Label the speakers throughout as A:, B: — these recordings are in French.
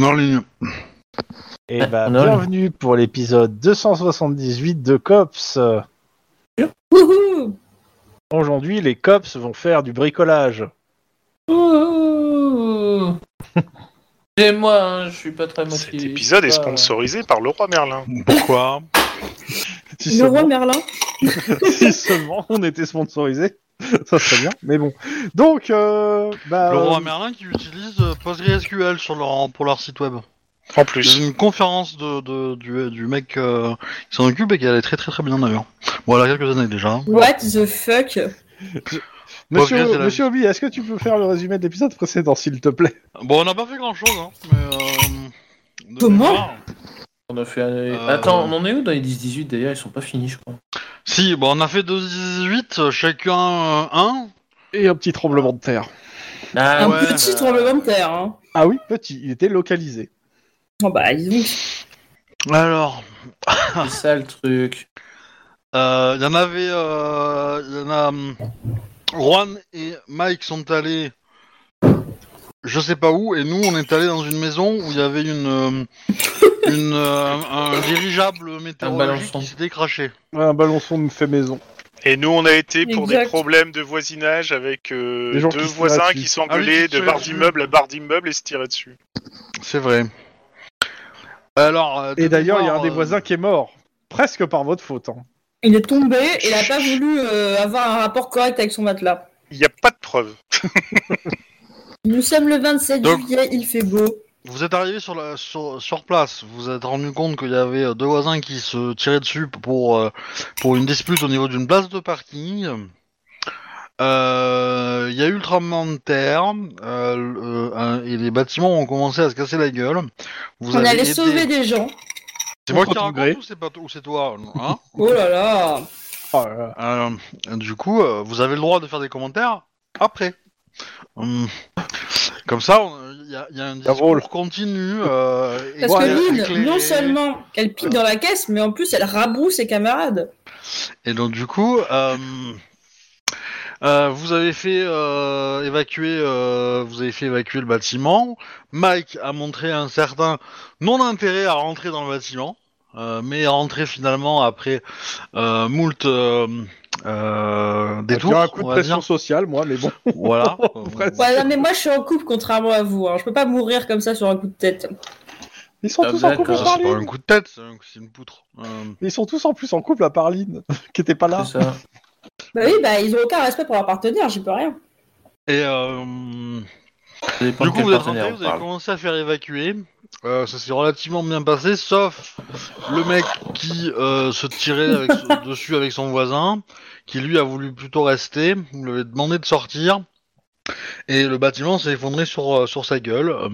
A: Morligne.
B: Et bah,
C: non.
B: bienvenue pour l'épisode 278 de Cops.
D: Wouhou
B: Aujourd'hui, les Cops vont faire du bricolage.
D: Wouhou Et moi, hein, je suis pas très
E: Cet
D: motivé.
E: épisode est
D: Je suis pas-
E: sponsorisé par le roi Merlin.
A: Pourquoi
B: Si
D: Le roi
B: seulement,
D: Merlin
B: si seulement on était sponsorisé, ça serait bien. Mais bon. Donc, euh, bah,
C: Le roi
B: euh,
C: Merlin qui utilise euh, PostgreSQL sur leur, pour leur site web.
E: En
C: J'ai
E: plus,
C: une conférence de, de- du, du mec euh, qui s'en occupe et qui allait très très très bien d'ailleurs. Bon, elle a quelques années déjà.
D: What the fuck
B: Monsieur,
C: Pauvre gars,
B: monsieur Obi, est-ce que tu peux faire le résumé de l'épisode précédent, s'il te plaît
C: Bon, on n'a pas fait grand chose, hein, mais. euh, de
D: Comment
C: mémoire-
D: On a fait un...
C: Euh,
D: Attends, on en est où dans les 10-18 d'ailleurs Ils sont pas finis, je crois.
C: Si, bon, on a fait 2-18, euh, chacun euh, un.
B: Et un petit tremblement de terre.
D: Ah,
C: Un ouais,
D: petit
C: bah-
D: tremblement de terre. Hein.
B: Ah oui, petit, il était localisé.
D: Oh bah, ils ont
C: Alors,
D: c'est ça le truc.
C: euh, il y en avait. euh, Il y en a. hum, Juan et Mike sont allés. Je sais pas où, et nous on est allés dans une maison où il y avait une. euh, une euh, un dirigeable météorologique
D: balançon.
C: qui s'était craché.
B: Un balançon me fait maison.
E: et nous on a été pour des
D: Exact.
E: problèmes de voisinage avec euh,
B: Des gens
E: deux
B: qui se
E: voisins
B: tirent
E: qui
B: dessus.
E: s'engueulaient
C: Ah oui, qui se
E: de barre
C: tirent dessus.
E: d'immeuble à barre d'immeuble et se tiraient dessus.
C: C'est vrai. Alors, euh,
B: Et d'ailleurs, il y a un des
C: euh,
B: voisins qui est mort. Presque par votre faute. hein.
D: Il est tombé et il a pas voulu euh, avoir un rapport correct avec son matelas.
E: Il n'y a pas de preuve.
D: Nous sommes le 27
C: Donc-
D: juillet, il fait beau.
C: Vous êtes arrivé sur, la, sur, sur place, vous vous êtes rendu compte qu'il y avait euh, deux voisins qui se tiraient dessus pour, euh, pour une dispute au niveau d'une place de parking. Euh, Il y a eu le tremblement de terre euh, le- euh, un- et les bâtiments ont commencé à se casser la gueule. Vous
D: on
C: avez
D: allait
C: aidé-
D: sauver des gens.
C: C'est moi qui
B: Contre ton gré.
C: raconte ou c'est pas- ou c'est toi hein
D: Oh là là
B: Oh là là.
C: Euh, du coup, euh, vous avez le droit de faire des commentaires après. Hum. Comme ça, il y, a- y a un
B: drôle.
C: discours continu. euh, et
D: Parce
C: voilà,
D: que Lynn,
C: éclairé.
D: non seulement elle pique dans la caisse, mais en plus elle rabroue ses camarades.
C: Et donc, du coup, euh, euh, vous avez fait euh, évacuer, euh, vous avez fait évacuer le bâtiment. Mike a montré un certain non intérêt à rentrer dans le bâtiment, euh, mais est rentré finalement après euh, moult euh, euh,
B: Je
C: détours.
B: dirais un coup de
C: on va
B: pression
C: dire.
B: sociale, moi, mais bon.
C: Voilà.
B: Presque.
D: Ouais, non, mais moi je suis en couple contrairement à vous. Hein. Je peux pas mourir comme ça sur un coup de tête.
B: Ils sont
D: Ah,
B: tous en
D: d'accord.
B: couple à
C: Ça,
B: part
C: c'est pas
B: Lynn.
C: un coup de tête, c'est un- c'est une poutre. Euh,
B: Ils sont tous en plus en couple à part Lynn, qui était pas là.
D: C'est ça. Bah oui, bah ils ont aucun respect pour leur partenaire, j'y peux rien.
C: et euh,
E: Ça dépend
C: du coup, vous êtes rentrés, vous avez commencé à faire évacuer. Euh, ça s'est relativement bien passé, sauf le mec qui euh, se tirait avec son- dessus avec son voisin, qui lui a voulu plutôt rester, vous lui avez demandé de sortir, et le bâtiment s'est effondré sur, euh, sur sa gueule, euh,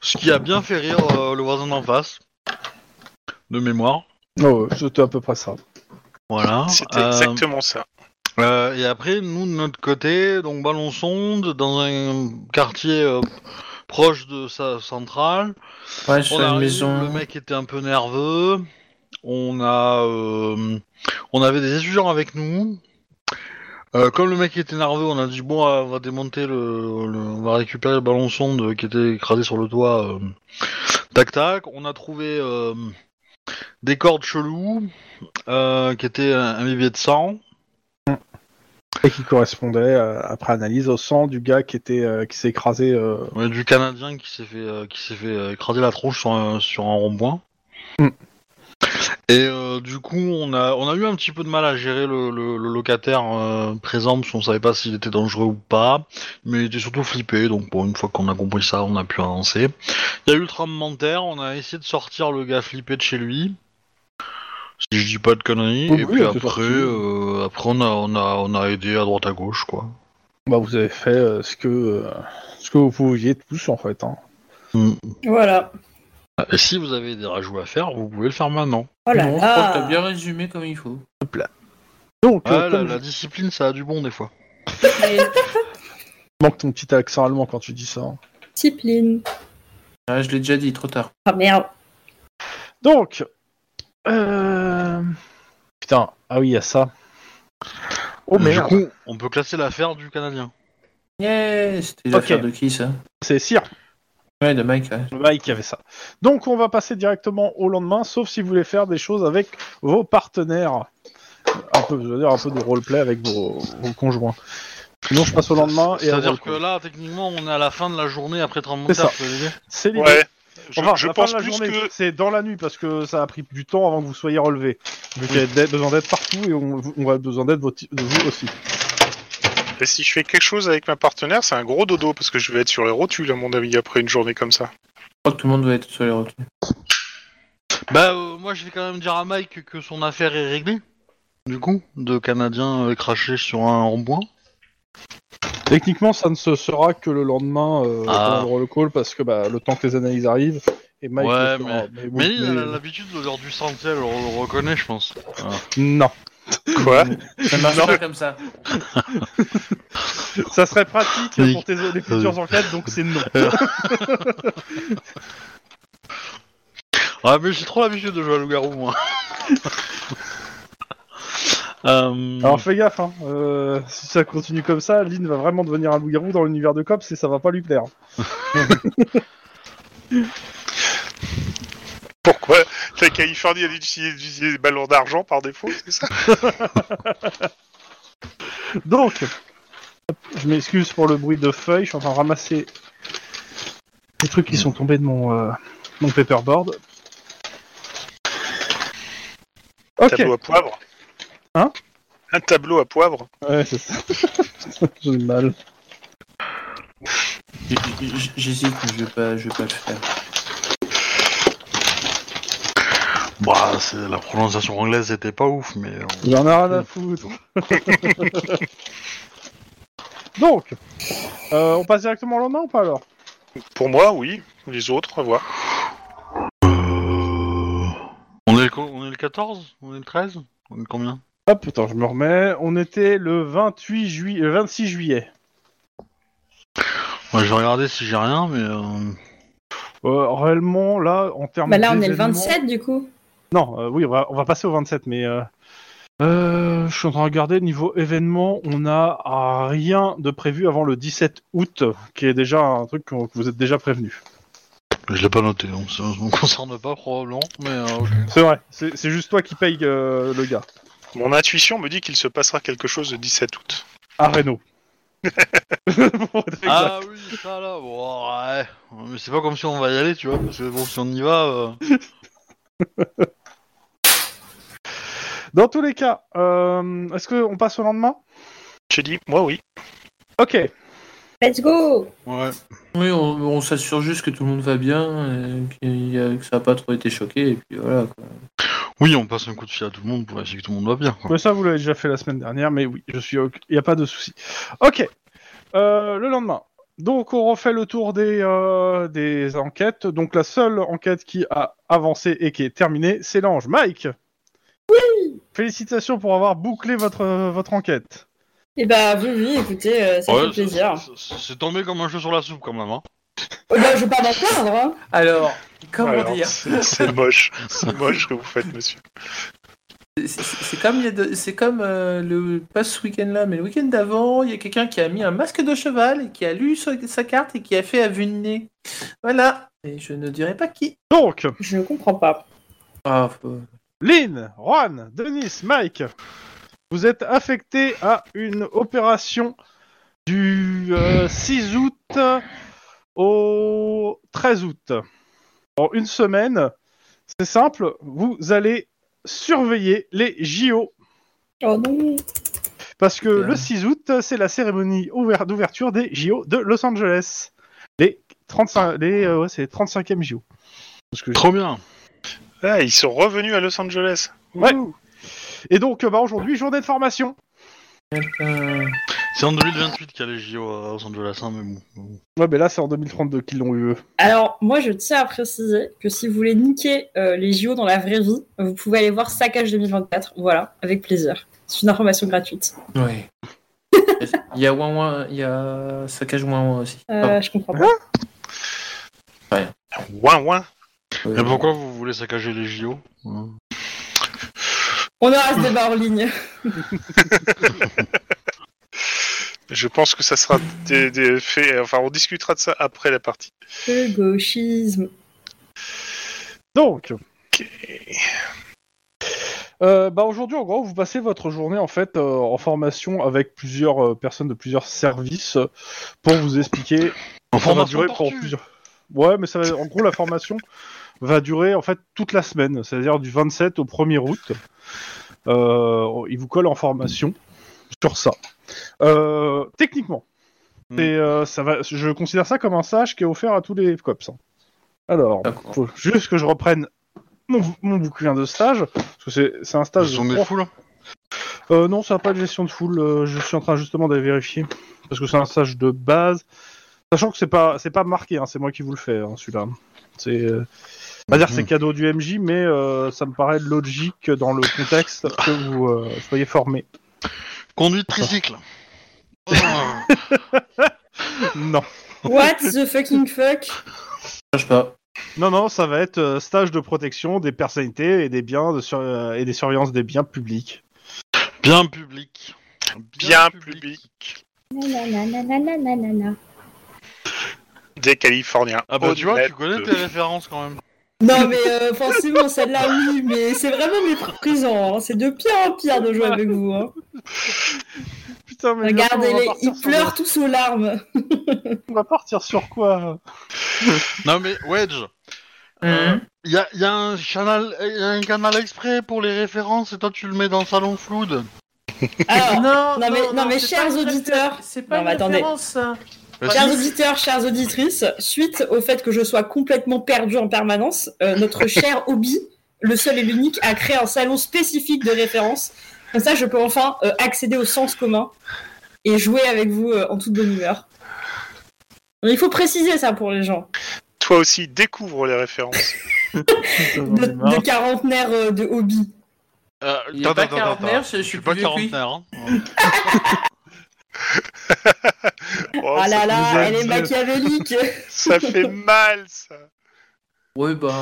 C: ce qui a bien fait rire euh, le voisin d'en face, de mémoire.
B: Oh, ouais, c'était à peu près ça. Oh,
C: Voilà.
E: C'était
C: Euh,
E: exactement ça.
C: Euh, et après, nous de notre côté, donc Balançon, de- dans un quartier euh, proche de sa centrale.
D: Ouais, je suis
C: On
D: à la
C: arrive,
D: maison.
C: Le mec était un peu nerveux. On a, euh, on avait des étudiants avec nous. Euh, comme le mec était nerveux, on a dit bon, euh, on va démonter le, le- on va récupérer le Balançon de- qui était écrasé sur le toit. euh, tac tac. On a trouvé euh, des cordes cheloues euh, qui étaient un, un vivier de sang.
B: Et qui correspondait, euh, après analyse, au sang du gars qui était euh, qui s'est écrasé. euh,
C: Ouais, du Canadien qui s'est fait, euh, qui s'est fait euh, écraser la tronche sur un, sur un rond-point.
B: Mm.
C: Et euh, du coup, on a, on a eu un petit peu de mal à gérer le, le- le locataire euh, présent, parce qu'on savait pas s'il était dangereux ou pas, mais il était surtout flippé, donc bon, une fois qu'on a compris ça, on a pu avancer. Il y a eu le tremblement de terre, on a essayé de sortir le gars flippé de chez lui, si je dis pas de conneries,
B: Oui,
C: et
B: oui,
C: puis
B: il était
C: après,
B: sorti.
C: euh, après on, a, on, a, on a aidé à droite à gauche, quoi.
B: Bah, vous avez fait euh, ce que euh, ce que vous pouviez tous en fait. hein.
D: Voilà.
C: Mm. Et si vous avez des rajouts à faire, vous pouvez le faire maintenant.
D: Oh là
E: Non, je
D: là.
E: crois que
D: t'as bien résumé comme il faut.
B: Donc, euh,
C: Ah, la,
B: comme
C: la discipline, ça a du bon des fois.
D: Et-
B: je manque ton petit accent allemand quand tu dis ça. hein.
D: Discipline.
E: Ah, je l'ai déjà dit, trop tard.
D: Ah merde.
B: Donc, euh... putain, ah oui, il y a ça. Oh
C: du
B: merde,
C: coup, on peut classer l'affaire du Canadien.
D: Yes. C'était
B: Ok.
D: l'affaire de qui ça
B: c'est Cyr.
E: Ouais, de Mike, ouais.
B: Mike Bah, avait ça. Donc on va passer directement au lendemain, sauf si vous voulez faire des choses avec vos partenaires. Un peu, je veux dire, un peu de roleplay avec vos, vos conjoints. Sinon, je passe au lendemain. Ah, et à
C: C'est-à-dire
B: vos-
C: que là, techniquement, on est à la fin de la journée après 30
B: C'est ça.
C: montagnes.
B: C'est l'idée.
A: Ouais. Je,
B: Enfin,
A: je
B: la fin
A: pense
B: de la
A: plus
B: journée,
A: que.
B: C'est dans la nuit parce que ça a pris du temps avant que vous soyez relevé. Vu qu'il y a d'être- besoin d'être partout et on, on a besoin d'être vos- de vous aussi.
A: Et bah, si je fais quelque chose avec ma partenaire, c'est un gros dodo parce que je vais être sur les rotules, à mon avis, après une journée comme ça.
E: Je crois que tout le monde doit être sur les rotules.
C: Bah, euh, moi, je vais quand même dire à Mike que son affaire est réglée. Du coup, de Canadien euh, craché sur un rond-point.
B: Techniquement, ça ne se sera que le lendemain euh,
C: Ah.
B: pendant le call parce que bah, le temps que les analyses arrivent et Mike.
C: Ouais,
B: le fera. mais,
C: Mais
B: oui,
C: il a
B: mais-
C: l'habitude de l'heure du sentier, elle le le reconnaît, je pense.
B: non,
A: Quoi
E: Ça marche
A: Non.
E: pas comme ça.
B: ça serait pratique
C: Oui. Euh,
B: pour tes les futures enquêtes, donc c'est non.
C: Ah, mais j'ai trop l'habitude de jouer à loup-garou, moi. Euh,
B: Alors fais gaffe, hein, euh, si ça continue comme ça, Lynn va vraiment devenir un loup-garou dans l'univers de Cops et ça va pas lui plaire.
A: Pourquoi La Californie a utilisé utilisé des ballons d'argent par défaut, c'est ça
B: Donc, hop, je m'excuse pour le bruit de feuilles, je suis en train de ramasser les trucs qui sont tombés de mon, euh, mon paperboard. Ok,
A: Tableau à poivre
B: Hein
A: Un tableau à poivre
B: ouais, c'est ça. Putain, J'ai du mal.
E: J- j- j- J'hésite, mais je vais pas, je vais pas le faire.
C: Bah, c'est- la prononciation anglaise était pas ouf, mais. euh,
B: J'en ai rien à foutre. Donc, euh, on passe directement au lendemain ou pas alors
A: Pour moi, oui. Les autres, à voir.
C: Euh, On est, le, co- on est le 14 On est le 13 On est combien
B: Hop, putain, je me remets. On était le 28 juillet, le 26 juillet.
C: Ouais, Je vais regarder si j'ai rien, mais. euh,
B: Euh, réellement, là, en termes
D: Bah là, on est le
B: d'événements-
D: 27 du coup.
B: Non, euh, oui, on va, on va passer au 27, mais euh, euh, je suis en train de regarder niveau événement, on n'a ah, rien de prévu avant le 17 août, qui est déjà un truc qu'on- que vous êtes déjà prévenu.
C: Je l'ai pas noté, donc ça ne me concerne pas probablement, mais. euh, ok.
B: C'est vrai, c'est c'est juste toi qui paye euh, le gars,
A: Mon intuition me dit qu'il se passera quelque chose le 17 août.
B: à Renault.
C: Ah oui, ça là, bon, ouais. Mais c'est pas comme si on va y aller, tu vois, parce que bon, si on y va. euh,
B: Dans tous les cas, euh, est-ce qu'on passe au lendemain
A: J'ai dit, moi, oui.
B: Ok,
D: Let's go
C: Ouais.
E: Oui, on, on s'assure juste que tout le monde va bien, et qu'il y a- que ça n'a pas trop été choqué, et puis voilà. Quoi.
C: Oui, on passe un coup de fil à tout le monde pour essayer que tout le monde va bien, quoi.
B: mais ça vous l'avez déjà fait la semaine dernière, mais oui, je suis, il n'y a pas de souci. Ok, Euh, le lendemain. Donc on refait le tour des, euh, des enquêtes. Donc la seule enquête qui a avancé et qui est terminée, c'est l'ange. Mike Oui Félicitations pour avoir bouclé votre, votre enquête.
D: Et bah oui, oui, écoutez, euh, ça
C: Ouais,
D: fait plaisir.
C: c'est- c'est- C'est tombé comme un jeu sur la soupe, quand même, hein.
D: Oh, bah, je vais pas m'en plaindre, hein.
E: Alors, comment
A: Alors,
E: dire
A: c'est c'est moche. C'est moche ce que vous faites, monsieur.
E: C'est- C'est c'est comme, il y a de- c'est comme euh, le, pas ce week-end-là, mais le week-end d'avant, il y a quelqu'un qui a mis un masque de cheval, et qui a lu sa, sa carte et qui a fait à vue de nez. Voilà. Et je ne dirai pas qui.
B: Donc,
D: Je ne comprends pas.
E: Ah, faut-
B: Lynn, Juan, Denis, Mike, vous êtes affectés à une opération du euh, 6 août au 13 août. En une semaine, c'est simple, vous allez surveiller les JO
D: Oh non
B: Parce que
E: Bien.
B: le 6 août, c'est la cérémonie ouver- d'ouverture des JO de Los Angeles. Les 35, les, euh, ouais, c'est les 35e JO. Parce que-
C: Trop bien
A: Ah, ils sont revenus à Los Angeles.
B: Ouais. Et donc, euh, bah, aujourd'hui, journée de formation.
E: Putain.
C: C'est en 2028 qu'il y a les JO à Los Angeles, hein, mais bon.
B: Ouais, mais là, c'est en 2032 qu'ils l'ont eu. eux.
D: Alors, moi, je tiens à préciser que si vous voulez niquer euh, les JO dans la vraie vie, vous pouvez aller voir Saccage 2024. Voilà, avec plaisir. C'est une information gratuite.
E: Ouais. Il y a Ouin Ouin, il y a Saccage Ouin Ouin aussi. Ah.
D: Euh, Je comprends pas.
A: Ouin, ouin.
E: Pardon.
C: Et pourquoi vous voulez saccager les JO hein
D: On aura ce débat en ligne.
A: Je pense que ça sera des, des faits. Enfin, on discutera de ça après la partie.
D: Le gauchisme.
B: Donc, euh, bah aujourd'hui, en gros, vous passez votre journée en fait euh, en formation avec plusieurs euh, personnes de plusieurs services euh, pour vous expliquer.
C: En
B: Ça va
C: formation
B: durer pour
C: tortue.
B: plusieurs. Ouais, mais ça va- en gros, la formation va durer en fait toute la semaine, c'est-à-dire du 27 au 1er août. Euh, ils vous collent en formation sur ça. Euh, techniquement,
C: Hmm.
B: c'est, euh, ça va, je considère ça comme un stage qui est offert à tous les cops. hein. Alors,
E: D'accord.
B: faut juste que je reprenne mon, mon bouquin de stage, parce que c'est- c'est un
C: Ils
B: stage.
C: sont
B: de
C: des hein.
B: trois-
C: fous là
B: euh, non, ça n'a pas de gestion de foule. euh, je suis en train justement d'aller vérifier parce que c'est un stage de base, sachant que c'est pas c'est pas marqué. hein, c'est moi qui vous le fais hein, celui-là. C'est euh, on va dire que c'est
C: Mhm.
B: cadeau du MJ, mais euh, ça me paraît logique dans le contexte que vous euh, soyez formé.
C: Conduite tricycle. Ah.
B: Non,
D: What the fucking fuck
E: Je sais pas.
B: non, non, ça va être euh, stage de protection des personnalités et des biens de sur- euh, et des surveillances des biens publics.
C: Bien public.
A: Bien public.
D: Nananananananana.
A: Des Californiens.
C: Ah bah
A: Au
C: tu vois,
A: net
C: tu connais
A: de-
C: tes références quand même.
D: Non mais euh, forcément celle-là oui mais c'est vraiment méprisant hein. c'est de pire en pire de jouer avec vous hein.
B: Putain, mais
D: regardez
B: bientôt, on va
D: les ils
B: partir sur-
D: pleurent tous aux larmes
B: On va partir sur quoi
C: Non mais Wedge,
E: Hum.
C: il y a, y a un canal, y a un canal exprès pour les références et toi tu le mets dans le salon floude.
D: alors
E: Non,
D: non, mais- non, mais
E: c'est
D: chers
E: pas une réfé-
D: auditeurs.
E: c'est pas
D: Non,
E: une
D: mais attendez.
E: référence, hein. ça.
C: Parce que
D: Chers auditeurs, chères auditrices, suite au fait que je sois complètement perdu en permanence, euh, notre cher Obi, le seul et l'unique, a créé un salon spécifique de référence. Comme ça, je peux enfin euh, accéder au sens commun et jouer avec vous euh, en toute bonne humeur. Mais Il faut préciser ça pour les gens.
A: Toi aussi, découvre les références.
D: De, de quarantenaire euh, de Obi.
C: Euh,
E: Il y a
C: attends,
E: pas
C: attends,
E: quarantenaire,
C: attends.
E: je- je suis
C: pas
E: plus vieux que lui.
C: quarantenaire. Hein.
A: Oh,
D: ah là
A: ça-
D: là,
B: vous a
D: elle est
B: dit-
D: machiavélique.
A: ça fait mal, ça.
E: Ouais, bah.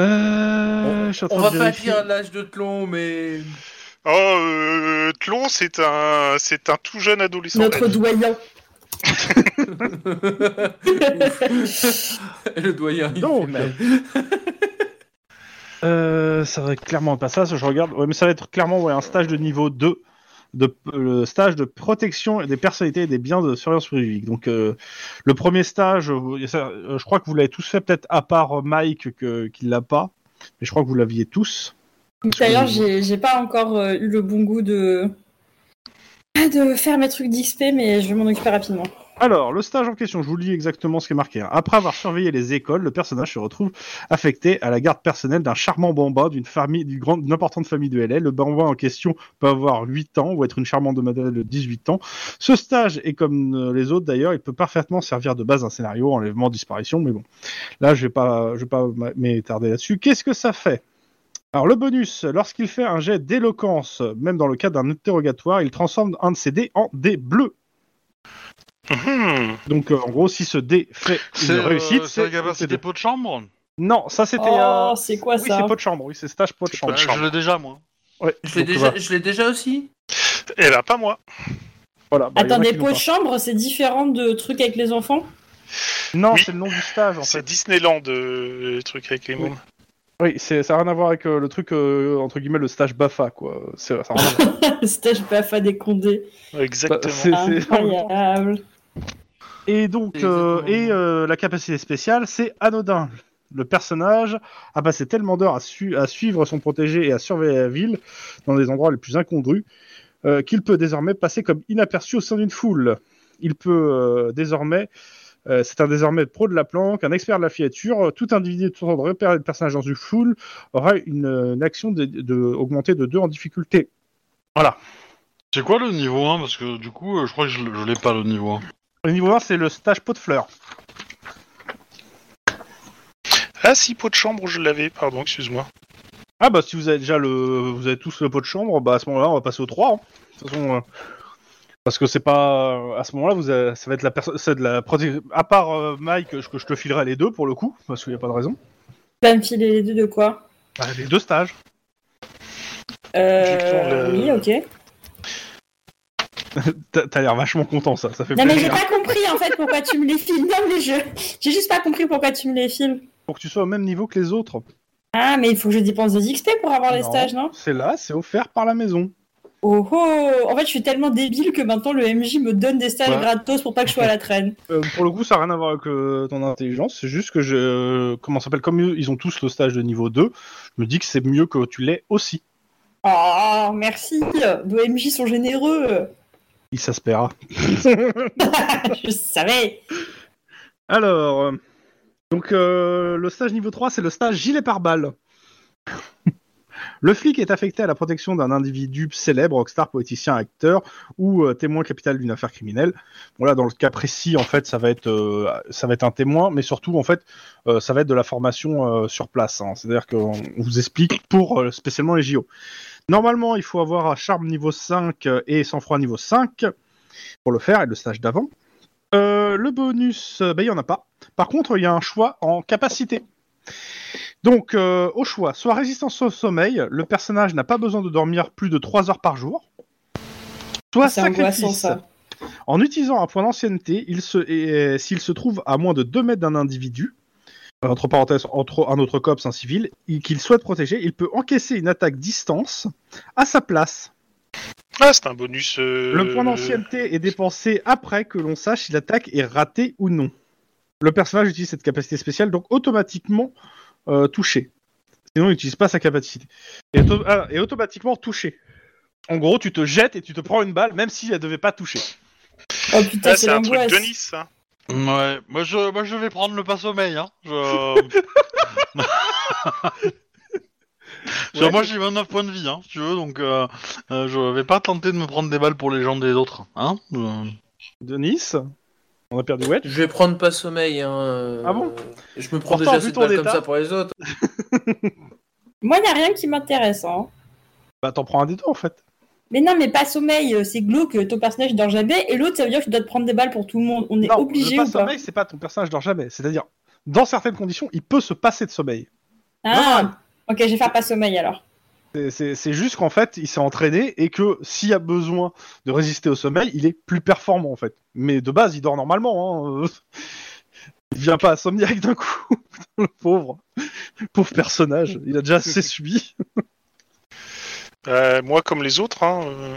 B: Euh, je suis en
E: On
B: train
E: va
B: de
E: pas
B: vérifier.
E: dire l'âge de Tlon, mais.
A: Oh, euh, Tlon, c'est un, c'est un tout jeune adolescent.
D: Notre doyen.
E: Le doyen. il
B: Donc.
E: fait mal.
B: Euh, ça va être clairement pas ça, ça, je regarde. Ouais, mais ça va être clairement ouais, un stage de niveau 2, de, le stage de protection des personnalités et des biens de surveillance publique. Donc euh, le premier stage, euh, et ça, euh, je crois que vous l'avez tous fait, peut-être à part euh, Mike que, qui l'a pas, mais je crois que vous l'aviez tous.
D: D'ailleurs, j'ai j'ai pas encore euh, eu le bon goût de... de faire mes trucs d'XP, mais je vais m'en occuper rapidement.
B: Alors, le stage en question, je vous lis exactement ce qui est marqué. hein. Après avoir surveillé les écoles, le personnage se retrouve affecté à la garde personnelle d'un charmant bambin d'une famille, d'une grande, d'une importante famille de LL. Le bambin en question peut avoir 8 ans ou être une charmante demoiselle de 18 ans. Ce stage est comme euh, les autres d'ailleurs, il peut parfaitement servir de base à un scénario, enlèvement, disparition, mais bon. Là, je vais pas, je vais pas m'étarder là-dessus. Qu'est-ce que ça fait alors le bonus, lorsqu'il fait un jet d'éloquence, même dans le cas d'un interrogatoire, il transforme un de ses dés en dés bleus.
A: Hmm.
B: Donc euh, en gros, si ce dé fait une
C: euh,
B: réussite,
C: c'est la
B: c'est
C: capacité
B: c'est-
C: pot de chambre.
B: Non, ça c'était.
D: Oh,
B: euh,
D: c'est quoi
B: oui,
D: ça
B: c'est pas de chambre. Oui, c'est stage pas de
A: C'est pot
B: chambre.
A: de
C: Bah,
A: chambre.
C: Je l'ai déjà moi.
B: Ouais,
E: Je l'ai
B: donc,
E: déjà,
B: bah,
E: je l'ai déjà aussi
A: Eh ben, pas moi.
B: voilà, bah, y en a
D: Attendez,
B: qui l'ont
D: pot de
B: pas.
D: chambre, c'est différent de trucs avec les enfants
B: Non,
A: Oui.
B: c'est le nom du stage en
A: C'est
B: fait.
A: Disneyland, euh, le truc avec les
B: Oui.
A: mômes.
B: Oui, c'est- ça n'a rien à voir avec euh, le truc euh, entre guillemets le stage Bafa quoi. C'est ça a rien à voir.
D: Le stage BAFA des Condés.
A: Exactement.
B: Bah, c'est-
D: Incroyable.
B: Et donc
E: C'est
B: euh,
E: exactement
B: et
E: le
B: euh, la capacité spéciale, c'est anodin. Le personnage a passé tellement d'heures à, su- à suivre son protégé et à surveiller la ville dans des endroits les plus incongrus euh, qu'il peut désormais passer comme inaperçu au sein d'une foule. Il peut euh, désormais Euh, c'est un désormais pro de la planque, un expert de la filature. Euh, Tout individu tentant de repérer le personnage dans une foule aura une, euh, une action de, de- augmentée de 2 en difficulté.
C: C'est quoi le niveau 1 Parce que du coup, euh, je crois que je, l- je l'ai pas le niveau 1.
B: Au niveau 1, c'est le stage pot de fleurs.
A: Ah, si, pot de chambre, je l'avais, pardon, excuse-moi.
B: Ah bah si vous avez déjà le, vous avez tous le pot de chambre, bah à ce moment-là on va passer au 3. hein. De toute façon, euh, parce que c'est pas euh, à ce moment-là vous avez- ça va être la perso- c'est de la proté- à part euh, Mike que je- que je te filerai les deux pour le coup parce qu'il n'y a pas de raison.
D: Tu vas me filer les deux de quoi
B: Bah, les deux stages.
D: Euh,
A: Je vais prendre le-
D: Oui, ok.
B: T'as t'as l'air vachement content, ça. Ça fait
D: Non, mais j'ai
B: plaisir.
D: pas compris en fait pourquoi tu me les files. Non, mais je. J'ai juste pas compris pourquoi tu me les files.
B: Pour que tu sois au même niveau que les autres.
D: Ah, mais il faut que je dépense des XP pour avoir les
B: Non.
D: stages, non
B: C'est là, c'est offert par la maison.
D: Oh oh En fait, je suis tellement débile que maintenant le MJ me donne des stages
C: Ouais.
D: gratos pour pas que je sois à la traîne.
B: Euh, pour le coup, ça n'a rien à voir avec euh, ton intelligence. C'est juste que je. Comment ça s'appelle Comme eux, ils ont tous le stage de niveau 2, je me dis que c'est mieux que tu l'aies aussi.
D: Oh, merci Nos MJ sont généreux
B: Il s'aspérera.
D: Je savais
B: Alors. euh, Donc, euh, le stage niveau 3, c'est le stage gilet pare-balles. Le flic est affecté à la protection d'un individu célèbre, rockstar, poéticien, acteur ou euh, témoin capital d'une affaire criminelle. Bon là, dans le cas précis, en fait, ça va être, euh, ça va être un témoin, mais surtout, en fait, euh, ça va être de la formation euh, sur place. hein. C'est-à-dire qu'on on vous explique pour euh, spécialement les JO. Normalement, il faut avoir un charme niveau 5 euh, et sang-froid niveau 5 pour le faire et le stage d'avant. Euh, le bonus, euh, ben, il n'y en a pas. Par contre, il y a un choix en capacité. Donc, euh, au choix, soit résistance au sommeil, le personnage n'a pas besoin de dormir plus de 3 heures par jour. Soit
D: C'est angoissant
B: sacrifice.
D: ça.
B: En utilisant un point d'ancienneté, il se- et, euh, s'il se trouve à moins de 2 mètres d'un individu, entre parenthèses, entre un autre copse, un civil, il- qu'il souhaite protéger, il peut encaisser une attaque distance à sa place.
A: Ah, c'est un bonus. euh,
B: Le point d'ancienneté est dépensé après que l'on sache si l'attaque est ratée ou non. Le personnage utilise cette capacité spéciale, donc automatiquement euh, touché. Sinon, il n'utilise pas sa capacité. Et, auto- ah, et automatiquement touché. En gros, tu te jettes et tu te prends une balle, même si elle ne devait pas toucher.
D: Oh putain,
A: Ah,
D: c'est
A: c'est un truc
D: l'angoisse.
A: de Nice, hein. ça.
C: Ouais, moi je, moi je vais prendre le pas sommeil. Hein. Je... Parce que
B: Ouais.
C: Moi j'ai 29 points de vie, hein, si tu veux, donc euh, euh, je vais pas tenter de me prendre des balles pour les gens des autres. Hein Euh,
B: Denis, on a perdu Wedge.
E: Je vais prendre pas sommeil. Hein. euh,
B: Ah bon
E: Je me prends déjà
B: Pourtant, vu
E: assez de
B: ton
E: balles comme
B: état-
E: ça pour les autres.
D: Moi, y a rien qui m'intéresse, hein.
B: Bah t'en prends un des deux en fait.
D: Mais non, mais pas sommeil, euh, c'est glauque, ton personnage dort jamais, et l'autre, ça veut dire que tu dois te prendre des balles pour tout le monde. On est
B: non,
D: obligé
B: le
D: ou
B: pas
D: pas
B: sommeil, c'est pas ton personnage dort jamais. C'est-à-dire, dans certaines conditions, il peut se passer de sommeil.
D: Ah Ok, je vais faire pas sommeil alors.
B: C'est- C'est c'est juste qu'en fait, il s'est entraîné et que s'il a besoin de résister au sommeil, il est plus performant en fait. Mais de base, il dort normalement. Hein. euh. Il devient pas insomniaque d'un coup. Putain, le pauvre, pauvre personnage. Il a déjà assez subi.
A: Euh, moi, comme les autres. Hein, euh.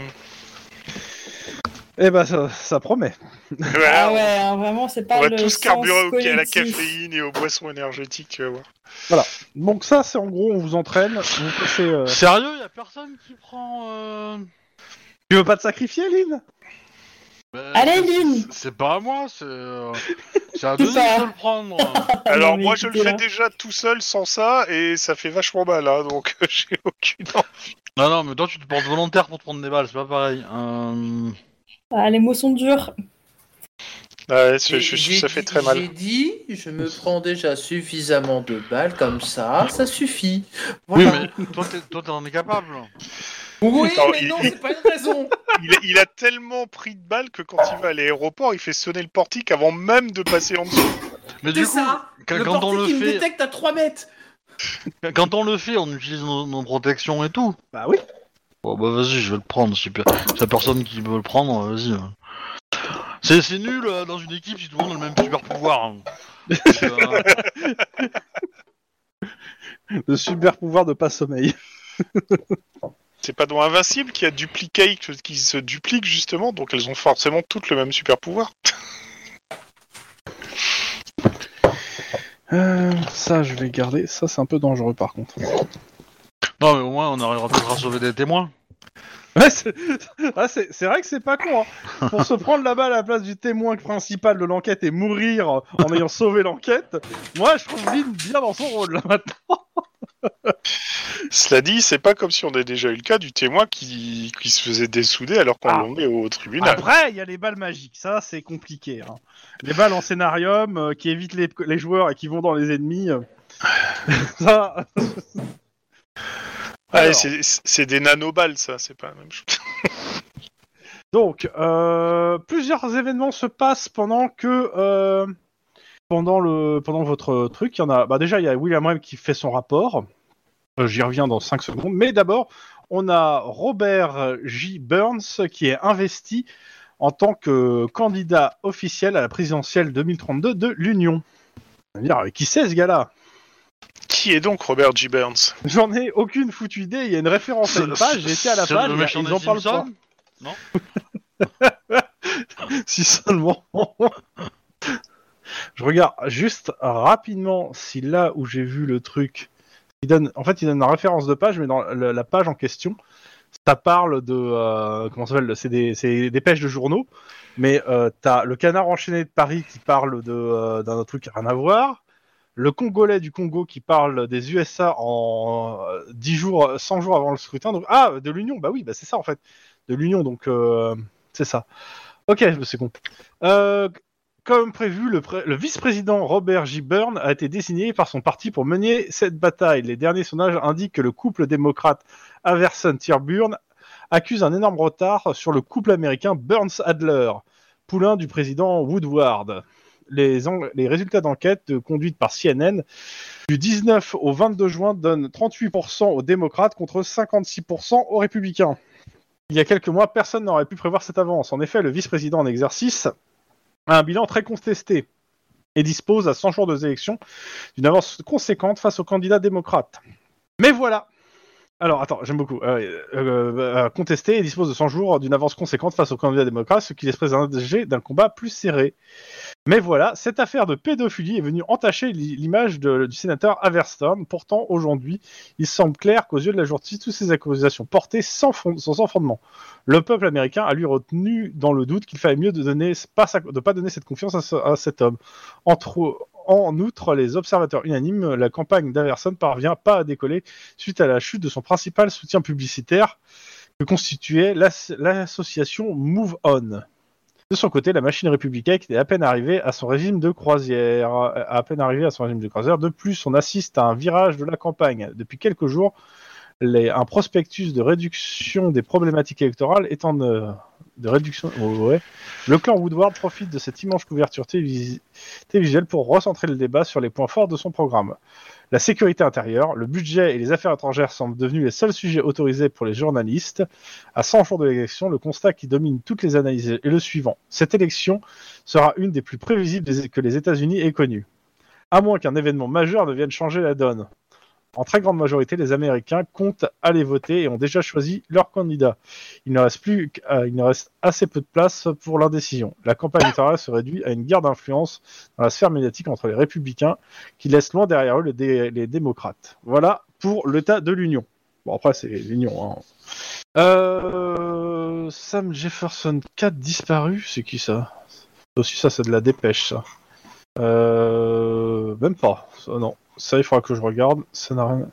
B: Eh ben, ça, ça promet.
A: Voilà,
D: Ah ouais, hein, vraiment, c'est
A: On
D: pas
A: va
D: le
A: tous
D: sens
A: carburer au- à la
D: collectif.
A: caféine et aux boissons énergétiques, euh, tu vas voir.
B: Donc ça, c'est en gros, on vous entraîne. Vous passez, euh,
C: Sérieux, y a personne qui prend. euh,
B: Tu veux pas te sacrifier, Lynn
C: bah,
D: Allez,
C: c'est-
D: Lynn
C: C'est pas à moi, c'est euh, c'est à
D: Tout
C: deux
D: ça.
C: de le prendre.
A: Alors
D: Ah, mais
A: moi je le
D: écoutez,
A: fais
D: là.
A: déjà tout seul sans ça et ça fait vachement mal hein, donc j'ai aucune envie.
C: non, non, mais toi tu te portes volontaire pour te prendre des balles, c'est pas pareil. Euh,
D: Ah, les mots sont durs.
A: Ouais, c'est-
E: J'ai-
A: je- je-
E: j'ai
A: ça fait
E: dit-
A: très mal.
E: J'ai dit, je me prends déjà suffisamment de balles comme ça, ça suffit.
C: Oui,
E: Voilà.
C: mais toi t'es- toi, t'en es capable.
E: Oui,
A: Non,
E: mais
A: il-
E: non, c'est pas une raison.
A: Il, il a tellement pris de balles que quand il va à l'aéroport il fait sonner le portique avant même de passer en dessous.
C: Mais
E: C'est
C: du coup,
E: ça.
C: quand,
E: le
C: quand on le
E: portique, il me
C: fait,
E: détecte à 3 mètres.
C: quand on le fait, on utilise nos- nos protections et tout.
B: Bah oui.
C: Bon bah vas-y, je vais le prendre. Si pe- si y a personne qui veut le prendre, euh, vas-y. C'est, c'est nul euh, dans une équipe si tout le monde a le même super pouvoir. hein. Donc, euh,
B: Le super pouvoir de pas sommeil.
A: C'est pas dans Invincible qu'il y a dupliqué qui se duplique justement donc elles ont forcément toutes le même super pouvoir.
B: Euh, ça, je vais garder. Ça, c'est un peu dangereux, par contre.
C: Non mais au moins on arrivera peut-être à sauver des témoins.
B: Ouais, c'est ah, c'est- c'est vrai que c'est pas con. hein. Pour se prendre la balle à la place du témoin principal de l'enquête et mourir en ayant sauvé l'enquête, moi, je trouve Lynn bien dans son rôle, là, maintenant.
A: Cela dit c'est pas comme si on avait déjà eu le cas du témoin qui, qui se faisait dessouder alors qu'on
B: Ah.
A: l'emmenait au tribunal.
B: Après, il y a les balles magiques. Ça, c'est compliqué. hein. Les balles en scénarium euh, qui évitent les, les joueurs et qui vont dans les ennemis. euh. ça...
A: Ah,
B: Alors.
A: c'est c'est des nanoballes ça c'est pas la même chose.
B: Donc, euh, plusieurs événements se passent pendant que euh, pendant le pendant votre truc, il y en a. Bah déjà, il y a William Webb qui fait son rapport. Euh, J'y reviens dans 5 secondes. Mais d'abord, on a Robert J. Burns qui est investi en tant que candidat officiel à la présidentielle 2032 de l'Union. C'est-à-dire, euh, Qui c'est ce gars-là
A: Qui est donc Robert G. Burns
B: J'en ai aucune foutue idée. Il y a une référence à une page. J'ai été à la
C: C'est le
B: page.
C: méchant
B: Ils
C: des
B: en parlent
C: Simpsons
B: pas. si seulement. je regarde juste rapidement si là où j'ai vu le truc, il donne, en fait, il donne une référence de page, mais dans la, la page en question, ça parle de euh, comment ça s'appelle C'est des, c'est des pêches de journaux, mais euh, t'as le canard enchaîné de Paris qui parle de euh, d'un autre truc qui a rien à voir. Le Congolais du Congo qui parle des USA en euh, 10 jours, 100 jours avant le scrutin. Donc, ah, de l'Union, bah oui, bah c'est ça en fait. De l'Union, donc euh, c'est ça. Ok, c'est con. Euh, comme prévu, le, pré- le vice-président Robert J. Byrne a été désigné par son parti pour mener cette bataille. Les derniers sondages indiquent que le couple démocrate Averson-Tierburn accuse un énorme retard sur le couple américain Burns-Adler, poulain du président Woodward. Les, en- les résultats d'enquête euh, conduite par CNN du 19 au 22 juin donnent 38% aux démocrates contre 56% aux républicains. Il y a quelques mois, personne n'aurait pu prévoir cette avance. En effet, le vice-président en exercice a un bilan très contesté et dispose à 100 jours des élections d'une avance conséquente face aux candidats démocrates. Mais voilà Alors, attends, j'aime beaucoup. Euh, euh, euh, contesté et dispose de 100 jours d'une avance conséquente face aux candidats démocrates, ce qui laisse présager d'un combat plus serré. Mais voilà, cette affaire de pédophilie est venue entacher l'i- l'image de- du sénateur Averstone. Pourtant, aujourd'hui, il semble clair qu'aux yeux de la justice, toutes ces accusations portées sans fond- sont sans fondement. Le peuple américain a lui retenu dans le doute qu'il fallait mieux de donner pas sa- de pas donner cette confiance à, ce- à cet homme. Entre- en outre, les observateurs unanimes, la campagne d'Averson parvient pas à décoller suite à la chute de son principal soutien publicitaire que constituait l'as- l'association Move On. De son côté, la machine républicaine était à peine arrivée à son régime de croisière. euh, À peine arrivée à son régime de croisière. De plus, on assiste à un virage de la campagne. Depuis quelques jours, les- un prospectus de réduction des problématiques électorales étant de, de réduction. oh, ouais. Le clan Woodward profite de cette immense couverture télévis- télévisuelle pour recentrer le débat sur les points forts de son programme. La sécurité intérieure, le budget et les affaires étrangères semblent devenus les seuls sujets autorisés pour les journalistes. À 100 jours de l'élection, le constat qui domine toutes les analyses est le suivant cette élection sera une des plus prévisibles des- que les États-Unis aient connue, à moins qu'un événement majeur ne vienne changer la donne. En très grande majorité, les Américains comptent aller voter et ont déjà choisi leur candidat. Il ne reste plus, qu'- euh, il ne reste assez peu de place pour l'indécision. La campagne électorale se réduit à une guerre d'influence dans la sphère médiatique entre les républicains, qui laissent loin derrière eux le dé- les démocrates. Voilà pour l'état de l'Union. Bon après c'est l'Union. hein. Euh, Sam Jefferson 4 disparu, c'est qui ça Aussi ça c'est de la dépêche ça. Euh, même pas. Ça, non. Ça, il faudra que je regarde. Ça n'a rien.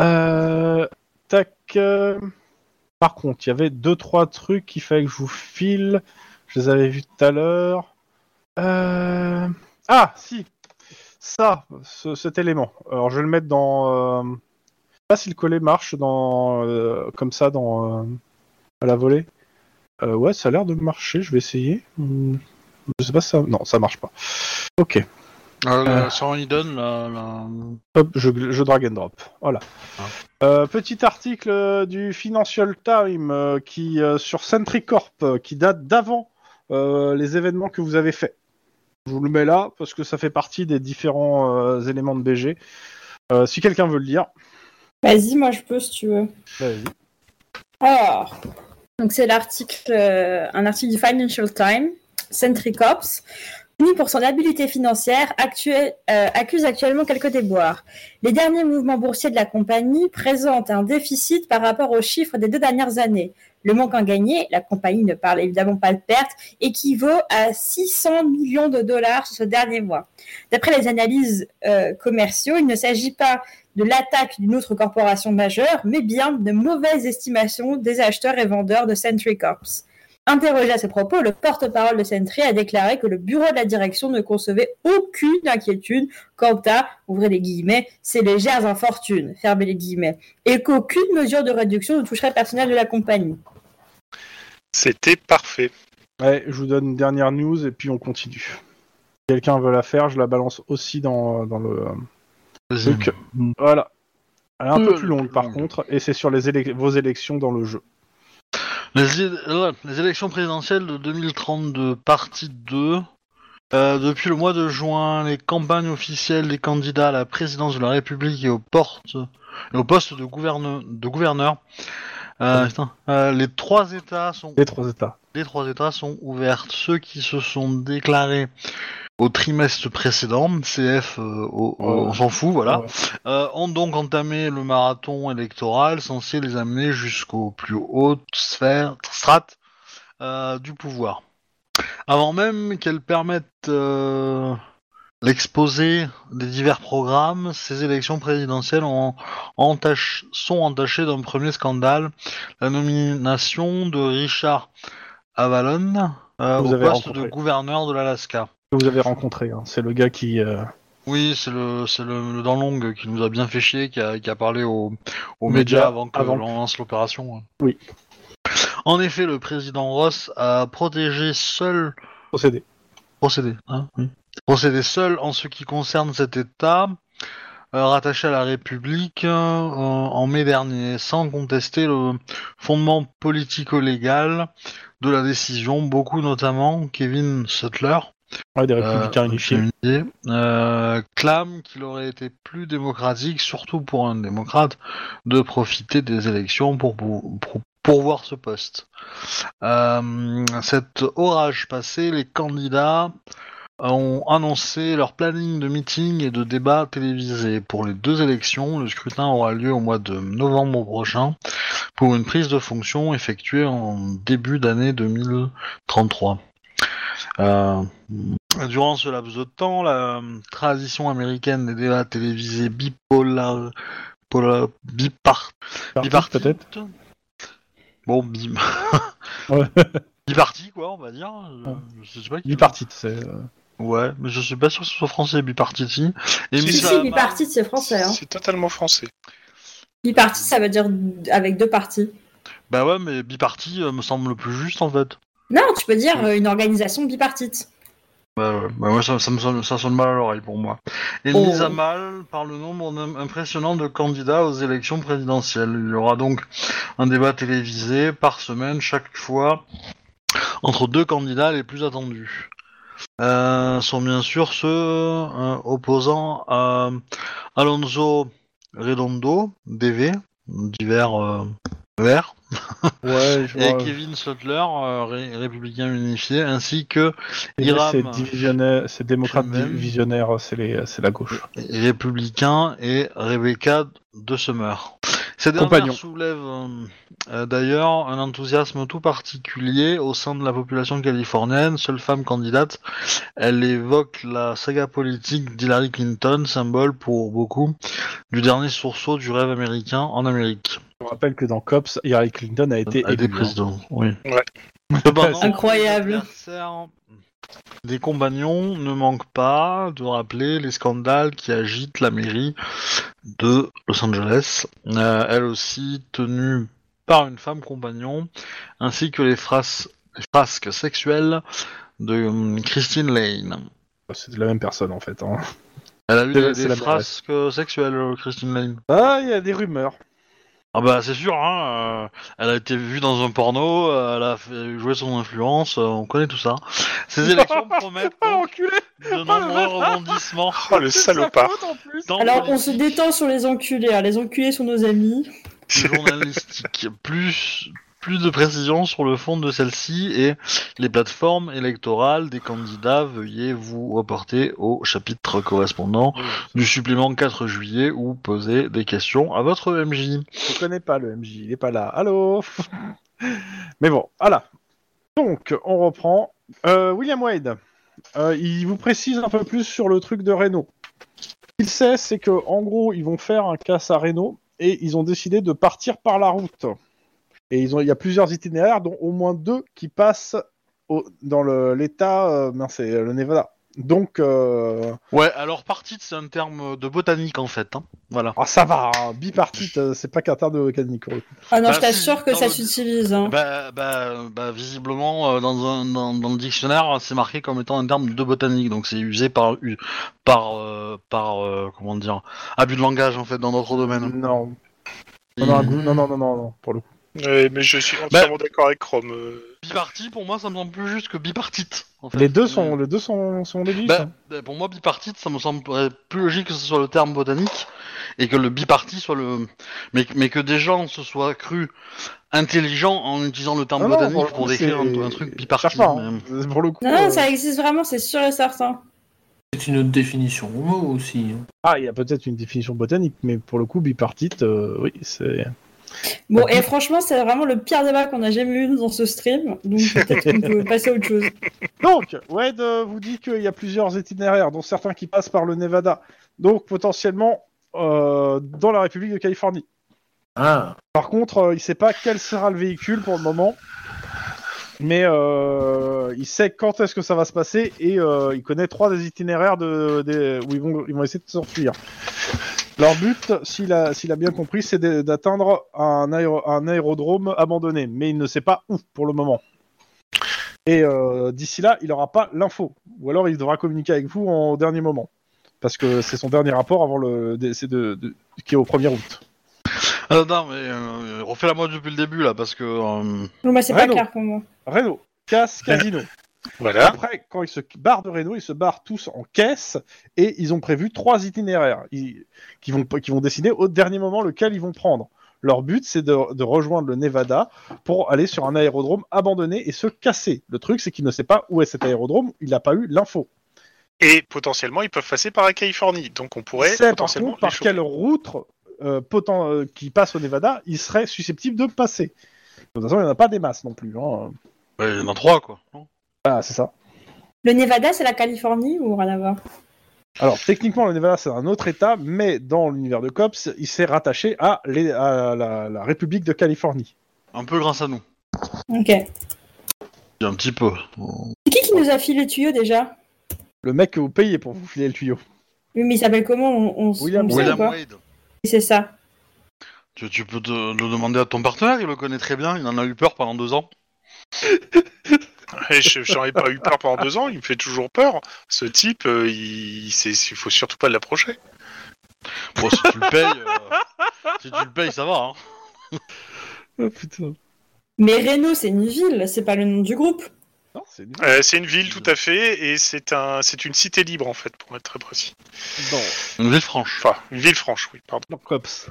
B: Euh, tac. euh, Par contre, il y avait deux trois trucs qu'il fallait que je vous file. Je les avais vus tout à l'heure. Euh, Ah, si. Ça, ce- cet élément. Alors, je vais le mettre dans. euh, Je sais pas si le collet marche dans euh, comme ça dans euh, à la volée. Euh, ouais, ça a l'air de marcher. Je vais essayer. Hum, Je sais pas si ça. Non, ça marche pas. Ok.
C: Euh, le- Sans Eden, la- la-
B: Hop, je, je drag and drop. Voilà.
C: Ah.
B: Euh, petit article euh, du Financial Times euh, qui, euh, sur Centricorp euh, qui date d'avant euh, les événements que vous avez faits. Je vous le mets là parce que ça fait partie des différents euh, éléments de BG. Euh, si quelqu'un veut le lire,
D: Vas-y, moi je peux si tu veux.
C: Bah,
B: vas-y.
D: Alors, donc c'est l'article, euh, un article du Financial Times, Centricops, connu pour son habileté financière, actuel- euh, accuse actuellement quelques déboires. Les derniers mouvements boursiers de la compagnie présentent un déficit par rapport aux chiffres des deux dernières années. Le manque à gagner, la compagnie ne parle évidemment pas de perte, équivaut à 600 millions de dollars sur ce dernier mois. D'après les analyses euh, commerciaux, il ne s'agit pas de l'attaque d'une autre corporation majeure, mais bien de mauvaises estimations des acheteurs et vendeurs de Sentry Corps. Interrogé à ce propos, le porte-parole de Sentry a déclaré que le bureau de la direction ne concevait aucune inquiétude quant à, ouvrez les guillemets, ces légères infortunes, fermez les guillemets, et qu'aucune mesure de réduction ne toucherait le personnel de la compagnie.
A: C'était parfait.
B: Ouais, je vous donne une dernière news et puis on continue. euh, Quelqu'un veut la faire, je la balance aussi dans, dans le.
C: Vas-y.
B: Donc, Voilà. Elle est un peu
C: Euh,
B: plus longue par
C: longue.
B: contre, et c'est sur les élec- vos élections dans le jeu.
C: Les, é- euh, les élections présidentielles de 2032, partie 2. Euh, depuis le mois de juin, les campagnes officielles des candidats à la présidence de la République et aux portes et au poste de, gouverne, de gouverneur. Euh, putain, euh, les trois États sont
B: Les trois états.
C: les trois États sont ouverts. Ceux qui se sont déclarés au trimestre précédent, CF, euh, au- au- on s'en fout, voilà,
B: Ouais.
C: euh, ont donc entamé le marathon électoral censé les amener jusqu'aux plus hautes sphères, strates euh, du pouvoir. Avant même qu'elles permettent euh, l'exposé des divers programmes, ces élections présidentielles ont entache- sont entachées d'un premier scandale, la nomination de Richard Avalon euh,
B: Vous
C: au
B: avez
C: poste
B: rencontré.
C: de gouverneur de l'Alaska.
B: Que vous avez rencontré, hein. c'est le gars qui. euh,
C: Oui, c'est le, c'est le, le dans longue qui nous a bien fait chier, qui a, qui a parlé aux, aux
B: Médias
C: médias avant que
B: avant.
C: l'on lance l'opération. hein.
B: Oui.
C: En effet, le président Ross a protégé seul
B: procédé.
C: procédé, hein, oui. procédé seul en ce qui concerne cet État euh, rattaché à la République euh, en mai dernier, sans contester le fondement politico-légal de la décision. Beaucoup, notamment Kevin Sutler,
B: Ouais, des
C: euh,
B: républicains unifiés.
C: unifié, euh, clame qu'il aurait été plus démocratique, surtout pour un démocrate, de profiter des élections pour, pour, pour pourvoir ce poste. Euh, cet orage passé, les candidats ont annoncé leur planning de meeting et de débats télévisés. Pour les deux élections, le scrutin aura lieu au mois de novembre prochain pour une prise de fonction effectuée en début d'année 2033. Euh, Durant ce laps de temps, la euh, tradition américaine des débats télévisés bipolar, pola- bipart-
B: Parti,
C: bipartite-
B: peut-être.
C: Bon, bi-
B: Ouais.
C: biparti quoi, on va dire. Euh, Je sais pas. quel-
B: Bipartite, c'est. euh,
C: Ouais, mais je suis pas sûr que ce soit français bipartiti. Et
A: Si,
D: Si,
A: ça
D: si,
C: Michel
D: bipartite, c'est français. Hein.
A: C'est totalement français.
D: Bipartite, ça veut dire avec deux parties.
C: Bah ouais, mais biparti euh, me semble plus juste en fait.
D: Non, tu peux dire euh, une organisation bipartite.
C: Bah, ouais, bah ouais, ça, ça me sonne, ça sonne mal à l'oreille pour moi. Et
D: Oh.
C: mise à mal par le nombre im- impressionnant de candidats aux élections présidentielles. Il y aura donc un débat télévisé par semaine, chaque fois, entre deux candidats les plus attendus. Euh, sont bien sûr ceux euh, opposants à Alonso Redondo, DV, divers euh, verts,
B: Ouais, je
C: et
B: vois.
C: Kevin Sutler, euh, ré- républicain unifié, ainsi que
B: Et
C: Iram.
B: C'est divisionnaire, c'est démocrate
C: Chumel.
B: divisionnaire, c'est les, c'est la gauche.
C: républicain et Rebecca de Summer. Ces dernières
B: Compagnon.
C: soulèvent euh, euh, d'ailleurs un enthousiasme tout particulier au sein de la population californienne. Seule femme candidate, elle évoque la saga politique d'Hillary Clinton, symbole pour beaucoup du dernier sursaut du rêve américain en Amérique.
B: Je rappelle que dans COPS, Hillary Clinton a été
C: À des
B: élue. hein.
C: présidents, oui.
A: Ouais.
C: Cependant,
D: Incroyable.
C: les adversaires Des compagnons ne manquent pas de rappeler les scandales qui agitent la mairie de Los Angeles, Euh, elle aussi tenue par une femme compagnon, ainsi que les, phrases, les frasques sexuelles de hum, Christine Lane.
B: C'est la même personne en fait. hein.
C: Elle a eu
B: C'est-
C: des,
B: c'est
C: des
B: la mairesse.
C: frasques sexuelles, euh, Christine Lane.
B: Ah, il y a des rumeurs.
C: Ah bah c'est sûr, hein, euh, elle a été vue dans un porno, euh, elle a fait jouer son influence, euh, on connaît tout ça. Ces élections promettent
B: Ah,
C: donc
B: enculé
C: de nombreux rebondissements.
A: Oh, le salopard.
C: dans
D: Alors, on se
C: politique
D: détend sur les enculés. hein. Les enculés sont nos amis.
C: et journalistique. plus, plus de précision sur le fond de celle-ci et les plateformes électorales des candidats, veuillez vous reporter au chapitre correspondant du supplément 4 juillet ou poser des questions à votre MJ.
B: Je connais pas le MJ, il est pas là. Allô Mais bon, voilà. Donc, on reprend. Euh, William Wade, euh, il vous précise un peu plus sur le truc de Renault. Ce qu'il sait, c'est que en gros, ils vont faire un casse à Renault et ils ont décidé de partir par la route. Et ils ont, il y a plusieurs itinéraires, dont au moins deux qui passent au- dans le- l'État, euh, mince, c'est le Nevada. Donc, euh,
C: Ouais, alors partite, c'est un terme de botanique en fait. hein. Voilà.
B: ah, ça va, hein, bipartite, euh, c'est pas qu'un terme de mécanique. pour le coup.
D: Ah non,
C: Bah,
D: je t'assure que
C: dans
D: ça
C: le-
D: s'utilise. hein.
C: Bah, bah, bah, visiblement, euh, dans, un, dans, dans le dictionnaire, c'est marqué comme étant un terme de botanique, donc c'est usé par, u- par, euh, par euh, comment dire, abus de langage en fait dans d'autres domaines.
B: Non. Non, non, non, non, non, non, non, pour le coup.
A: Ouais, mais je
B: Bah-
A: suis entièrement d'accord avec Chrome. euh.
C: Bipartie, pour moi, ça me semble plus juste que bipartite. en fait.
B: Les deux sont, les deux sont, sont logiques.
C: Bah,
B: hein.
C: bah, pour moi, bipartite, ça me semble plus logique que ce soit le terme botanique et que le bipartite soit le. Mais, mais que des gens se soient crus intelligents en utilisant le terme
B: Non, non,
C: botanique
B: pour le
C: pour,
B: coup,
C: décrire un,
B: c'est-
C: un truc bipartite.
B: Cherche pas, hein.
C: mais-
B: C'est Pour le coup.
D: Non, non,
B: euh,
D: ça existe vraiment, c'est sûr et certain.
E: C'est une autre définition au mot aussi. hein.
B: Ah, il y a peut-être une définition botanique, mais pour le coup, bipartite, euh, oui, c'est.
D: Bon,
B: Bah,
D: et franchement, c'est vraiment le pire débat qu'on a jamais eu dans ce stream, donc peut-être qu'on peut passer à autre chose.
B: Donc, Wade euh, vous dit qu'il y a plusieurs itinéraires, dont certains qui passent par le Nevada, donc potentiellement euh, dans la République de Californie.
E: Ah,
B: Par contre, euh, il sait pas quel sera le véhicule pour le moment, mais euh, il sait quand est-ce que ça va se passer et euh, il connaît trois des itinéraires de, des- où ils vont, ils vont essayer de s'enfuir. Leur but, s'il a, s'il a bien compris, c'est de- d'atteindre un, aéro- un aérodrome abandonné, mais il ne sait pas où pour le moment. Et euh, d'ici là, il n'aura pas l'info, ou alors il devra communiquer avec vous en au dernier moment, parce que c'est son dernier rapport avant le décès de, de- qui est au 1er août.
C: Ah, non, mais euh, refais la moi depuis le début là, parce que. euh,
D: Bon, moi, c'est
B: Ouais,
D: pas
B: non.
D: clair pour moi.
B: Renault, casse casino.
A: Voilà.
B: Après, quand ils se barrent de Renault, ils se barrent tous en caisse et ils ont prévu trois itinéraires ils- qui, vont, qui vont décider au dernier moment lequel ils vont prendre. Leur but, c'est de, de rejoindre le Nevada pour aller sur un aérodrome abandonné et se casser. Le truc, c'est qu'il ne sait pas où est cet aérodrome, il n'a pas eu l'info.
A: Et potentiellement, ils peuvent passer par la Californie. Donc on
B: Il
A: pourrait
B: sait par
A: potentiellement.
B: contre par
A: les choper.
B: quelle route euh, poten- euh, qui passe au Nevada il serait susceptible de passer. De toute façon, il n'y en a pas des masses non plus. hein.
C: ouais, bah, il y en a trois quoi. non
B: Ah, c'est ça.
D: Le Nevada, c'est la Californie ou rien à voir
B: Alors, techniquement, le Nevada, c'est un autre État, mais dans l'univers de Cops, il s'est rattaché à, les- à la, la République de Californie.
C: Un peu grâce à nous.
D: Ok. C'est
C: Un petit peu.
D: qui qui nous a filé les tuyaux déjà
B: Le mec que vous payez pour vous filer le tuyau.
D: Oui, mais il s'appelle comment on, on, s-
B: William-
D: on le sait
C: William
D: ou pas
C: Wade.
D: Oui, C'est ça.
C: Tu, tu peux te- le demander à ton partenaire, il le connaît très bien, il en a eu peur pendant deux ans.
A: Eh, je- J'en ai pas eu peur pendant deux ans, il me fait toujours peur. Ce type, euh, il, il c'est- il faut surtout pas l'approcher.
C: Bon, si tu le payes, euh, si tu le payes, ça va. Hein.
D: Mais Reno, c'est une ville, c'est pas le nom du groupe.
B: Non, c'est nul.
A: Euh, c'est une ville, tout à fait, et c'est un, c'est une cité libre en fait, pour être très précis.
B: Dans,
C: Une ville franche.
A: Enfin, une ville franche, oui, pardon.
B: dans Cops.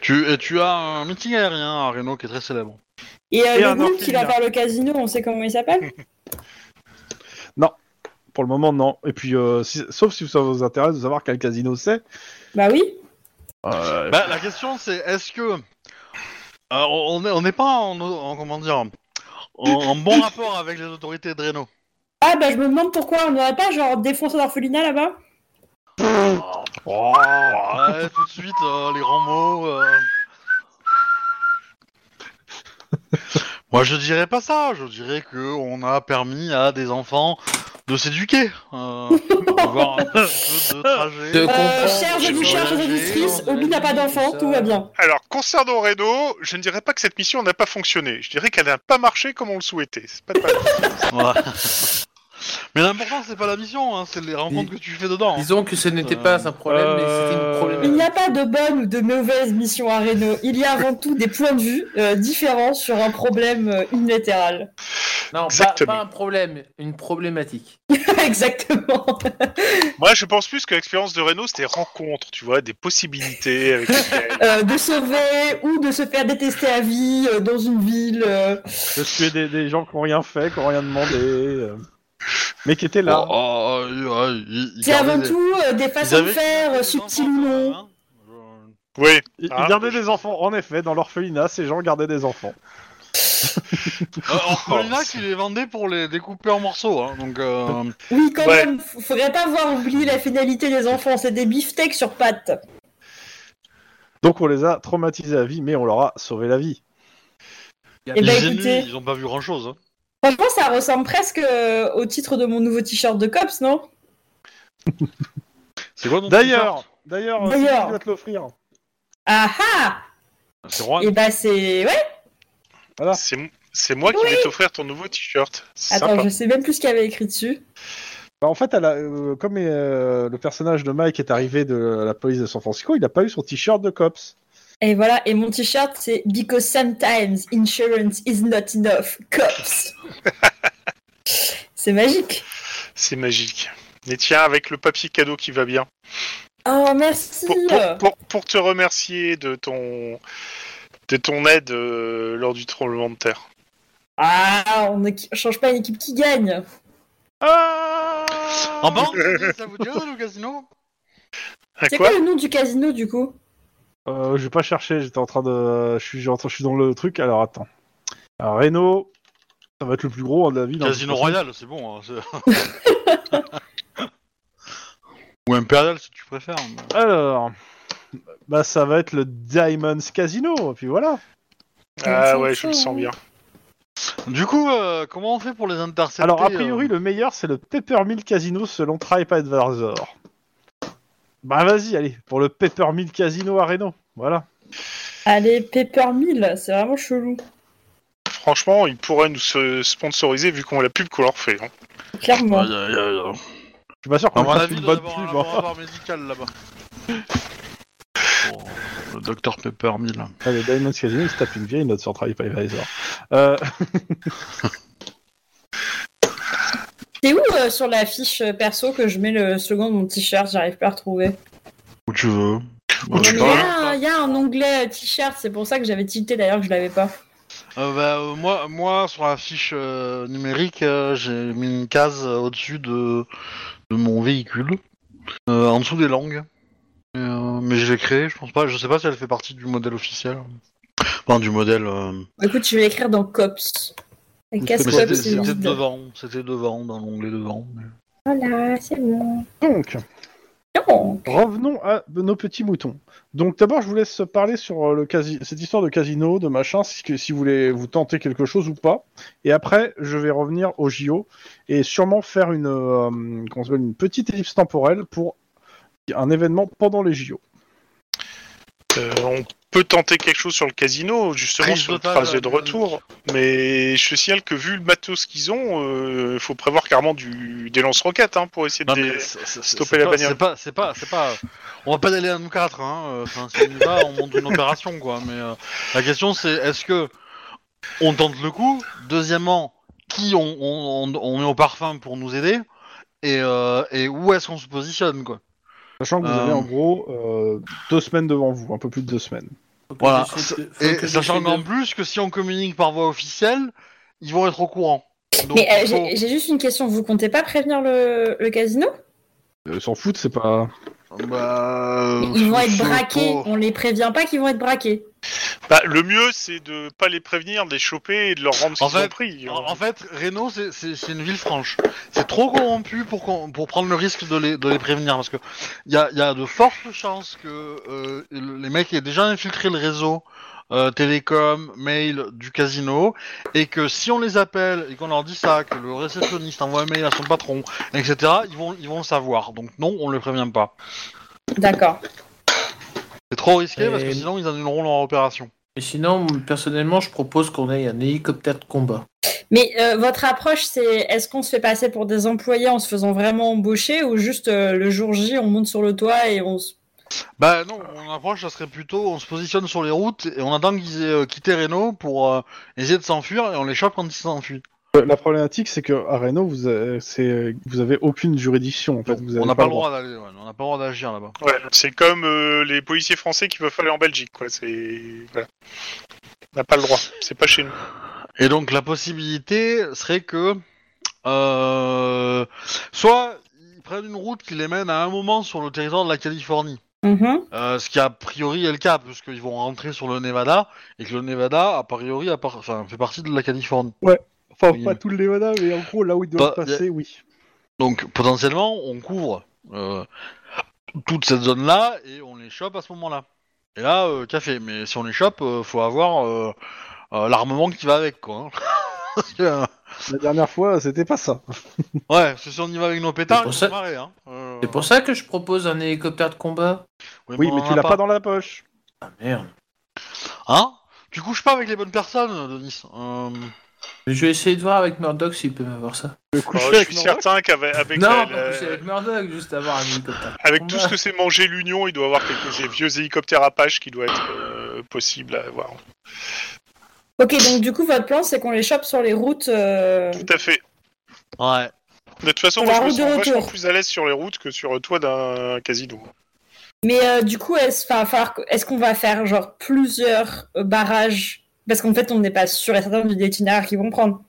C: Tu, et tu as un meeting aérien à Reno qui est très célèbre.
D: Et, euh,
B: Et un
D: le groupe
B: orphelinat.
D: qui va vers le casino, on sait comment il s'appelle
B: Pour le moment, non. Et puis, euh, si- sauf si ça vous intéresse de savoir quel casino c'est.
D: Bah oui.
B: Euh,
C: Bah, la question c'est est-ce que. euh, on n'est on n'est pas en, en- Comment dire en, en bon rapport avec les autorités de Reno.
D: Ah bah je me demande pourquoi on n'aurait pas genre défoncé l'orphelinat là-bas
C: Oh, ouais, tout de suite, euh, les grands mots. euh. Moi, je dirais pas ça. Je dirais que on a permis à des enfants de s'éduquer, euh, d'avoir un peu de trajet.
E: De-
D: Euh,
E: comprends,
D: chers
A: j'ai
D: auditeurs, chères
E: voyagé,
D: auditrices,
E: on a
D: Obi n'a pas
E: vu
D: d'enfant,
E: ça.
D: tout va bien.
A: Alors, concernant Reno, je ne dirais pas que cette mission n'a pas fonctionné. Je dirais qu'elle n'a pas marché comme on le souhaitait. C'est pas de mal.
C: Ouais. Mais l'important, c'est pas la mission, hein, c'est les rencontres que tu fais dedans. hein.
E: disons que ce n'était
C: Euh,
E: pas un problème, mais c'était une
B: euh,
D: Il n'y
E: problématique.
D: a pas de bonne ou de mauvaise mission à Reno. Il y a avant tout des points de vue euh, différents sur un problème euh, unilatéral.
E: Non, pas,
A: Exactement.
E: pas un problème, une problématique.
D: Exactement.
A: Moi, je pense plus que l'expérience de Reno, c'était rencontre, tu vois, des possibilités avec lesquelles-
D: Euh, de sauver ou de se faire détester à vie euh, dans une ville. euh.
B: de tuer des, des gens qui n'ont rien fait, qui n'ont rien demandé. euh, mais qui étaient là.
C: Oh, oh, oh, ouais, ils- ils
D: C'est
C: gardaient
D: avant
C: des-
D: tout euh, des
C: ils
D: façons de
C: avaient-
D: faire, euh,
C: des
D: subtiles
C: enfants,
D: ou
C: quand même,
D: non.
C: hein. Je-
A: Oui,
B: Ils, ils
A: Ah,
B: gardaient
A: je-
B: des enfants, en effet, dans l'orphelinat, ces gens gardaient des enfants.
C: Euh, Orphelinat qui les vendait pour les découper en morceaux, hein, donc euh,
D: Oui, quand
A: Ouais.
D: même, f- faudrait pas avoir oublié la finalité des enfants, c'est des beefsteaks sur pattes.
B: Donc on les a traumatisés à vie, mais on leur a sauvé la vie.
D: Eh
C: ils,
D: ben
C: étaient
D: écoutez,
C: nus, ils ont pas vu hein. grand chose.
D: Franchement, ça ressemble presque euh, au titre de mon nouveau t-shirt de Cops, non
C: C'est quoi ton
B: D'ailleurs, d'ailleurs, euh,
D: D'ailleurs.
B: qui doit te l'offrir
D: Ah ah
C: t-shirt C'est Juan.
D: Et bah c'est... Ouais,
B: Ah.
A: C'est m- c'est moi qui vais t'offrir ton nouveau t-shirt. C'est
D: attends,
A: Sympa.
D: je sais même plus ce qu'il y avait écrit dessus.
B: Bah, en fait, elle a, euh, comme euh, le personnage de Mike est arrivé de la police de San Francisco, il n'a pas eu son t-shirt de cops.
D: Et voilà, et mon t-shirt c'est Because sometimes insurance is not enough, Cops. c'est magique.
A: C'est magique. Et tiens, avec le papier cadeau qui va bien.
D: Oh, merci
A: Pour, pour- pour- pour te remercier de ton, de ton aide euh, lors du tremblement de terre.
D: Ah, on ne change pas une équipe qui gagne.
C: En parlant de ça vous dirait d'aller au casino
A: À
D: C'est
A: quoi
D: quoi le nom du casino du coup
B: Euh, je vais pas chercher, j'étais en train de. Je suis, j'entre- je suis dans le truc, alors attends. Alors, Reno, ça va être le plus gros hein, de la ville. hein,
C: Casino
B: de toute façon.
C: Royal, c'est bon. hein, c'est- Ou Imperial si tu préfères. mais-
B: Alors. Bah, ça va être le Diamonds Casino, et puis voilà.
A: Ah
D: C'est
A: ouais, je
D: chaud,
A: le sens
D: hein.
A: bien.
C: Du coup, euh, comment on fait pour les intercepter
B: Alors, a
C: euh,
B: priori, le meilleur, c'est le Peppermill Casino selon TripAdvisor. Bah, vas-y, allez, pour le Peppermill Casino à Reno. Voilà.
D: Allez, Peppermill, c'est vraiment chelou.
A: Franchement, ils pourraient nous se- sponsoriser vu qu'on a la pub qu'on leur fait. hein.
D: Clairement.
C: Ouais, ouais, ouais, ouais.
B: Je suis pas sûr
C: À
B: qu'on
C: mon
B: fasse
C: avis,
B: une
C: il
B: bonne
C: doit y
B: pub.
C: avoir un
B: hein.
C: laboratoire médical là-bas. Bon, le docteur hein. Pepper Mill.
B: Allez, Diamonds Casino, il se tape une vieille note sur TripAdvisor. Euh,
D: C'est où euh, sur la fiche perso que je mets le slogan de mon t-shirt J'arrive pas à retrouver.
C: Où tu veux.
A: Où tu
D: Il y,
A: veux.
D: a un- il y a un onglet euh, t-shirt, c'est pour ça que j'avais tilté d'ailleurs que je l'avais pas.
C: Euh, bah, euh, moi, moi, sur la fiche euh, numérique, euh, j'ai mis une case euh, au-dessus de, de mon véhicule, euh, en dessous des langues. Et, euh, mais je l'ai créée, je pense pas. Je sais pas si elle fait partie du modèle officiel. Enfin, du modèle. euh,
D: Bah, Écoute, je vais l'écrire dans Cops. La
B: Mais
D: casse
C: mais
B: Ouais,
C: c'était-
D: Cops, c'est
C: C'était
D: vide.
C: devant, c'était devant, dans l'onglet devant. mais-
D: Voilà, c'est bon.
B: donc,
D: Non.
B: revenons à nos petits moutons. Donc, d'abord, je vous laisse parler sur euh, le casi- cette histoire de casino, de machin, si, que- si vous voulez vous tenter quelque chose ou pas. Et après, je vais revenir au JO et sûrement faire une, euh, comment ça s'appelle, une petite ellipse temporelle pour un événement pendant les JO.
A: Euh, on peut tenter quelque chose sur le casino, justement
C: Prise
A: sur le
C: d'otage,
A: trajet de
C: euh,
A: retour. Mais je te signale que vu le matos qu'ils ont, euh, faut prévoir carrément du, des lance-roquettes hein, pour essayer de.
C: Non,
A: dé-
C: mais c'est- c'est-
A: stopper
C: c'est
A: la
C: pas-
A: bagnole.
C: C'est pas, c'est pas, c'est pas. On va pas d'aller à nous quatre, hein. euh, Enfin, si on y va, on monte une opération, quoi. Mais euh, la question, c'est est-ce que on tente le coup Deuxièmement, qui on, on, on- on met au parfum pour nous aider et, euh, et où est-ce qu'on se positionne, quoi
B: Sachant que vous
C: Euh.
B: avez en gros euh, deux semaines devant vous, un peu plus de deux semaines.
E: Faut que
C: Voilà.
E: j'essaie de- faut
C: Et
E: que
C: sachant
E: j'essaie
C: qu'en
E: de-
C: plus que si on communique par voie officielle, ils vont être au courant. Donc,
D: Mais euh,
C: il faut-
D: j'ai- j'ai juste une question, vous comptez pas prévenir le, le casino
B: Euh, S'en foutre, c'est pas.
C: Bah,
D: Ils vont être
C: faut-
D: braqués,
C: faut-
D: on les prévient pas qu'ils vont être braqués.
A: Bah, le mieux, c'est de pas les prévenir, de les choper et de leur rendre ce
C: En
A: qu'ils
C: fait-
A: ont pris.
C: En, en fait, Reno, c'est- c'est c'est une ville franche. C'est trop corrompu pour, qu'on- pour prendre le risque de les, de les prévenir. Parce que il y a, y a de fortes chances que euh, les mecs aient déjà infiltré le réseau euh, télécom, mail du casino. Et que si on les appelle et qu'on leur dit ça, que le réceptionniste envoie un mail à son patron, etc., ils vont, ils vont le savoir. Donc non, on ne les prévient pas.
D: D'accord.
C: C'est trop risqué parce
E: Et-
C: que sinon ils annuleront leur opération.
E: Mais sinon, personnellement, je propose qu'on ait un hélicoptère de combat.
D: Mais euh, votre approche, c'est est-ce qu'on se fait passer pour des employés en se faisant vraiment embaucher ou juste euh, le jour J, on monte sur le toit et on se.
C: Bah non, on approche, ça serait plutôt, on se positionne sur les routes et on attend qu'ils aient euh, quitté Reno pour euh, essayer de s'enfuir et on les chope quand ils s'enfuient.
B: Euh, La problématique, c'est que à Reno, vous avez, c'est- euh, vous avez aucune juridiction. En fait, vous avez
C: On n'a pas, le
B: droit.
C: droit d'aller, ouais, on n'a pas le droit d'agir là-bas.
A: Ouais, c'est comme euh, les policiers français qui peuvent aller en Belgique, quoi. C'est voilà. On n'a pas le droit. C'est pas chez nous.
C: Et donc la possibilité serait que euh, soit ils prennent une route qui les mène à un moment sur le territoire de la Californie.
D: Mhm.
C: Euh, ce qui a priori est le cas, puisqu'ils vont rentrer sur le Nevada, et que le Nevada, a priori, a par- enfin, fait partie de la Californie.
B: Enfin,
C: Oui,
B: pas
C: mais-
B: tout le Léona, mais en gros, là où ils doivent
C: Bah, y a-
B: passer, oui.
C: Donc potentiellement, on couvre euh, toute cette zone-là et on les chope à ce moment-là. Et là, euh, café. Mais si on les chope, euh, faut avoir euh, euh, l'armement qui va avec, quoi. hein.
B: La dernière fois, c'était pas ça.
C: ouais, si on y va avec nos pétards,
E: C'est pour
C: ils
E: ça-
C: vont se marrer, hein. Euh,
E: C'est pour ça que je propose un hélicoptère de combat.
B: Oui,
C: on
B: mais
C: en
B: tu
C: a
B: l'as pas dans la poche.
E: Ah merde.
C: Hein Tu couches pas avec les bonnes personnes, Denis. Euh,
E: Mais je vais essayer de voir avec Murdoch s'il peut m'avoir ça.
B: Le
A: Alors,
B: coucher
A: je
B: avec
A: suis
B: Nora-
A: certain qu'avec avec,
E: non,
A: la-
E: pas
A: la-
C: euh,
E: coucher avec Murdoch, juste avoir un hélicoptère. de
A: avec
E: combat.
A: tout ce que c'est manger l'Union, il doit avoir quelques vieux hélicoptères Apache qui doit être euh, possible à avoir.
D: Ok, donc du coup, votre plan, c'est qu'on les chope sur les routes. euh,
A: Tout à fait.
C: Ouais.
A: De toute façon,
D: Sur
A: moi,
D: la
A: je me
D: route de
A: sens vachement
D: retour.
A: plus à l'aise sur les routes que sur le toit d'un casino.
D: Mais euh, du coup, est-ce 'fin, falloir que- est-ce qu'on va faire genre plusieurs euh, barrages Parce qu'en fait, on n'est pas sûr et certain du l'itinéraire qu'ils vont prendre.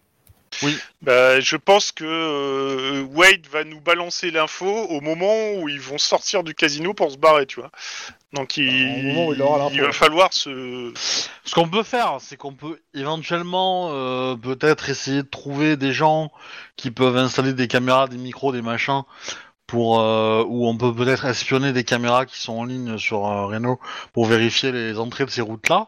A: Bah, je pense que euh, Wade va nous balancer l'info au moment où ils vont sortir du casino pour se barrer, tu vois. Donc
B: Bah, Au
A: il,
B: moment où il aura l'info.
A: il va falloir se...
C: Ce qu'on peut faire, c'est qu'on peut éventuellement euh, peut-être essayer de trouver des gens qui peuvent installer des caméras, des micros, des machins, pour euh, où on peut peut-être espionner des caméras qui sont en ligne sur euh, Reno pour vérifier les entrées de ces routes-là.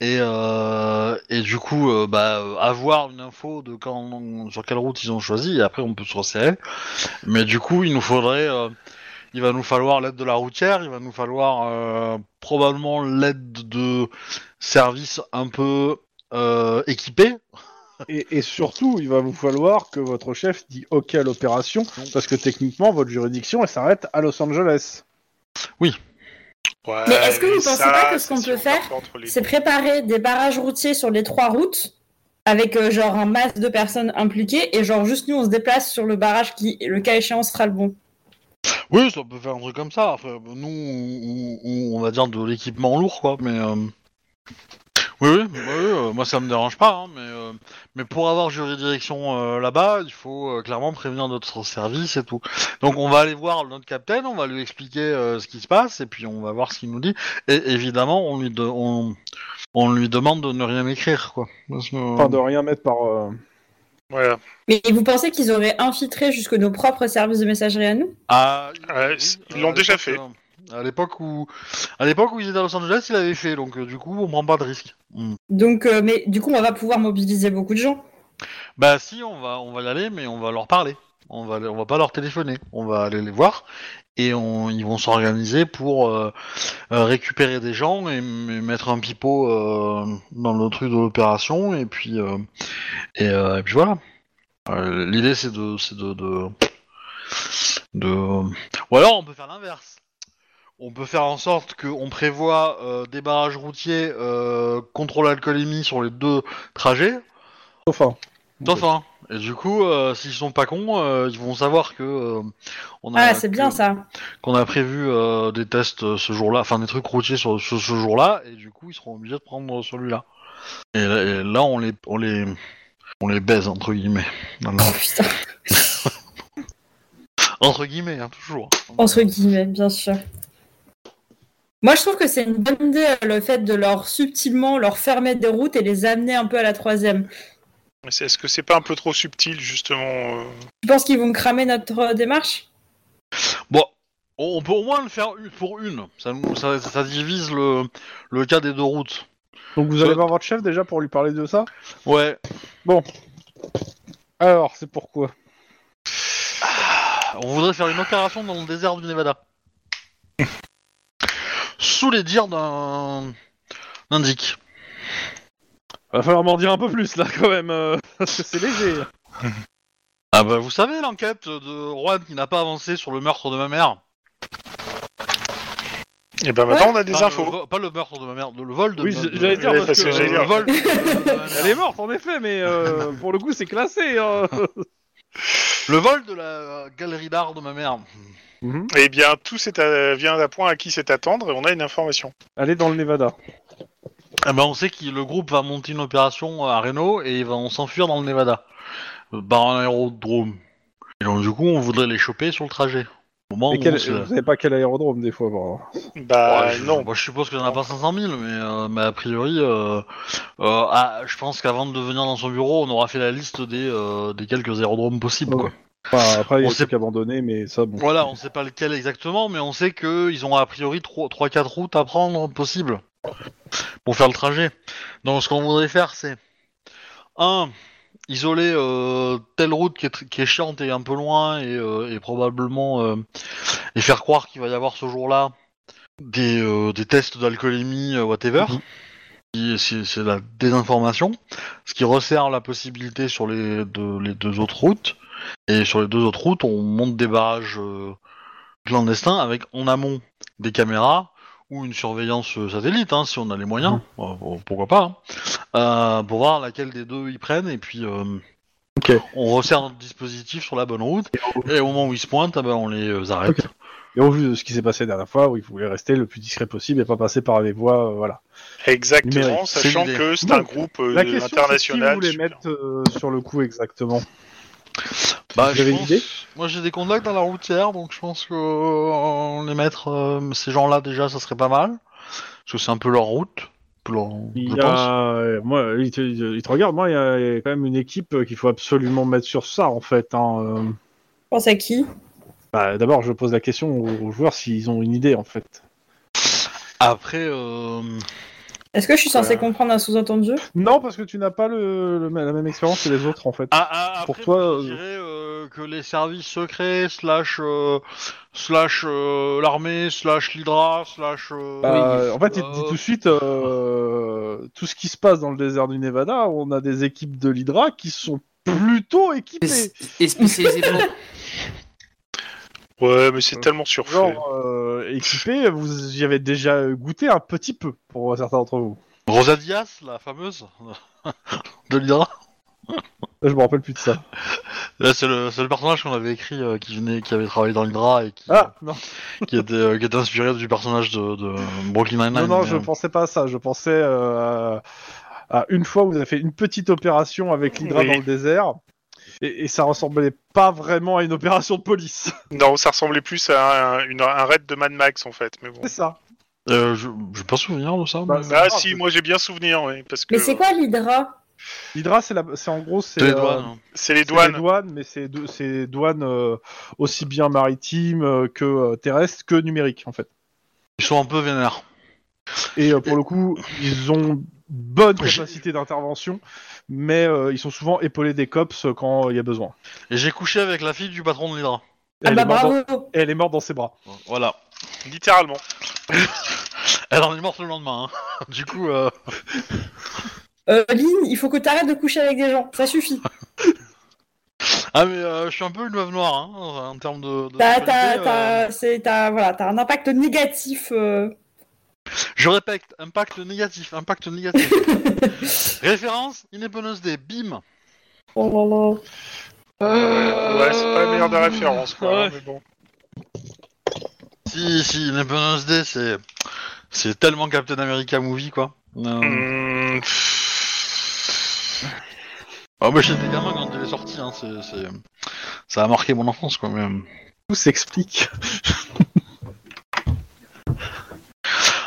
C: Et, euh, et du coup, euh, bah, euh, avoir une info de quand, sur quelle route ils ont choisi, et après on peut se resserrer. Mais du coup, il nous faudrait, euh, il va nous falloir l'aide de la routière, il va nous falloir euh, probablement l'aide de services un peu euh, équipés.
B: Et, et surtout, il va vous falloir que votre chef dit OK à l'opération, parce que techniquement, votre juridiction, elle s'arrête à Los Angeles.
A: Ouais,
D: Mais est-ce que vous pensez
A: ça,
D: pas que ce
A: c'est
D: qu'on
A: si
D: peut
A: on
D: faire,
A: part pas entre les-
D: C'est préparer des barrages routiers sur les trois routes, avec euh, genre un masse de personnes impliquées, et genre juste nous, on se déplace sur le barrage qui, le cas échéant, sera le bon.
C: Oui, ça peut faire un truc comme ça. Après, bah, nous, on- on, on va dire de l'équipement lourd, quoi. Mais euh, oui, oui, oui, euh, moi ça me dérange pas. hein, mais euh, mais pour avoir juridiction euh, là-bas, il faut euh, clairement prévenir notre service et tout. Donc on va aller voir notre capitaine, on va lui expliquer euh, ce qui se passe et puis on va voir ce qu'il nous dit. Et évidemment, on lui de- on, on lui demande de ne rien écrire, quoi. Parce que-
B: Enfin, de rien mettre par. euh,
A: Voilà.
D: Mais vous pensez qu'ils auraient infiltré jusque nos propres services de messagerie à nous
C: Ah,
A: Ouais,
C: oui,
A: ils
C: euh,
A: l'ont
C: à
A: déjà
C: l'époque,
A: fait.
C: euh, à l'époque où, à l'époque où ils étaient à Los Angeles, ils l'avaient fait, donc euh, du coup, on prend pas de risque. Mm.
D: Donc, euh, mais du coup, on va pouvoir mobiliser beaucoup de gens.
C: Bah si, on va, on va y aller, mais on va leur parler. On va, on va pas leur téléphoner. On va aller les voir et on, ils vont s'organiser pour euh, euh, récupérer des gens et, m- mettre un pipeau euh, dans le truc de l'opération et puis euh, et, euh, et puis voilà. Euh, L'idée c'est de, c'est de, de, de- ou alors on peut faire l'inverse. On peut faire en sorte qu'on prévoit euh, des barrages routiers euh, contrôle alcoolémie sur les deux trajets
B: Sauf un.
C: Sauf un. Et du coup, euh, s'ils sont pas cons, euh, ils vont savoir que euh, on a
D: Ah, c'est bien
C: que-
D: ça.
C: qu'on a prévu euh, des tests euh, ce jour-là, enfin des trucs routiers sur ce, ce jour-là, et du coup, ils seront obligés de prendre celui-là. Et, là- et là, on les on les on les baise entre guillemets, Non, non.
D: Oh putain,
C: entre guillemets, hein, toujours.
D: entre guillemets, bien sûr. Moi, je trouve que c'est une bonne idée euh, le fait de leur subtilement leur fermer des routes et les amener un peu à la troisième.
A: Mais c'est- Est-ce que c'est pas un peu trop subtil, justement euh,
D: Tu penses qu'ils vont cramer notre euh, démarche
C: Bon, on, on peut au moins le faire une- pour une. Ça nous- ça, ça divise le le cas des deux routes.
B: Donc vous
C: Euh,
B: allez voir votre chef déjà pour lui parler de ça
C: Ouais.
B: Alors, c'est pourquoi
C: Ah, On voudrait faire une opération dans le désert du Nevada. Sous les dires d'un. d'un dick.
B: Va falloir m'en dire un peu plus là quand même, euh, parce que c'est léger.
C: Ah bah vous savez l'enquête de Juan qui n'a pas avancé sur le meurtre de ma mère.
A: Et ben maintenant, on a des
C: Enfin, le
A: infos.
C: vo- pas le meurtre de ma mère, de- le vol de.
B: Oui,
C: de-
B: j-
C: de-
B: j'allais dire
A: Ouais,
B: parce
A: parce
B: que
A: que j'allais dire.
B: euh,
C: le vol.
B: elle est morte en effet, mais euh, pour le coup c'est classé. hein.
C: Le vol de la galerie d'art de ma mère.
B: Mhm.
A: Eh bien, tout s'est à- vient à point à qui s'est attendre et on a une information.
B: Elle est dans le Nevada.
C: Ah bah on sait que le groupe va monter une opération à Reno et ils vont s'enfuir dans le Nevada. euh, Par un aérodrome. Et donc du coup on voudrait les choper sur le trajet. Au moment
B: Et
C: où
B: quel-
C: on se-
B: vous savez pas quel aérodrome des fois. bon.
A: Bah
C: Ouais, je-
A: non.
C: moi, je suppose qu'il n'y en a pas 500 000, mais, euh, mais a priori, euh, euh, ah, je pense qu'avant de venir dans son bureau, on aura fait la liste des, euh, des quelques aérodromes possibles. Quoi.
B: Enfin, après il y a
C: On
B: des
C: sait-
B: trucs abandonnés, mais ça bon.
C: Voilà, on sait pas lequel exactement, mais on sait qu'ils ont a priori 3-4 routes à prendre possibles pour faire le trajet. Donc ce qu'on voudrait faire, c'est 1. isoler euh, telle route qui est, tr- qui est chiante et un peu loin et, euh, et probablement euh, et faire croire qu'il va y avoir ce jour-là des, euh, des tests d'alcoolémie, euh, whatever. qui- C'est c'est la désinformation, ce qui resserre la possibilité sur les deux, les deux autres routes. Et sur les deux autres routes, on monte des barrages euh, clandestins avec en amont des caméras ou une surveillance euh, satellite, hein, si on a les moyens.
B: Mmh.
C: Euh, pour- pourquoi pas hein. Euh, Pour voir laquelle des deux ils prennent et puis euh,
F: Ok.
C: on resserre notre dispositif sur la bonne route. Et au moment où ils se pointent, ah ben, on les euh, arrête.
B: Et au vu de ce qui s'est passé la dernière fois, où il voulait rester le plus discret possible et pas passer par les voies, euh, voilà.
A: Exactement,
C: Numérique, c'est
A: sachant
C: l'idée.
A: que c'est
B: Donc,
A: un groupe euh,
B: La question, c'est qui vous
A: international.
B: voulez
A: super.
B: mettre euh, sur le coup exactement
C: Bah,
B: Vous
C: je
B: avez une
C: pense-
B: idée
C: Moi j'ai des contacts dans la routière, donc je pense que euh, on les mettre euh, ces gens-là déjà, ça serait pas mal. Parce que c'est un peu leur route. un peu leur-
B: Il
C: je
B: y a-
C: pense.
B: euh, moi, il te, il te regarde. Moi, il y, a, il y a quand même une équipe euh, qu'il faut absolument mettre sur ça, en fait. hein, euh.
D: Pense à qui
B: Bah, D'abord, je pose la question aux, aux joueurs s'ils ont une idée, en fait.
C: Après, euh,
D: Est-ce que je suis censée
B: Euh.
D: comprendre un sous-entendu
B: Non, parce que tu n'as pas le, le- la même expérience que les autres, en fait.
C: ah, ah, après,
B: Pour toi,
C: je
B: euh,
C: dirais euh, que les services secrets, slash, euh, slash euh, l'armée, slash l'Hydra, slash. euh,
B: Bah, en fait, il te
C: euh,
B: dit tout de suite euh, tout ce qui se passe dans le désert du Nevada. On a des équipes de l'Hydra qui sont plutôt
E: Et,
B: équipées.
E: et spécialisé pour-
A: Ouais, mais c'est tellement surfait.
B: Genre, euh, équipées, vous y avez déjà goûté un petit peu pour certains d'entre vous.
C: Rosa Diaz, la fameuse de l'Hydra.
B: Là, je me rappelle plus de ça.
C: Là, c'est le, c'est le personnage qu'on avait écrit euh, qui venait, qui avait travaillé dans l'Hydra et qui.
B: Ah, non.
C: qui était, euh, qui était inspiré du personnage de, de Brooklyn
B: Non,
C: Nine-Nine.
B: non,
C: mais,
B: je
C: euh,
B: pensais pas à ça. Je pensais euh, à une fois où vous avez fait une petite opération avec l'Hydra
A: Oui.
B: dans le désert. Et, et ça ressemblait pas vraiment à une opération de police.
A: Non, ça ressemblait plus à un, une- un raid de Mad Max en fait, mais bon.
B: C'est ça.
C: euh, je je vais pas souvenir de ça.
B: Bah,
C: mais-
B: c'est
A: Ah
B: grave,
A: si,
B: c'est-
A: moi j'ai bien souvenir, oui, parce que
D: Mais
B: Euh.
D: c'est quoi l'Hydra
B: L'Hydra, c'est la- c'est en gros, c'est
C: C'est les
B: euh,
C: douanes, hein.
A: c'est les
B: c'est
A: douanes.
B: les douanes, mais c'est dou- c'est douanes euh, aussi bien maritimes euh, que euh, terrestres que numériques en fait.
C: Ils sont un peu vénères.
B: Et euh, pour le coup, ils ont bonne
C: J'ai-
B: capacité d'intervention, mais euh, ils sont souvent épaulés des cops euh, quand il y a besoin.
C: Et j'ai couché avec la fille du patron de l'Hydra.
B: Et
D: Ah
B: elle
D: bah
B: est morte dans-
D: bravo
B: et elle est morte dans ses bras.
C: Voilà.
A: Littéralement.
C: Elle en est morte le lendemain. hein. Du coup, euh,
D: euh, Lynn, il faut que t'arrêtes de coucher avec des gens, ça suffit.
C: ah mais euh, je suis un peu une veuve noire hein, en termes de.
B: Ah,
D: T'as
C: de
D: t'as-
C: sexualité, euh,
D: t'as- c'est- t'as- voilà, t'as un impact négatif. euh.
C: Je répète, impact négatif, impact négatif. Référence, Independence Day, bim.
D: Oh là là. Euh.
A: Ouais, c'est pas la meilleure des références, quoi.
C: Ouais.
A: hein, mais bon.
C: Si si, Independence Day, c'est c'est tellement Captain America movie quoi. Euh,
A: Hmm,
C: Ah bah j'étais gamin quand il est sorti, hein, c'est, c'est- ça a marqué mon enfance quoi. Mais...
B: Tout s'explique.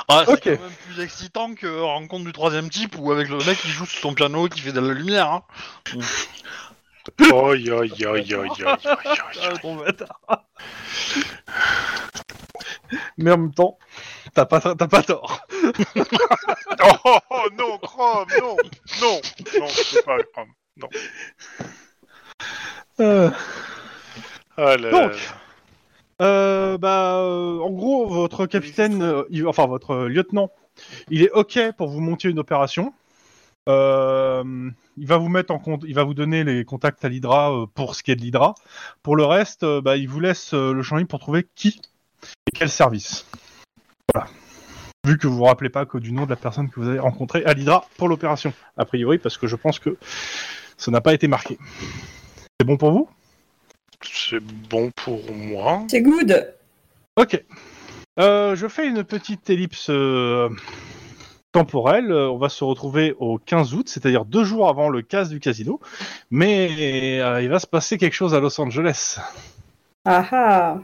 C: Ah, c'est
B: Ok.
C: quand même plus excitant que euh, Rencontre du troisième type où avec le mec qui joue sur son piano qui fait de la lumière. Hein.
A: Aïe, aïe, aïe, aïe, aïe, aïe, aïe,
D: Ah,
A: aïe.
B: Mais en même temps, t'as pas, t'as pas tort.
A: Oh, oh, oh, non, Chrome, non, non, non, c'est pas Chrome.
B: Euh,
A: Ah là
B: Donc,
A: là.
B: euh, bah, euh, en gros, votre capitaine, euh, il- enfin votre euh, lieutenant, il est ok pour vous monter une opération. Euh, il va vous mettre en compte, il va vous donner les contacts à l'Hydra euh, pour ce qui est de l'Hydra. Pour le reste, euh, bah, il vous laisse euh, le champ libre pour trouver qui et quel service. Voilà. Vu que vous vous rappelez pas que du nom de la personne que vous avez rencontrée à l'Hydra pour l'opération, a priori, parce que je pense que ça n'a pas été marqué. C'est bon pour vous
A: c'est bon pour moi.
D: C'est good.
B: Ok. Euh, je fais une petite ellipse euh, temporelle. Euh, On va se retrouver au 15 août, c'est-à-dire deux jours avant le casse du casino. Mais euh, il va se passer quelque chose à Los Angeles.
D: Ah ah.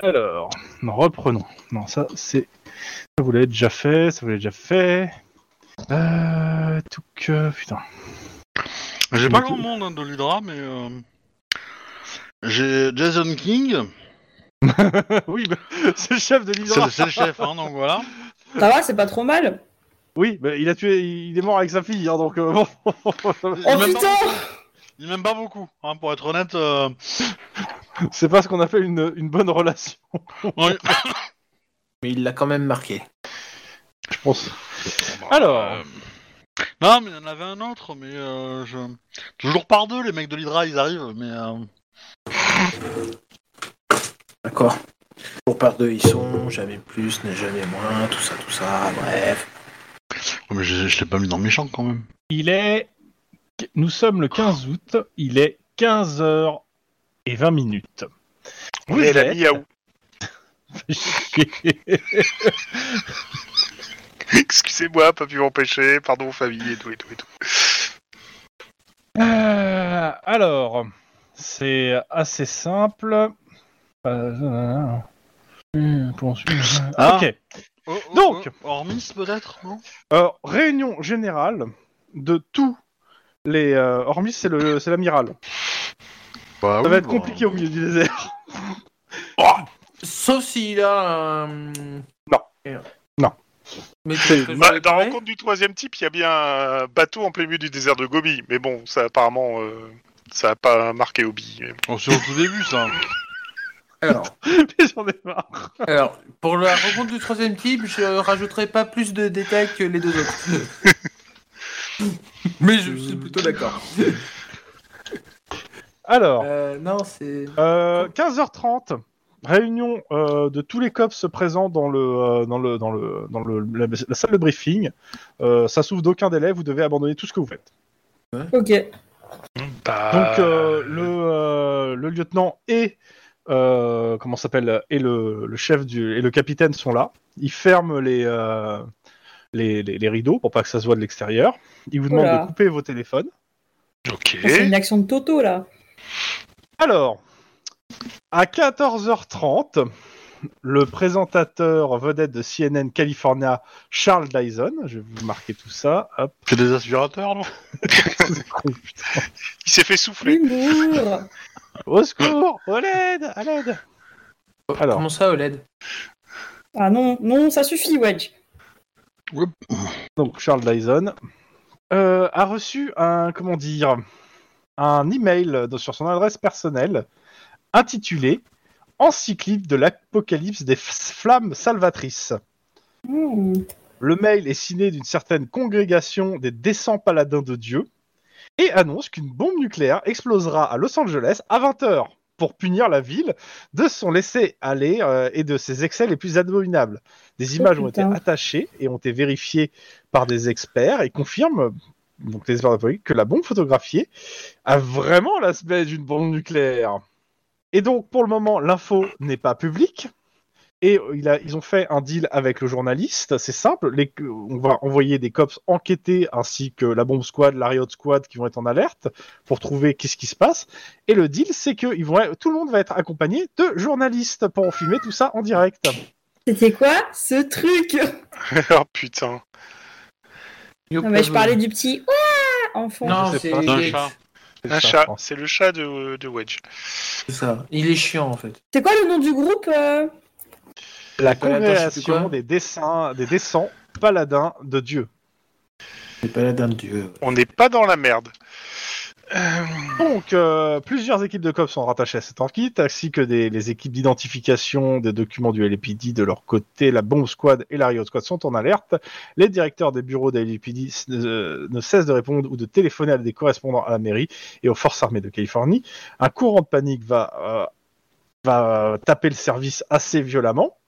B: Alors, reprenons. Non, ça, c'est. Ça, vous l'avez déjà fait, ça, vous l'avez déjà fait. Euh. Tout que. Putain.
C: J'ai
B: Mm.
C: pas grand monde hein, de l'Hydra, mais euh, j'ai Jason King,
B: oui, bah, c'est le chef de
C: c'est,
B: l'Hydra.
C: c'est le chef, hein, donc voilà.
D: Ça va, c'est pas trop mal.
B: Oui, bah, il a tué. Il est mort avec sa fille, hein, donc. euh, bon.
C: Il
D: Oh
C: m'a pas-
D: putain
C: Il m'aime pas beaucoup, hein, pour être honnête. euh,
B: C'est pas ce qu'on appelle une, une bonne relation,
C: on-
E: Mais il l'a quand même marqué.
B: je pense.
C: Bon,
B: Alors.
C: euh, Non, mais il y en avait un autre, mais euh, je... toujours par deux, les mecs de l'Hydra, ils arrivent, mais euh,
E: D'accord. Pour par deux, ils sont jamais plus, n'est jamais moins, tout ça, tout ça, bref.
C: oh, mais je, je l'ai pas mis dans mes champs quand même.
F: Il est. Nous sommes le 15 août, il est 15h et 20 minutes.
A: On est à la miaou. Excusez-moi, pas pu m'empêcher. Pardon, famille, et tout, et tout, et tout.
F: Euh, alors, c'est assez simple. Euh, euh, poursuivre.
C: Ah.
F: Ok.
C: Oh, oh,
B: Donc.
C: oh, Hormis peut-être, non
B: Euh, réunion générale de tous les. euh, hormis, c'est le- c'est l'amiral.
C: Bah
B: Ça
C: oui,
B: va être
C: bah,
B: compliqué au milieu du désert.
E: Sauf s'il a un.
B: Non.
E: Merde.
B: Non.
E: Mais
B: C'est-
E: que je
A: Bah,
E: l'ai
A: dans la
E: trouvé
A: rencontre du troisième type, il y a bien un bateau en plein milieu du désert de Gobi. Mais bon, ça apparemment, euh, ça a pas marqué Obi. mais bon.
C: Oh, c'est au tout début ça.
E: Alors,
B: J'en ai marre.
E: alors, pour la rencontre du troisième type, je rajouterai pas plus de détails que les deux autres. Mais je suis plutôt d'accord.
B: Alors,
E: Euh, non, c'est.
B: euh, 15h30, réunion euh, de tous les cops présents dans, le, euh, dans, le, dans, le, dans le, la, la salle de briefing. Euh, ça s'ouvre d'aucun délai, vous devez abandonner tout ce que vous faites.
D: Ok.
A: Ah.
B: Donc euh, le, euh, le lieutenant et euh, comment ça s'appelle et le, le chef du et le capitaine sont là. Ils ferment les euh, les, les- les rideaux pour pas que ça se voit de l'extérieur. Ils vous demandent
D: Oula.
B: de couper vos téléphones.
A: Ok.
D: C'est une action de Toto là.
B: Alors à 14h30, le présentateur vedette de CNN California, Charles Dyson, je vais vous marquer tout ça. Hop,
C: C'est des aspirateurs, non
B: c'est con, putain.
A: Il s'est fait souffler.
D: L'humour
B: Au secours, au l'aide, à l'aide. Alors,
E: Comment ça, OLED
D: Ah non, non, ça suffit, Wedge.
B: donc Charles Dyson, euh, a reçu un, comment dire, un email de- sur son adresse personnelle intitulé Encyclique de l'apocalypse des f- flammes salvatrices.
D: Hmm.
B: Le mail est signé d'une certaine congrégation des décents paladins de Dieu et annonce qu'une bombe nucléaire explosera à Los Angeles à 20h pour punir la ville de son laisser-aller euh, et de ses excès les plus abominables. Des images ont été
D: putain.
B: attachées et ont été vérifiées par des experts et confirment, euh, donc les experts de la police, que la bombe photographiée a vraiment l'aspect d'une bombe nucléaire. Et donc, pour le moment, l'info n'est pas publique. Et euh, il a- ils ont fait un deal avec le journaliste, c'est simple, les- euh, on va envoyer des cops enquêter ainsi que la bombe squad, la riot squad qui vont être en alerte pour trouver qu'est-ce qui se passe. Et le deal c'est que ils vont, être- tout le monde va être accompagné de journalistes pour filmer tout ça en direct.
D: C'était quoi ce truc
A: oh putain.
D: Non, mais je parlais du petit Ouah enfant.
E: Non,
B: Je sais
E: c'est
B: pas.
C: D'un chat.
A: Un
B: Ça,
A: chat.
B: je pense.
A: C'est le chat de, de Wedge.
E: c'est ça. Il est chiant en fait.
D: C'est quoi le nom du groupe euh
B: La
E: attends, je sais plus
B: congrégation
E: quoi.
B: des dessins, des dessins paladins de Dieu.
E: C'est pas la dame Dieu.
A: On n'est pas dans la merde. Euh,
B: Donc, euh, plusieurs équipes de cops sont rattachées à cette enquête, ainsi que des, les équipes d'identification des documents du LPD de leur côté. La bombe squad et la riot squad sont en alerte. Les directeurs des bureaux des LPD s- euh, ne, ne cessent de répondre ou de téléphoner à des correspondants à la mairie et aux forces armées de Californie. Un courant de panique va, euh, va taper le service assez violemment.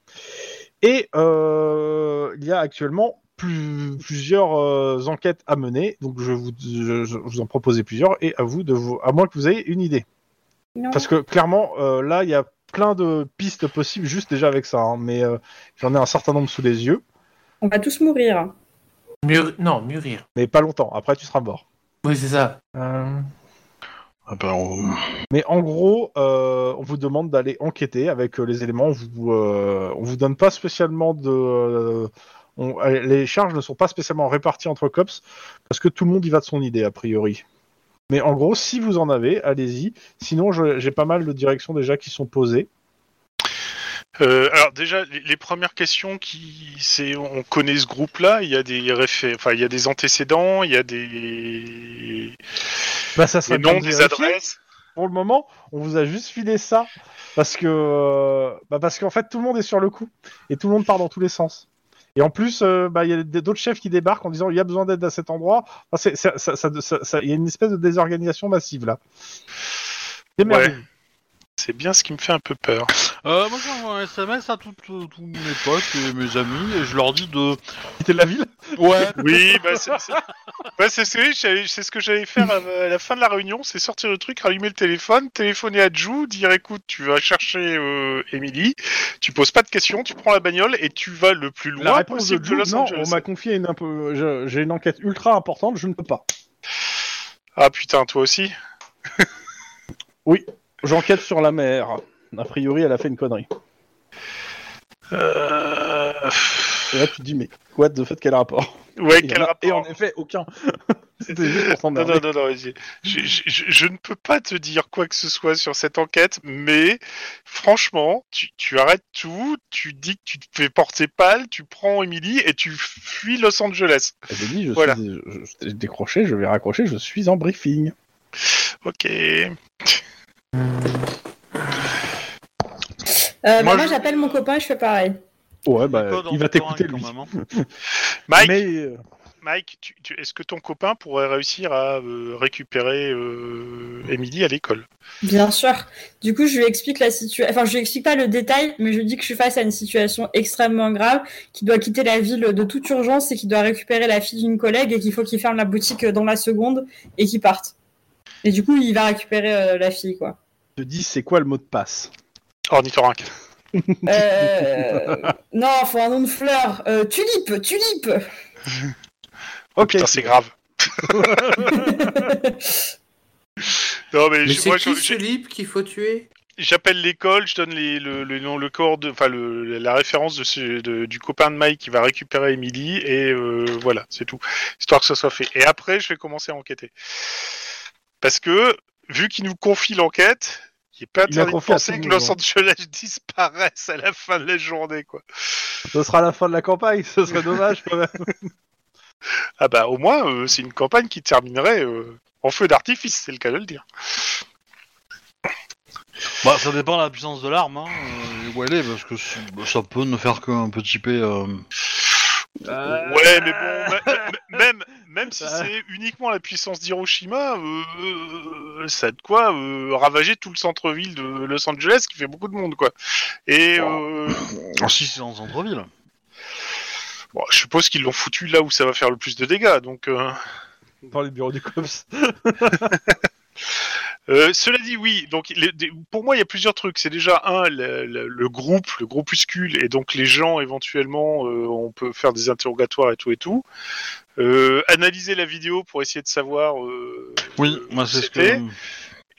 B: Et euh, il y a actuellement plus- plusieurs euh, enquêtes à mener, donc je vous, je- je vous en proposais plusieurs, et à vous de vous, à moins que vous ayez une idée.
D: Non.
B: Parce que clairement, euh, là, il y a plein de pistes possibles juste déjà avec ça, hein, mais euh, j'en ai un certain nombre sous les yeux,
D: On va tous mourir. Euh,
E: Mûr... Non, mûrir.
B: mais pas longtemps, après tu seras mort.
E: Oui, c'est ça.
C: Ah, bah, on-
B: Mais en gros, euh, on vous demande d'aller enquêter avec euh, les éléments. On vous, euh, on vous donne pas spécialement de. euh, on- les charges ne sont pas spécialement réparties entre cops parce que tout le monde y va de son idée a priori. Mais en gros, si vous en avez, allez-y. Sinon, je- j'ai pas mal de directions déjà qui sont posées.
A: Euh, alors déjà, les, les premières questions qui, c'est, on connaît ce groupe-là. Il y a des réfé- enfin, il y a des antécédents, il y a des,
B: Bah, ça serait
A: des noms,
B: bien de
A: des
B: vérifier.
A: adresses.
B: Pour le moment, on vous a juste filé ça parce que, euh, bah, parce qu'en fait, tout le monde est sur le coup et tout le monde part dans tous les sens. Et en plus, euh, bah, il y a des- d'autres chefs qui débarquent en disant il y a besoin d'aide à cet endroit. Enfin, c'est- ça- ça- ça- ça- ça- il y a une espèce de désorganisation massive là. Eh C'est merveilleux.
A: C'est bien ce qui me fait un peu peur.
C: Euh, moi j'envoie un SMS à toutes- euh, tous mes potes et mes amis et je leur dis de.
B: Quitter la ville.
C: Ouais,
A: Oui, bah c'est, c'est- bah, c'est ce, que j'allais- c'est ce que j'allais faire à, à la fin de la réunion, c'est sortir le truc, rallumer le téléphone, téléphoner à Jou, dire écoute, tu vas chercher euh, Emily, tu poses pas de questions, tu prends la bagnole et tu vas le plus loin
B: La réponse de
A: possible
B: Joe,
A: de Los
B: non,
A: Angeles.
B: on m'a confié une, un peu- je- j'ai une enquête ultra importante, je ne peux pas.
A: Ah putain, toi aussi
B: J'enquête sur la mer. A priori, elle a fait une connerie. Et là, tu te dis, mais what de fait, quel rapport
A: Ouais,
B: Il y en
A: quel
B: a- Et en
A: rapport
B: effet, aucun. C'était juste pour
A: Non,
B: s'emmerder.
A: non, non, non, vas-y. je, je- je- je ne peux pas te dire quoi que ce soit sur cette enquête, mais franchement, tu, tu arrêtes tout, tu dis que tu te fais porter pâle, tu prends Emily et tu fuis Los Angeles.
B: Elle s'est dit, je
A: Voilà.
B: suis je- je t'ai décroché, je vais raccrocher, je suis en briefing.
A: Ok.
D: Euh, bah,
C: Moi,
D: moi,
C: je-
D: j'appelle mon copain et je fais pareil.
B: Ouais, bah,
C: Code en
B: il va t'écouter
C: contemporain,
B: lui.
C: quand même, hein.
A: Mike,
B: Mais euh,
A: Mike tu- tu- est-ce que ton copain pourrait réussir à euh, récupérer euh, Emily à l'école
D: Bien sûr. Du coup, je lui explique la situation. Enfin, je lui explique pas le détail, mais je lui dis que je suis face à une situation extrêmement grave, qui doit quitter la ville de toute urgence et qui doit récupérer la fille d'une collègue et qu'il faut qu'il ferme la boutique dans la seconde et qu'il parte. Et du coup, il va récupérer euh, la fille, quoi.
B: je te dis, c'est quoi le mot de passe
A: Ornithorynque.
D: Euh... non, faut un nom de fleur. Euh, tulipe, tulipe.
B: Ok.
A: Putain, c'est grave. non, mais,
E: Mais
A: je-
E: c'est
A: moi,
E: qui
A: je-
E: ce Lip qu'il faut tuer
A: J'appelle l'école, je donne les, le, le nom, le corps, de, enfin le, la référence de ce, de- du copain de Mike qui va récupérer Emily et euh, voilà, c'est tout, histoire que ça soit fait. Et après, je vais commencer à enquêter parce que vu qu'il nous confie l'enquête, il n'est pas
B: Il a
A: interdit de
B: confié à
A: penser
B: tout
A: que
B: le monde,
A: Los
B: hein.
A: Angeles disparaisse à la fin de la journée, quoi.
B: Ce sera la fin de la campagne, ce serait dommage quand même.
A: Ah bah au moins, euh, c'est une campagne qui terminerait euh, en feu d'artifice, c'est le cas de le dire.
C: Bah, ça dépend de la puissance de l'arme, hein, euh, et où elle est, parce que si- bah, ça peut ne faire qu'un petit P. euh.
A: Ouais, mais bon, ma- ma- ma- même, même si
B: Ouais.
A: c'est uniquement la puissance d'Hiroshima, euh, ça a de quoi euh, ravager tout le centre-ville de Los Angeles qui fait beaucoup de monde, quoi. Et euh,
C: Alors, Si c'est en centre-ville.
A: bon, je suppose qu'ils l'ont foutu là où ça va faire le plus de dégâts, donc. euh,
B: Dans les bureaux du COPS.
A: Euh, cela dit, oui. Donc, les- des- pour moi, il y a plusieurs trucs. C'est déjà un, le, le- le groupe, le groupuscule, et donc les gens éventuellement, euh, on peut faire des interrogatoires et tout et tout. Euh, analyser la vidéo pour essayer de savoir. euh,
C: Oui,
A: euh,
C: moi c'est ce
A: c'était.
C: que.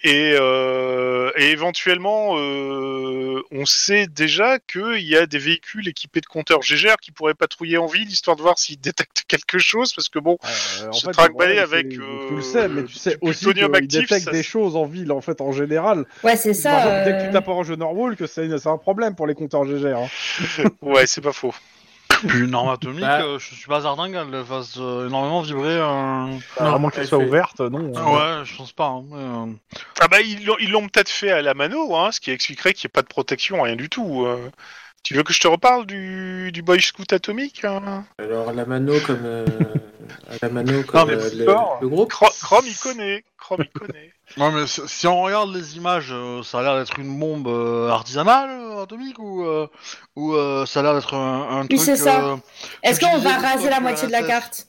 A: Et, euh, et éventuellement, euh, on sait déjà qu'il y a des véhicules équipés de compteurs GGR qui pourraient patrouiller en ville, histoire de voir s'ils détectent quelque chose, parce que bon,
B: Euh, en
A: Se
B: fait, le
A: traque-baller
B: problème,
A: avec,
B: c'est-
A: euh,
B: Tu le sais, mais tu sais
A: du
B: aussi qu'ils
A: plutonium actif,
B: détectent
A: ça-
B: des choses en ville, en fait, en général.
D: Ouais, c'est
B: Par
D: ça.
B: exemple, Dès que
D: euh,
B: tu tapes en jeu Norwalk, c'est c'est un problème pour les compteurs GGR. hein.
A: ouais, c'est pas faux.
C: Puis une arme atomique,
E: Bah.
C: euh, je suis pas certain qu'elle le fasse euh, énormément vibrer. euh.
E: Non,
B: à moins qu'elle
E: elle
B: soit
E: fait-
B: ouverte, non.
C: Ah ouais, je pense pas. hein, mais, euh,
A: Ah bah, ils l'ont- ils l'ont peut-être fait à la mano, hein, ce qui expliquerait qu'il n'y ait pas de protection, rien du tout. euh. Tu veux que je te reparle du, du Boy Scout atomique hein
E: Alors, la mano comme. euh, à la mano
B: Non,
E: comme
B: mais
E: euh,
B: plus
E: le,
B: fort.
E: le groupe.
A: Cro- Chrome, il connaît. Chrome, il connaît.
C: Ouais, mais si si on regarde les images, euh, ça a l'air d'être une bombe euh, artisanale euh, atomique ou, euh, ou euh, ça a l'air d'être un, un
D: Oui,
C: truc.
D: c'est ça.
C: euh,
D: Est-ce qu'on va
C: Utiliser
D: raser la
C: l'histoire
D: moitié
C: que
D: de la
C: la
D: carte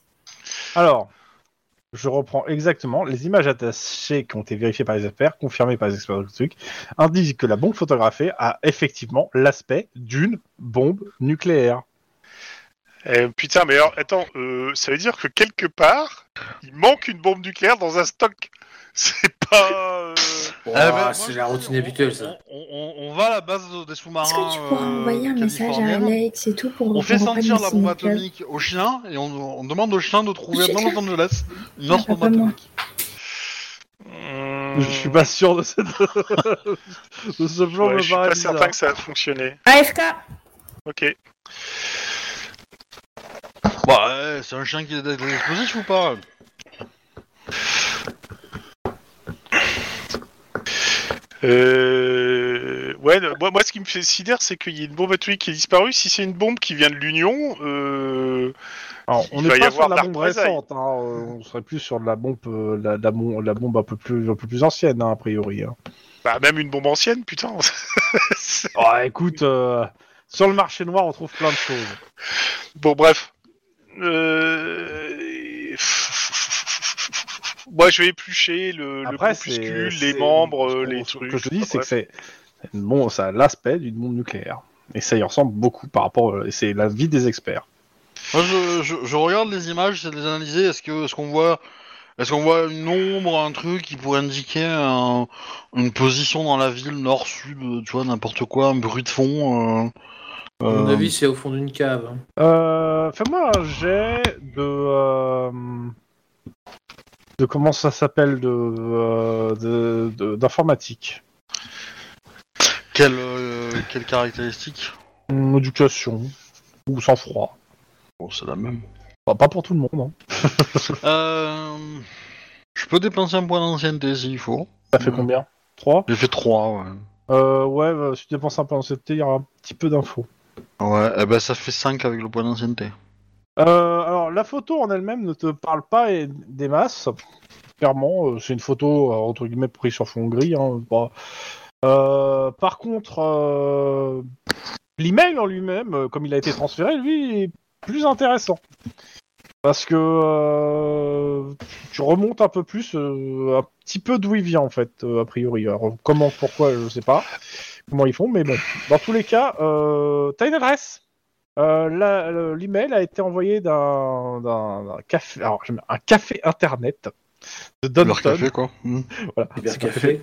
B: Alors, je reprends exactement. Les images attachées qui ont été vérifiées par les experts, confirmées par les experts du truc, indiquent que la bombe photographiée a effectivement l'aspect d'une bombe nucléaire.
A: Eh, putain, mais alors, attends, euh, ça veut dire que quelque part, il manque une bombe nucléaire dans un stock. C'est pas. euh,
E: Oh,
C: Ah bah, moi,
E: c'est
C: je
E: la
C: dis,
E: routine
C: on-
E: habituelle, ça.
C: On, on- on va à la base des sous-marins.
G: Est-ce que tu pourras
C: euh,
G: envoyer un message à
C: californiens.
G: Alex et tout pour
C: On fait
G: pour
C: sentir la
G: reprendre
C: bombe
G: le signal
C: atomique au chien et on, on demande au chien de trouver
G: Au
C: dans
G: chien.
C: Los Angeles une autre
G: Ah,
C: bombe
G: pas moi.
C: atomique.
A: hmm,
B: Je suis pas sûr de, cette... de ce plan.
A: ouais,
B: me hein.
A: je suis
B: paraît
A: pas
B: bizarre.
A: certain que ça a fonctionné.
D: AFK
A: Ok.
C: Bah, euh, c'est un chien qui est explosif ou pas
A: Euh... Ouais, le- moi, moi, ce qui me fait sidère, c'est qu'il y a une bombe atomique qui est disparue. Si c'est une bombe qui vient de l'Union, euh...
B: Alors,
A: Il
B: on n'est
A: va y
B: pas
A: avoir
B: sur de
A: de
B: la
A: la
B: bombe
A: représailles.
B: récente, hein, euh, on serait plus sur de la bombe, euh, la, la bom- la bombe un peu plus, un peu plus ancienne, hein, a priori. hein.
A: bah, même une bombe ancienne, putain.
B: Oh, écoute, euh, sur le marché noir, on trouve plein de choses.
A: Bon, bref. Euh... Moi, je vais éplucher le, le
B: Après, c'est-
A: groupuscule, les
B: c'est-
A: membres,
B: ce
A: euh,
B: qu'on-
A: les
B: ce
A: trucs.
B: que je te dis,
A: enfin,
B: c'est que
A: bref.
B: c'est bon, ça a l'aspect d'une bombe nucléaire. Et ça y ressemble beaucoup par rapport. euh, C'est la vie des experts.
C: Moi, je, je- je regarde les images, c'est de les analyser. Est-ce que ce qu'on voit, est-ce qu'on voit une ombre, un truc qui pourrait indiquer un- une position dans la ville nord-sud, euh, tu vois, n'importe quoi, un bruit de fond. euh,
E: À mon
C: euh,
E: avis, c'est au fond d'une cave. hein.
B: Euh, Fais-moi un jet de. euh, de comment ça s'appelle de, euh, de- de- d'informatique.
C: Quelle, euh, quelle caractéristique
B: Hum, Éducation. Ou sang-froid.
C: Bon, c'est la même.
B: Enfin, pas pour tout le monde. hein.
C: Euh, je peux dépenser un point d'ancienneté s'il faut.
B: Ça fait combien 3
C: J'ai fait 3, ouais.
B: euh, Ouais, bah, si tu dépenses un peu en CT, il y aura un petit peu d'infos.
C: Ouais, eh ben ça fait 5 avec le point d'ancienneté.
B: Euh, alors, la photo en elle-même ne te parle pas et- des masses. Clairement, euh, c'est une photo, euh, entre guillemets, prise sur fond gris. hein, bah. Euh, par contre, euh, l'email en lui-même, euh, comme il a été transféré, lui, est plus intéressant. Parce que euh, tu remontes un peu plus, euh, un petit peu d'où il vient, en fait, euh, a priori. Alors, comment, pourquoi, je sais pas. Comment ils font, mais bon. Dans tous les cas, euh, t'as une adresse euh, la- le- L'email a été envoyé d'un d'un- d'un café, alors, je mets un café internet de Downton,
C: Leur café, quoi. Mm.
B: voilà.
E: Cybercafé.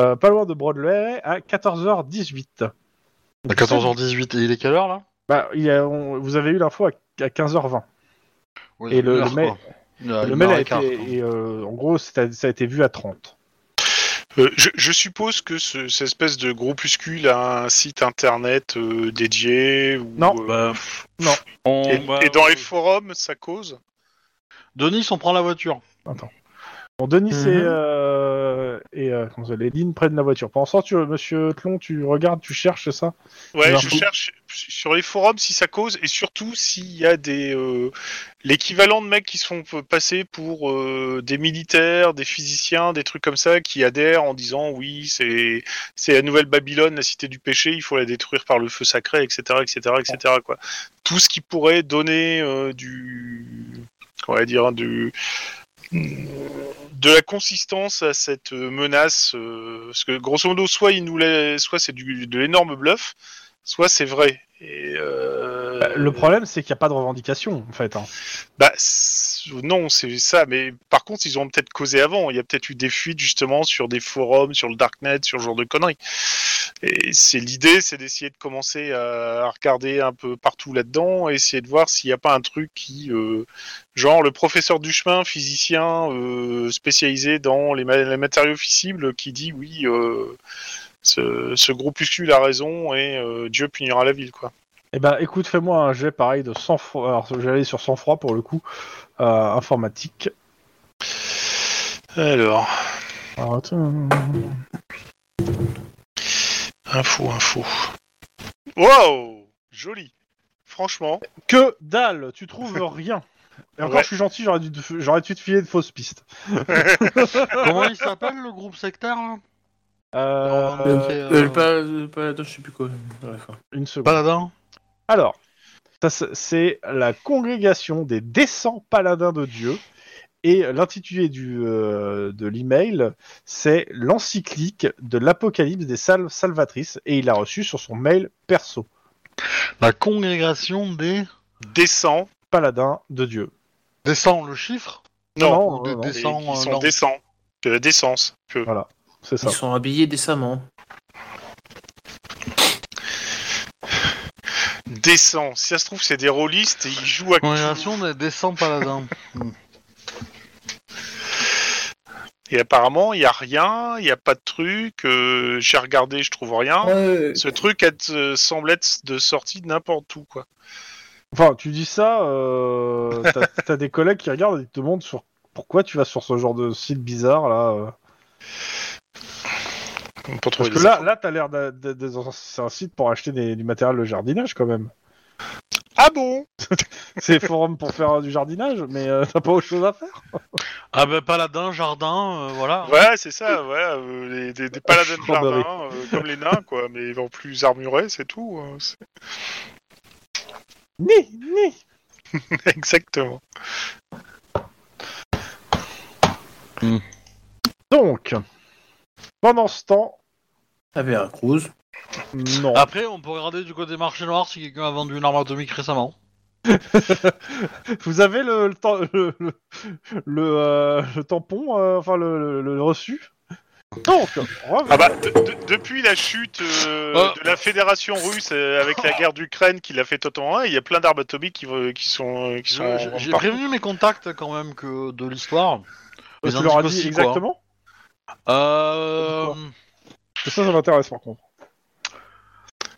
B: Euh, pas loin de Broadway, à 14h18.
C: À 14h18, et il est quelle heure là
B: Bah, il y a- on- vous avez eu l'info à, à 15h20.
C: Ouais,
B: Et
C: une
B: le- le
C: heure,
B: mail-
C: quoi. Il y a
B: le
C: une
B: mail
C: heure
B: a
C: et
B: été,
C: quart, quoi.
B: et, euh, en gros, c'est- ça a été vu à 30.
A: Euh, je, je suppose que ce- cette espèce de groupuscule a un site internet euh, dédié. Ou,
B: Non.
A: euh,
C: On-
A: et,
C: bah,
A: et dans
C: euh,
A: les forums, ça cause
C: Denis, on prend la voiture.
B: Bon, Denis
E: Mhm.
B: et, euh, et euh, comment ça s'appelle, les lignes prennent la voiture. Pendant ce temps, tu, monsieur Tlon, tu regardes, tu cherches c'est ça
A: Ouais,
B: Les
A: je
B: infos.
A: cherche sur les forums si ça cause et surtout s'il y a des euh, l'équivalent de mecs qui se font passer pour euh, des militaires, des physiciens, des trucs comme ça qui adhèrent en disant oui c'est c'est la nouvelle Babylone, la cité du péché, il faut la détruire par le feu sacré, etc., etc., etc. Quoi. Tout ce qui pourrait donner euh, du on va dire du de la consistance à cette euh, menace, euh, parce que grosso modo, soit il nous laisse, soit c'est du- de l'énorme bluff, soit c'est vrai. Et, euh,
B: Bah, Le problème, c'est qu'il n'y a pas de revendication, en fait. hein.
A: bah, c- non, c'est ça, mais par contre, ils ont peut-être causé avant. Il y a peut-être eu des fuites justement sur des forums, sur le darknet, sur ce genre de conneries. Et c'est l'idée, c'est d'essayer de commencer à à regarder un peu partout là-dedans, essayer de voir s'il n'y a pas un truc qui, euh, genre le professeur du chemin, physicien euh, spécialisé dans les, ma- les matériaux fissibles, qui dit oui, euh, ce, ce groupuscule a raison et euh, Dieu punira la ville, quoi.
B: Eh ben, écoute, fais-moi un jet pareil de sang-froid. Alors, j'allais sur sang-froid pour le coup, euh, informatique.
A: Alors.
B: Alors, attends.
A: Info, info. Wow Joli Franchement,
B: Que dalle, tu trouves rien. Et encore,
A: Ouais.
B: je suis gentil, j'aurais dû, te- j'aurais dû te filer de fausses pistes.
C: Comment il s'appelle le groupe sectaire là
B: Euh,
C: Non, non, mais-
E: Euh,
C: euh,
E: le pal- le paladin, je sais plus quoi. Bref, hein.
B: une seconde.
C: Paladin
B: Alors, ça, c'est- c'est la congrégation des décents paladins de Dieu. Et l'intitulé du, euh, de l'email, c'est l'encyclique de l'Apocalypse des salves salvatrices. Et il l'a reçu sur son mail perso.
C: La congrégation des.
A: décent.
B: Paladin de Dieu.
C: Descend le chiffre
A: Non,
B: non,
C: de-
B: non,
A: et
C: des-
A: qui
C: décent, euh,
A: sont
C: non.
A: décents. De la décence. Que...
B: c'est ça.
E: Ils sont habillés décemment.
A: Décent. Si ça se trouve, c'est des rôlistes et ils jouent à...
C: Congrégation des descend paladins.
A: Et apparemment, il n'y a rien, il n'y a pas de truc. euh, J'ai regardé, je trouve rien.
E: Ah,
D: Euh,
A: Ce truc être, euh, semble être de sortie de n'importe où, quoi.
B: Enfin, tu dis ça, euh, t'as- t'as des collègues qui regardent et qui te demandent sur pourquoi tu vas sur ce genre de site bizarre là. euh.
A: On peut
B: Parce
A: trouver
B: que
A: des
B: là, là, t'as l'air d'a- d'a- d'a- dans un- c'est un site pour acheter des- du matériel de jardinage quand même.
A: Ah bon
B: C'est forum pour faire euh, du jardinage, mais euh, t'as pas autre chose à faire.
C: Ah bah paladin, jardin, euh, voilà.
A: Ouais, c'est ça, voilà. euh, les- des, des paladins de
B: Chambéry.
A: jardin, euh, comme les nains, quoi. Mais ils vont plus armurés, c'est tout. hein, c'est-
B: Ni, ni.
A: Exactement.
B: Donc, pendant ce temps,
E: Avec un cruise.
B: non.
C: Après, on peut regarder du côté marché noir si quelqu'un a vendu une arme atomique récemment.
B: Vous avez le le, tam- le, le, le, euh, le tampon, euh, enfin le, le- le reçu. Donc, rev-
A: Ah bah, de- de- depuis la chute euh,
C: Oh.
A: de la fédération russe euh, avec la guerre d'Ukraine qui l'a fait totalement, il y a plein d'armes atomiques qui, vont- qui sont. euh, Qui sont
C: Je- J'ai prévenu mes contacts quand même que de l'histoire.
B: tu
C: Les indices
B: leur as dit
C: aussi, quoi. hein.
B: exactement.
C: Euh,
B: Ça, ça m'intéresse par contre.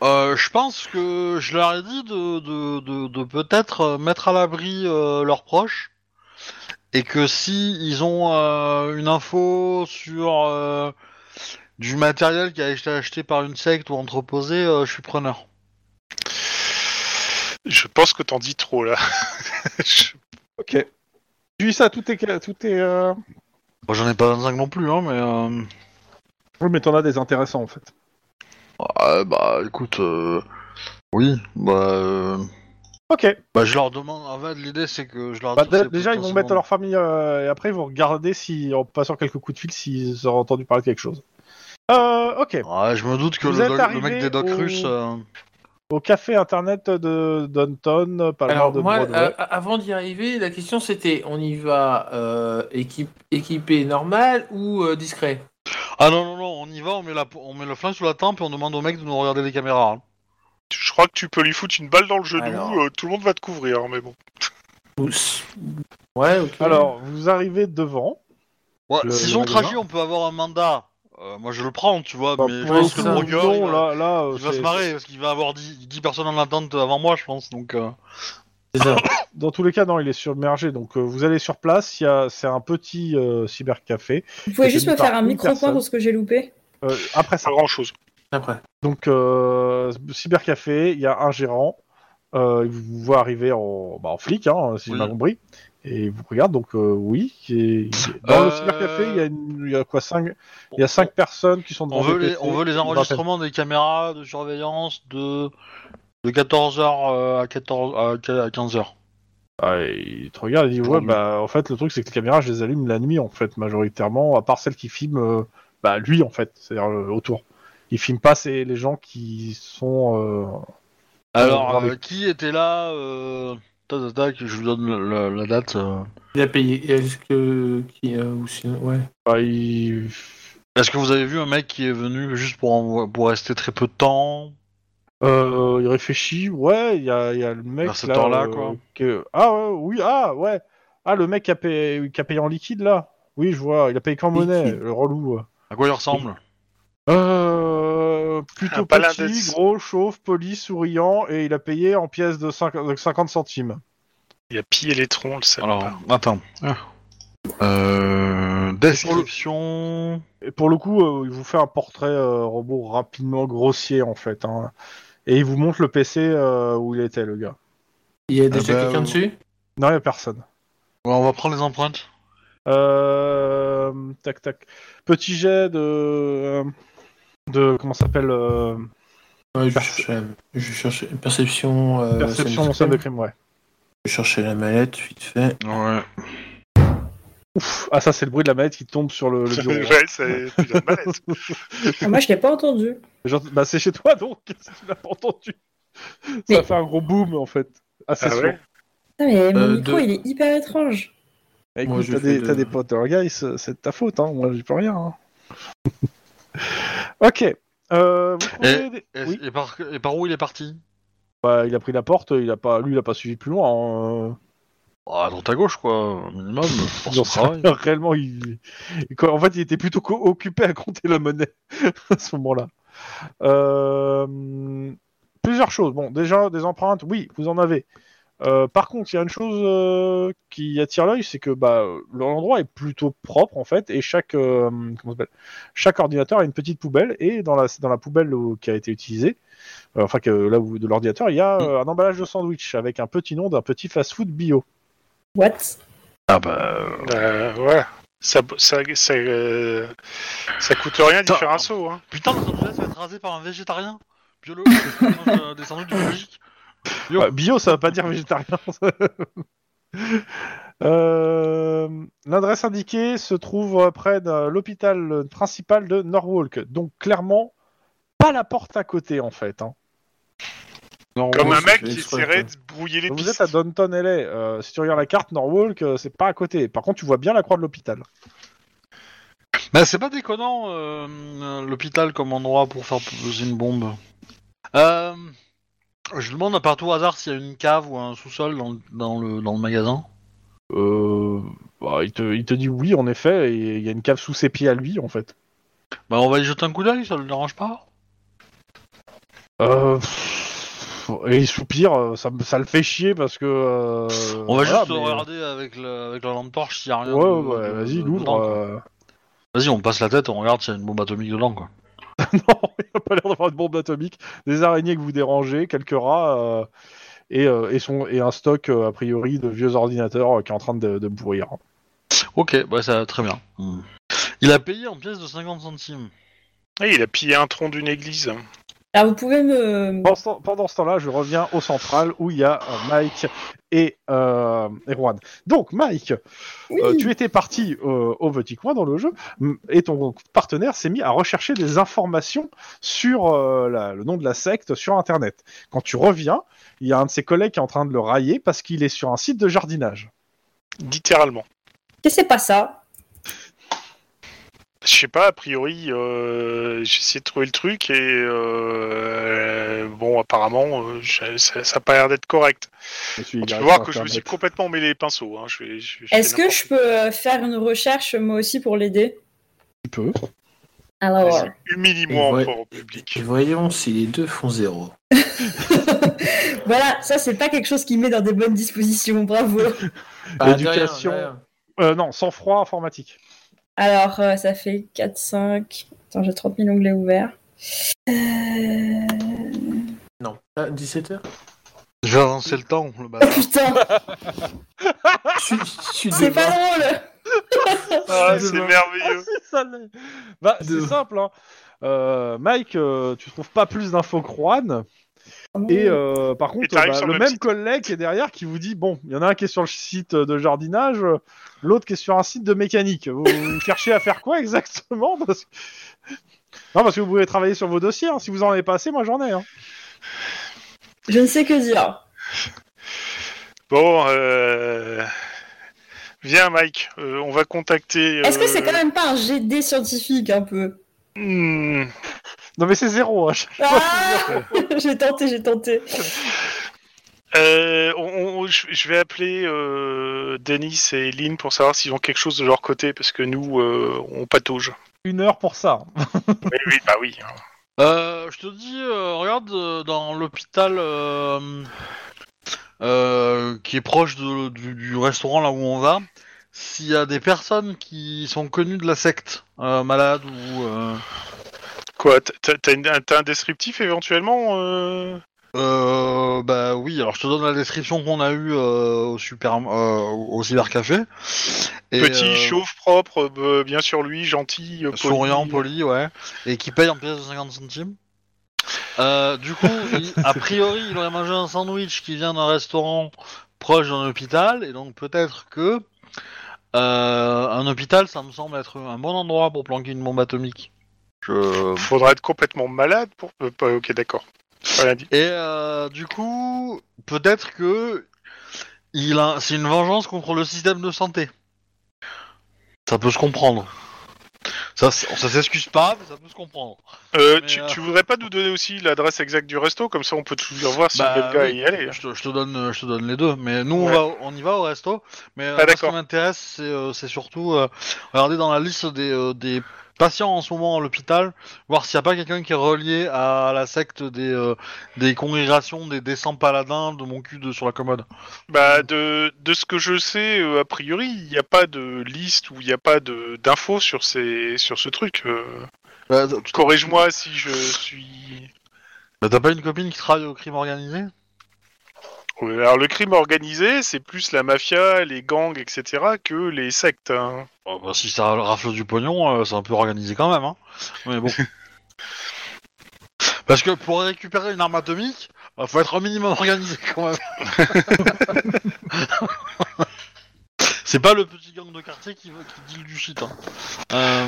C: euh, je pense que je leur ai dit de, de, de, de peut-être euh, mettre à l'abri euh, leurs proches et que si ils ont euh, une info sur euh, du matériel qui a été acheté par une secte ou entreposé, euh, je suis preneur.
A: Je pense que t'en dis trop, là. Je-
B: Ok. Tu dis ça, tout est. Tout est euh...
C: Bon, J'en ai pas 25 non plus, hein, mais. euh,
B: Oui, mais t'en as des intéressants en fait.
C: Ouais, bah écoute, euh, oui, bah, euh,
B: Ok.
C: bah, je leur demande. En fait, l'idée c'est que je leur.
B: Bah,
C: dis
B: dé-
C: c'est
B: déjà, ils vont
C: potentiellement-
B: mettre à leur famille euh, et après, ils vont regarder si, en passant quelques coups de fil s'ils auront entendu parler de quelque chose. Euh, ok.
C: Ouais, je me doute que
B: Vous
C: le,
B: êtes
C: doc- le
B: arrivé
C: mec des docs
B: au-
C: russes. euh,
B: Au café internet de Dunton, pas loin
E: Alors,
B: de
E: moi,
B: Broadway.
E: euh, avant d'y arriver, la question c'était on y va euh, équip- équipé normal ou euh, discret
C: Ah non, non, non, on y va, on met, la... on met le flingue sous la tempe et on demande au mec de nous regarder les caméras. hein.
A: Je crois que tu peux lui foutre une balle dans le genou,
E: Alors.
A: euh, tout le monde va te couvrir, hein, mais bon.
E: Tous. Ouais, ok.
B: Alors, vous arrirez devant.
C: Ouais,
B: Le-
C: s'ils
B: le
C: ont
B: magasin.
C: trahi, on peut avoir un mandat. Euh, moi je le prends, tu vois,
B: Bah,
C: mais je
E: ouais,
C: pense que
E: ça,
C: le brogueur,
B: non,
C: il va,
B: là, là, euh,
C: il va hein. se
B: c'est-
C: marrer parce qu'il va avoir 10, 10 personnes en attente avant moi, je pense. Donc, euh,
E: C'est ça.
B: Dans tous les cas, non, il est submergé. Donc, euh, vous allez sur place. il y a- C'est un petit euh, cybercafé.
D: vous pouvez juste me
B: par
D: faire un
B: une
D: micro-point
B: personne.
D: sur ce que j'ai loupé
B: Euh, après ça.
A: Pas grand chose.
E: Après.
B: Donc, euh, cybercafé, il y a un gérant, euh, il vous voit arriver en, bah, en flic, hein, si j'ai
C: Oui.
B: bien compris, et il vous regarde, donc euh, oui. et- Dans le
C: Euh,
B: cybercafé, il y, a une- il y a quoi cinq, Il y a cinq personnes qui sont devant
C: On veut,
B: des
C: les,
B: PC,
C: on veut les
B: une vingtaine.
C: enregistrements des caméras de surveillance de, de 14h à, 14, à 15h.
B: Ah, il te regarde et dit, ouais,
C: Mmh.
B: bah, en fait, le truc, c'est que les caméras, je les allume la nuit, en fait, majoritairement, à part celles qui filment, euh, bah, lui, en fait, c'est-à-dire euh, autour. Il filme pas c'est les gens qui sont. euh,
C: Alors,
B: regardez.
C: euh, qui était là euh... tac, tac, tac, Je vous donne le- le- la date. euh.
E: Il a payé. Est-ce que. Qui, euh, ou sinon- ouais.
B: bah, ils-
C: Est-ce que vous avez vu un mec qui est venu juste pour, en- pour rester très peu de temps
B: Euh, il réfléchit, ouais, il y a, il y a le mec
C: Vers ce
B: là,
C: temps-là,
B: euh,
C: quoi.
B: que- Ah ouais, oui, ah ouais, ah le mec qui a payé, qui a payé en liquide là, oui je vois, il a payé qu'en monnaie,
E: Liquide.
B: le relou. ouais.
C: À quoi il ressemble
B: Euh, plutôt
A: Un paladin
B: petit,
A: de-
B: gros, chauve, poli, souriant, et il a payé en pièces de 50, de 50 centimes.
A: Il a pillé les troncs, le salaud.
C: Alors, attends. Euh, description.
B: Et pour le coup, euh, il vous fait un portrait euh, robot rapidement grossier en fait, hein. et il vous montre le PC euh, où il était le gars.
E: Il y a
B: Ah
E: déjà
C: bah,
E: quelqu'un
C: euh,
E: dessus
B: Non, il y a personne.
C: Ouais, on va prendre les empreintes.
B: Euh, tac tac. Petit jet de euh, de comment ça s'appelle euh,
E: Ouais, je, cherchais, je cherchais- Perception. euh,
B: perception
E: scène
B: mon
E: de
B: scène de
E: crime.
B: crime ouais.
E: Je cherchais la mallette, vite fait.
C: Ouais.
B: Ouf, ah ça c'est le bruit de la manette qui tombe sur le, le bureau.
A: ouais, c'est c'est la mallette.
D: Ah, Moi, je l'ai pas entendu.
B: Genre, bah c'est chez toi donc. si tu l'as pas entendu. Ça
D: Mais-
B: fait un gros boom en fait. Ah c'est
A: Ah
B: sûr.
A: ouais
D: Non, mais mon
E: Euh,
D: micro,
E: deux.
D: il est hyper étrange.
B: Bah,
E: Moi,
B: écoute,
E: j'ai
B: t'as
E: fait
B: des,
E: de-
B: t'as des potes, alors, gars, c'est c'est de ta faute, hein. Moi, j'y peux rien. hein. ok. Euh, vous trouvez des-
C: Et,
B: oui.
C: et par, et par où il est parti
B: Bah, il a pris la porte, il a pas, lui, il a pas suivi plus loin. hein.
C: Ah, dans ta gauche, quoi, un minimum, pour son
B: J'en sais
C: travail.
B: rien, réellement, il... il- quoi, en fait, il était plutôt co- occupé à compter la monnaie à ce moment-là. Euh, Plusieurs choses. Bon, déjà, des empreintes, oui, vous en avez. Euh, par contre, il y a une chose euh, qui attire l'œil, c'est que bah, l'endroit est plutôt propre en fait, et chaque euh, comment ça s'appelle chaque ordinateur a une petite poubelle, et dans la dans la poubelle où- qui a été utilisée, euh, enfin que là où de l'ordinateur, il y a euh, un emballage de sandwich avec un petit nom d'un petit fast-food bio.
D: What
C: Ah bah, euh,
A: Euh, voilà. Ça, ça, ça, euh, ça coûte rien d'y
C: Putain.
A: faire un saut. Hein.
C: putain, Los Angeles va être rasé par un végétarien biologique, qui mange, euh, des sandwichs biologiques. Bio.
B: Bah, bio, ça veut pas dire végétarien. Euh, L'adresse indiquée se trouve près de l'hôpital principal de Norwalk. Donc clairement, pas la porte à côté en fait. hein.
A: Comme
E: ouais,
A: un
E: ça
A: mec
E: fait
A: qui
E: exprès,
A: essaierait
E: quoi.
A: de brouiller les
B: Vous
A: pistes.
B: êtes à Downton LA. euh, si tu regardes la carte, Norwalk, euh, c'est pas à côté. Par contre, tu vois bien la croix de l'hôpital.
C: Bah, c'est pas déconnant, euh, euh, l'hôpital comme endroit pour faire poser une bombe. Euh, je demande à partout hasard s'il y a une cave ou un sous-sol dans, le- dans le, dans le magasin.
B: Euh, bah, il, te, il te dit oui, en effet. et Il y a une cave sous ses pieds à lui en fait.
C: Bah, on va y jeter un coup d'œil, ça le dérange pas
B: Euh, pff, et il soupire. euh, Ça, me- ça le fait chier parce que. euh,
C: On va
B: voilà,
C: juste
B: mais-
C: regarder avec, le- avec la lampe torche s'il y a rien.
B: Ouais,
C: de-
B: ouais,
C: de-
B: vas-y,
C: de-
B: l'ouvre.
C: dedans, quoi.
B: euh.
C: Vas-y, on passe la tête, on regarde s'il y a une bombe atomique dedans, quoi.
B: Non, il n'a pas l'air d'avoir de bombe atomique. Des araignées que vous dérangez, quelques rats, euh, et, euh, et son, et un stock, euh, a priori, de vieux ordinateurs euh, qui est en train de, de pourrir.
C: Ok, bah ça très bien. Hmm. Il a payé en pièces de 50 centimes.
A: Eh, il a pillé un tronc d'une église. hein,
D: Alors, Ah, vous pouvez me.
B: Pendant ce temps- pendant ce temps-là, je reviens au central où il y a euh, Mike et, euh, et Juan. Donc, Mike, euh, tu étais parti euh, au petit coin dans le jeu m- et ton partenaire s'est mis à rechercher des informations sur euh, la- le nom de la secte sur Internet. Quand tu reviens, il y a un de ses collègues qui est en train de le railler parce qu'il est sur un site de jardinage.
A: Littéralement.
D: Et c'est pas ça.
A: Je sais pas, a priori, euh, j'ai essayé de trouver le truc et euh, bon, apparemment, euh, je- ça n'a pas l'air d'être correct.
B: Je suis-
A: Tu
B: il
A: peux
B: arrive
A: voir
B: sur
A: que je me suis
B: Internet.
A: complètement mêlé les pinceaux. Hein. Je, vais- je- je fais
D: Est-ce que
A: n'importe
D: je peux euh, faire une recherche moi aussi pour l'aider
B: Tu peux.
A: quoi.
D: Alors,
A: Vas-y, Humilie-moi
E: Et ouais.
A: encore au public.
E: Et voyons si les deux font zéro.
D: voilà, ça c'est pas quelque chose qui met dans des bonnes dispositions, bravo.
B: Bah,
E: Ah,
B: Éducation.
E: derrière, derrière.
B: Euh, non, sans froid informatique.
D: Alors, euh, ça fait 4, 5. Attends, j'ai 30 000 onglets ouverts. Euh,
E: Non. Ah, 17h
C: J'ai avancé le temps, le
D: Oh
C: bâtard.
D: putain,
B: Ah
E: Je suis- je suis
D: c'est pas
E: devant.
D: drôle
A: Ah,
E: Je suis
A: c'est
E: devant.
A: merveilleux.
B: Ça l'est. Bah, c'est
E: De-
B: simple. hein. Euh, Mike, euh, tu trouves pas plus d'infos que Juan. Et euh, par contre,
A: t'arrives
B: bah,
A: sur
B: le
A: le
B: même,
A: même site.
B: collègue qui est derrière qui vous dit bon, il y en a un qui est sur le site de jardinage, euh, l'autre qui est sur un site de mécanique. Vous, vous cherchez à faire quoi exactement Parce que- Non, parce que vous pouvez travailler sur vos dossiers. hein. Si vous en avez pas assez, moi j'en ai. hein.
D: Je ne sais que dire.
A: Bon, euh... viens, Mike, euh, on va contacter.
D: Est-ce que
A: euh,
D: c'est quand même pas un GD scientifique un peu
A: hmm,
B: Non, mais c'est zéro. hein.
D: Ah J'ai tenté, j'ai tenté.
A: Euh, on- on- je je vais appeler euh, Denis et Lynn pour savoir s'ils ont quelque chose de leur côté, parce que nous, euh, on patauge.
B: Une heure pour ça. hein.
A: Mais oui, bah oui.
C: Euh, je te dis, euh, regarde, euh, dans l'hôpital euh, euh, qui est proche de- du, du restaurant là où on va, s'il y a des personnes qui sont connues de la secte, euh, malades ou... euh,
A: Quoi, t'as t'as une- t'as un descriptif éventuellement euh
C: Euh, bah oui, alors je te donne la description qu'on a eue euh, au super, euh, au cybercafé. Et,
A: Petit,
C: euh,
A: chauve, propre, euh, bien sur lui, gentil, euh, poli.
C: souriant, poli, ouais, et qui paye en pièces de 50 centimes. Euh, du coup, il- a priori, il aurait mangé un sandwich qui vient d'un restaurant proche d'un hôpital, et donc peut-être que euh, un hôpital, ça me semble être un bon endroit pour planquer une bombe atomique. Je...
A: Faudra être complètement malade pour. euh, pas- ok, d'accord. Rien dit.
C: Et euh, du coup, peut-être que il a, c'est une vengeance contre le système de santé. Ça peut se comprendre. Ça, c'est- ça s'excuse pas, mais ça peut se comprendre.
A: Euh,
C: Mais,
A: tu,
C: euh,
A: tu voudrais pas nous donner aussi l'adresse exacte du resto Comme ça, on peut toujours voir si
C: Bah,
A: le gars
C: oui.
A: y allait. hein.
C: Je te, je te donne, euh, je te donne les deux. Mais nous, on,
A: Ouais.
C: va, au- on y va au resto. Mais euh,
A: Ah,
C: moi, ce qui
A: d'accord.
C: m'intéresse, c'est euh, c'est surtout euh, regarder dans la liste des, euh, des patients en ce moment à l'hôpital, voir s'il n'y a pas quelqu'un qui est relié à la secte des, euh, des congrégations des, des 100 paladins de mon cul de, sur la commode.
A: Bah, de, de ce que je sais, euh, a priori, il n'y a pas de liste ou il n'y a pas de- d'infos sur, ces- sur ce truc. euh.
C: Bah, t- t-
A: Corrige-moi si je suis.
C: bah, T'as pas une copine qui travaille au crime organisé
A: Ouais, euh, Alors, le crime organisé, c'est plus la mafia, les gangs, etc., que les sectes. hein.
C: Oh, bah, Si ça rafle du pognon, euh, c'est un peu organisé quand même. Hein. Mais bon. Parce que pour récupérer une arme atomique, euh, faut être un minimum organisé quand même. c'est pas le petit gang de quartier qui, qui deal du shit. Hein. Euh,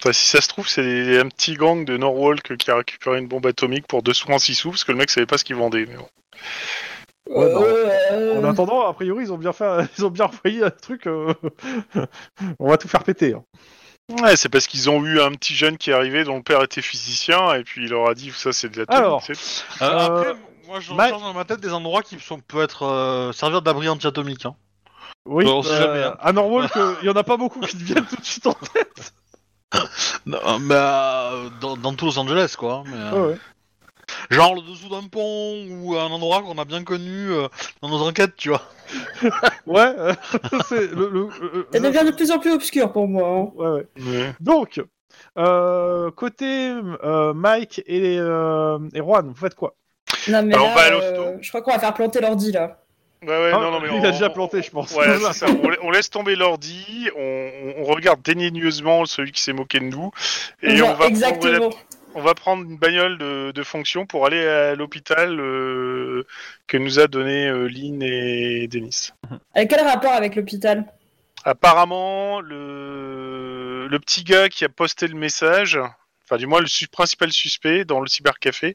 A: Enfin, si ça se trouve, c'est un petit gang de Norwalk qui a récupéré une bombe atomique pour deux sous en six sous, parce que le mec savait pas ce qu'il vendait. Mais bon.
F: Ouais, bah,
D: Euh,
F: En attendant, a priori, ils ont bien fait, ils ont bien envoyé un truc. euh, On va tout faire péter. hein.
A: Ouais, c'est parce qu'ils ont eu un petit jeune qui est arrivé dont le père était physicien, et puis il leur a dit ça, c'est de la
F: Alors,
A: tonique,
C: euh,
F: Euh,
C: après, moi je
F: Ma-
C: recherche dans ma tête des endroits qui sont, peuvent être euh, servir d'abri anti-atomique. Hein.
F: Oui.
C: Bon, on sait jamais, hein.
F: À Norwalk, euh, il y en a pas beaucoup qui deviennent tout de suite. En...
C: Non, bah, euh, dans, dans tout Los Angeles quoi. mais, euh,
F: Ouais, ouais.
C: Genre le dessous d'un pont ou un endroit qu'on a bien connu euh, dans nos enquêtes, tu vois.
F: Ouais, euh, c'est le. le- le-
D: Ça
F: le-
D: devient de plus en plus obscur pour moi. hein.
F: ouais, ouais.
A: c'est- Ouais.
F: Donc, euh, côté euh, Mike et, euh, et Juan, vous faites quoi
D: Non, mais
A: Bah, on
D: là,
A: va à
D: euh,
A: l'hosto.
D: je crois qu'on va faire planter l'ordi là.
A: Ouais, ouais,
F: Ah,
A: non, non, mais
F: lui, il
A: on-
F: a déjà
A: on-
F: planté, je pense.
A: Voilà, c'est ça. On, la- on laisse tomber l'ordi, on, on- on regarde dédaigneusement celui qui s'est moqué de nous, et on va, prendre, la-
D: exactement.
A: on va prendre une bagnole de, de fonction pour aller à l'hôpital euh, que nous a donné euh, Lynn et Denis.
D: Avec quel rapport avec l'hôpital
A: Apparemment, le, le petit gars qui a posté le message, enfin du moins le sus- principal suspect dans le cybercafé,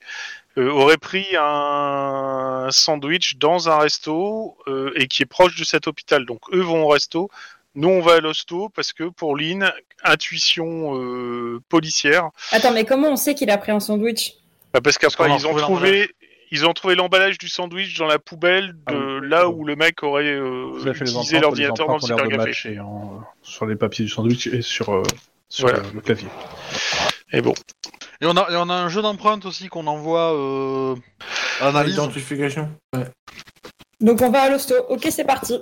A: euh, aurait pris un sandwich dans un resto euh, et qui est proche de cet hôpital. Donc eux vont au resto, nous on va à l'hosto parce que pour Lynn, intuition euh, policière,
D: Attends, mais comment on sait qu'il a pris un sandwich
A: bah, parce qu'après
C: qu'on a
A: ils ont
C: retrouvé
A: trouvé... Ils ont trouvé l'emballage du sandwich dans la poubelle de
F: Ah oui.
A: là où le mec aurait euh,
F: Vous avez fait les
A: utilisé
F: empreintes,
A: l'ordinateur dans le
F: les empreintes ont l'air de
A: cybercafé.
F: matcher, hein, euh, sur les papiers du sandwich et sur, euh, sur
A: Voilà.
F: le, le clavier.
A: Et bon.
C: Et on a, et on a un jeu d'empreinte aussi qu'on envoie euh, à analyse.
E: Ah, Identification.
D: Donc on va à l'hosto. Ok, c'est parti.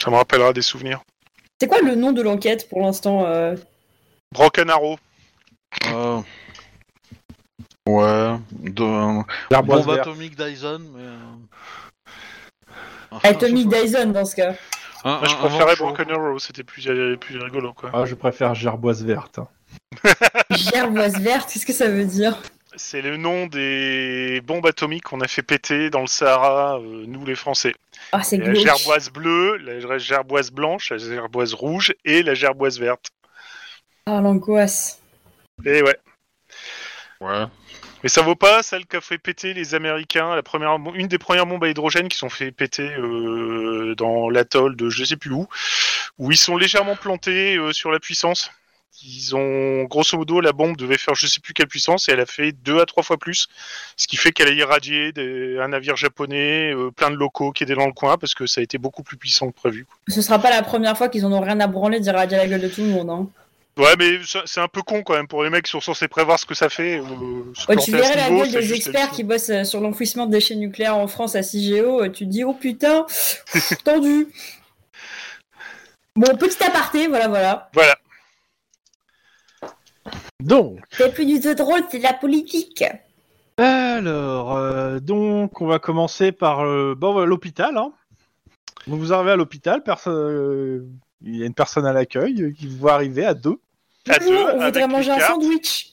A: Ça me rappellera des souvenirs.
D: C'est quoi le nom de l'enquête pour l'instant euh
A: Broken Arrow.
C: Euh, Ouais, de,
A: Ah,
F: L'arboise
C: bombe
F: verte.
C: atomique Dyson. Mais, euh,
A: Ah,
D: Atomic Dyson dans ce cas.
C: Un- Ah, un-
A: Moi, je
C: un
A: préférais
C: vent chaud.
A: Broken Arrow, c'était plus, euh, plus rigolo, quoi.
F: Ah, je préfère gerboise verte. hein.
D: Gerboise verte, qu'est-ce que ça veut dire
A: C'est le nom des bombes atomiques qu'on a fait péter dans le Sahara, euh, nous les Français.
D: Ah, c'est
A: Il y a La
D: glauque.
A: Euh, gerboise bleue, la gerboise blanche, la gerboise rouge et la gerboise verte.
D: Ah, l'angoisse.
A: Et ouais.
C: Ouais.
A: Mais ça vaut pas celle qu'a fait péter les Américains, la première, une des premières bombes à hydrogène qui sont fait péter euh, dans l'atoll de je sais plus où, où ils sont légèrement plantés euh, sur la puissance. Ils ont, grosso modo, la bombe devait faire je sais plus quelle puissance et elle a fait deux à trois fois plus, ce qui fait qu'elle a irradié des- un navire japonais, euh, plein de locaux qui étaient dans le coin parce que ça a été beaucoup plus puissant que prévu.
D: Ce sera pas la première fois qu'ils en ont rien à branler d'irradier la gueule de tout le monde. Hein.
A: Ouais, mais ça- c'est un peu con quand même pour les mecs qui sont censés prévoir ce que ça fait. euh, se
D: Ouais, tu
A: planter à ce
D: verrais la
A: niveau,
D: gueule
A: c'est
D: des
A: juste
D: experts qui bossent euh, sur l'enfouissement des déchets nucléaires en France à CIGEO, euh, tu te dis oh putain, tendu. Bon, petit aparté, voilà, voilà.
A: Voilà.
F: Donc,
D: C'est plus du jeu de rôle, c'est de la politique.
F: alors, euh, donc, on va commencer par euh, bon, voilà, l'hôpital. hein. Donc, vous arrivez à l'hôpital, perso- euh, il y a une personne à l'accueil euh, qui vous voit arriver à deux.
A: À
D: Bonjour,
A: deux,
D: Mmh, on
A: avec
D: voudrait
A: les
D: manger un
A: cartes.
D: sandwich.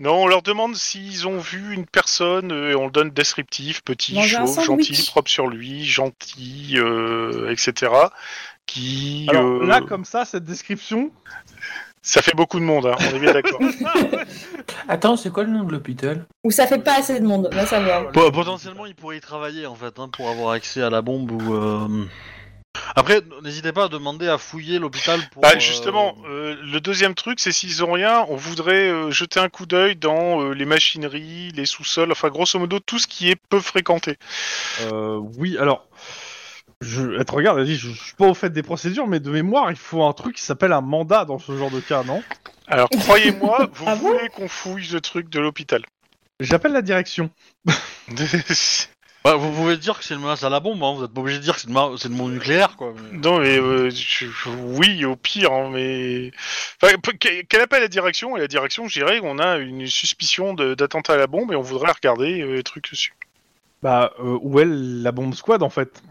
A: Non, on leur demande s'ils ont vu une personne euh, et on le donne descriptif, petit,
D: Manger un
A: chauve,
D: sandwich.
A: gentil, propre sur lui, gentil, euh, etc. Qui
F: Alors
A: euh,
F: là, comme ça, cette description,
A: ça fait beaucoup de monde, hein, on est bien d'accord.
E: Attends, c'est quoi le nom de l'hôpital
D: Ou ça fait pas assez de monde, va savoir.
C: Po- potentiellement, il pourrait y travailler en fait hein, pour avoir accès à la bombe ou euh, Après, n'hésitez pas à demander à fouiller l'hôpital pour.
A: Bah,
C: euh,
A: justement, euh, le deuxième truc, c'est s'ils ont rien, on voudrait euh, jeter un coup d'œil dans euh, les machineries, les sous-sols, enfin grosso modo tout ce qui est peu fréquenté.
B: Euh, oui, alors. Je, elle te regarde, elle dit Je, je suis pas au fait des procédures, mais de mémoire, il faut un truc qui s'appelle un mandat dans ce genre de cas, non
A: Alors croyez-moi, vous
D: Ah bon
A: voulez qu'on fouille le truc de l'hôpital.
B: J'appelle la direction.
C: bah, vous pouvez dire que c'est une menace à la bombe, hein, vous êtes pas obligé de dire que c'est une, mar- c'est une bombe nucléaire, quoi. mais-
A: non mais euh, je- je- oui au pire, hein, mais enfin, pe- que- qu'elle appelle la direction et la direction, je dirais, on a une suspicion de- d'attentat à la bombe et on voudrait regarder euh, les trucs dessus.
B: Bah, euh, où est la bombe squad en fait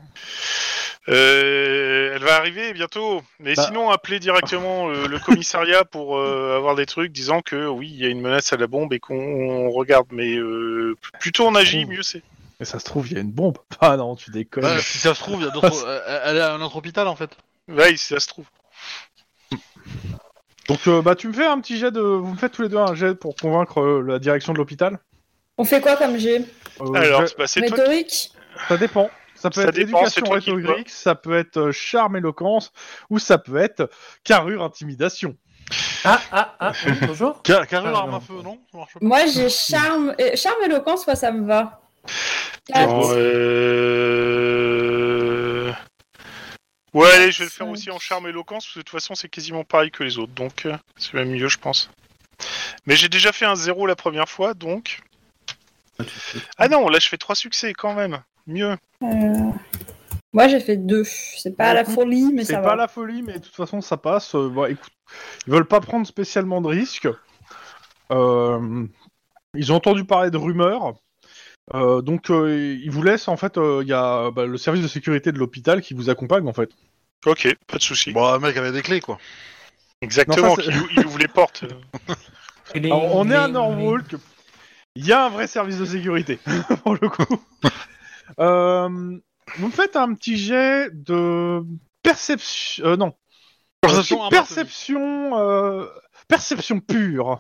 A: Euh, elle va arriver bientôt, mais
B: Bah.
A: sinon appelez directement euh, le commissariat pour euh, avoir des trucs disant que oui, il y a une menace à la bombe et qu'on on regarde, mais euh, plutôt on agit, mieux c'est.
B: Mais ça se trouve, il y a une bombe. Ah non, tu déconnes.
C: Bah, si ça se trouve, il y a d'autres- euh, elle est à un autre hôpital en fait.
A: Ouais, si ça se trouve.
B: Donc, euh, bah, tu me fais un petit jet de. Vous me faites tous les deux un jet pour convaincre euh, la direction de l'hôpital
D: On fait quoi comme j'ai
B: Euh,
A: Alors,
B: je-
A: bah, c'est toi.
D: Rhétorique
B: ça dépend. Ça peut
A: Ça
B: être
A: dépend, c'est
B: éducation
A: toi qui le
B: rhétorique, ça peut être euh, charme, éloquence, ou ça peut être carrure, intimidation.
E: Ah, ah, ah, oui, bonjour.
C: Car, carrure,
B: Ah,
C: arme
B: non.
C: à feu, non Ça marche pas.
D: Moi, j'ai charme, et... charme éloquence, moi, ça me va.
A: qui-
D: Ah,
A: Bon, euh, Ouais, allez, je vais le faire
D: Cinq.
A: aussi en charme et éloquence, parce que de toute façon c'est quasiment pareil que les autres, donc euh, c'est même mieux je pense. Mais j'ai déjà fait un zéro la première fois, donc... Ah non, là je fais trois succès quand même, mieux.
D: euh, Moi, j'ai fait deux. C'est pas la folie, mais
B: C'est
D: ça
B: pas
D: va.
B: la folie, mais de toute façon, ça passe. Euh, bah, écoute, ils veulent pas prendre spécialement de risques. Euh, ils ont entendu parler de rumeurs. Euh, donc, euh, ils vous laissent, en fait, euh, il y a euh, bah, le service de sécurité de l'hôpital qui vous accompagne, en fait.
A: Ok, pas de souci.
C: Bon, un Bah, mec avait des clés quoi.
A: Exactement,
B: Non, ça, c'est-
A: qui ou- il ouvre les portes. Euh,
B: Alors, on est à Norwalk. Il y a un vrai service de sécurité, pour le coup. Euh, vous me faites un petit jet de perception. euh, non.
C: Perception, arme à feu.
B: perception, euh, perception pure.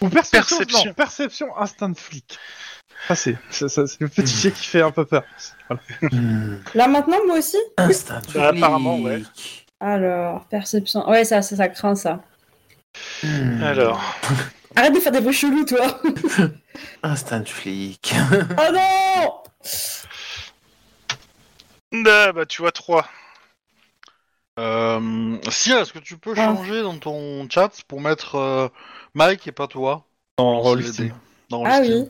B: Ou perception.
A: Perception.
B: non, perception instinct de flic. Ah, c'est ça- ça- c'est le petit jet qui fait un peu peur. Voilà.
E: Hmm.
D: Là, maintenant, moi aussi
E: Instinct.
A: Bah, apparemment, ouais.
D: Alors, perception. Ouais, ça, ça, ça craint, ça.
B: Hmm.
A: Alors,
D: Arrête de faire des bruits chelous, toi
E: Instinct de flic.
D: Oh non
A: ah, bah tu vois 3.
C: Euh, Cyr, est-ce que tu peux
D: Ah.
C: changer dans ton chat pour mettre euh, Mike et pas toi
B: En
C: Dans
B: rôle
C: le
B: Steam.
C: Dans le
D: Ah
C: Steam.
D: oui.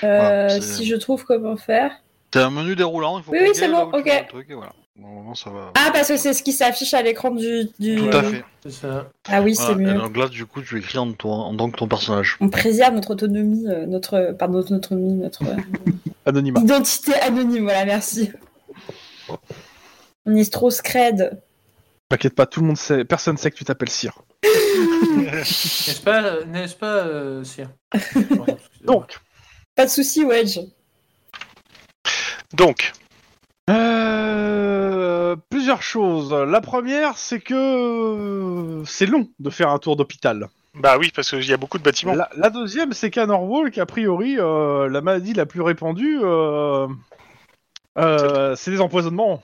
C: Voilà,
D: Euh,
C: c'est-
D: si je trouve comment faire.
C: T'as un menu déroulant, il faut
D: Oui,
C: cliquer
D: oui, c'est
C: là
D: bon,
C: où tu
D: ok.
C: mets le truc et voilà. Normalement, ça va.
D: Ah, parce que c'est ce qui s'affiche à l'écran du. du-
C: Tout à fait.
E: C'est ça.
D: Ah oui, Euh, c'est
C: Voilà, et
D: mieux.
C: donc là, du coup, tu écris en, toi- en tant que ton personnage.
D: On préserve notre autonomie, euh, notre. Pardon, notre autonomie, notre euh,
B: Anonymat.
D: identité anonyme, voilà, merci. On est trop scred.
B: T'inquiète pas, tout le monde sait. Personne sait que tu t'appelles Cyr.
E: N'est-ce pas, euh, n'est-ce pas, euh, Cyr Pardon, excusez-moi.
B: Donc.
D: Pas de soucis, Wedge.
A: Donc,
B: Euh, plusieurs choses. La première, c'est que euh, c'est long de faire un tour d'hôpital.
A: bah oui, parce qu'il y a beaucoup de bâtiments.
B: La, la deuxième, c'est qu'à Norwalk, a priori, euh, la maladie la plus répandue, euh, euh, c'est les empoisonnements.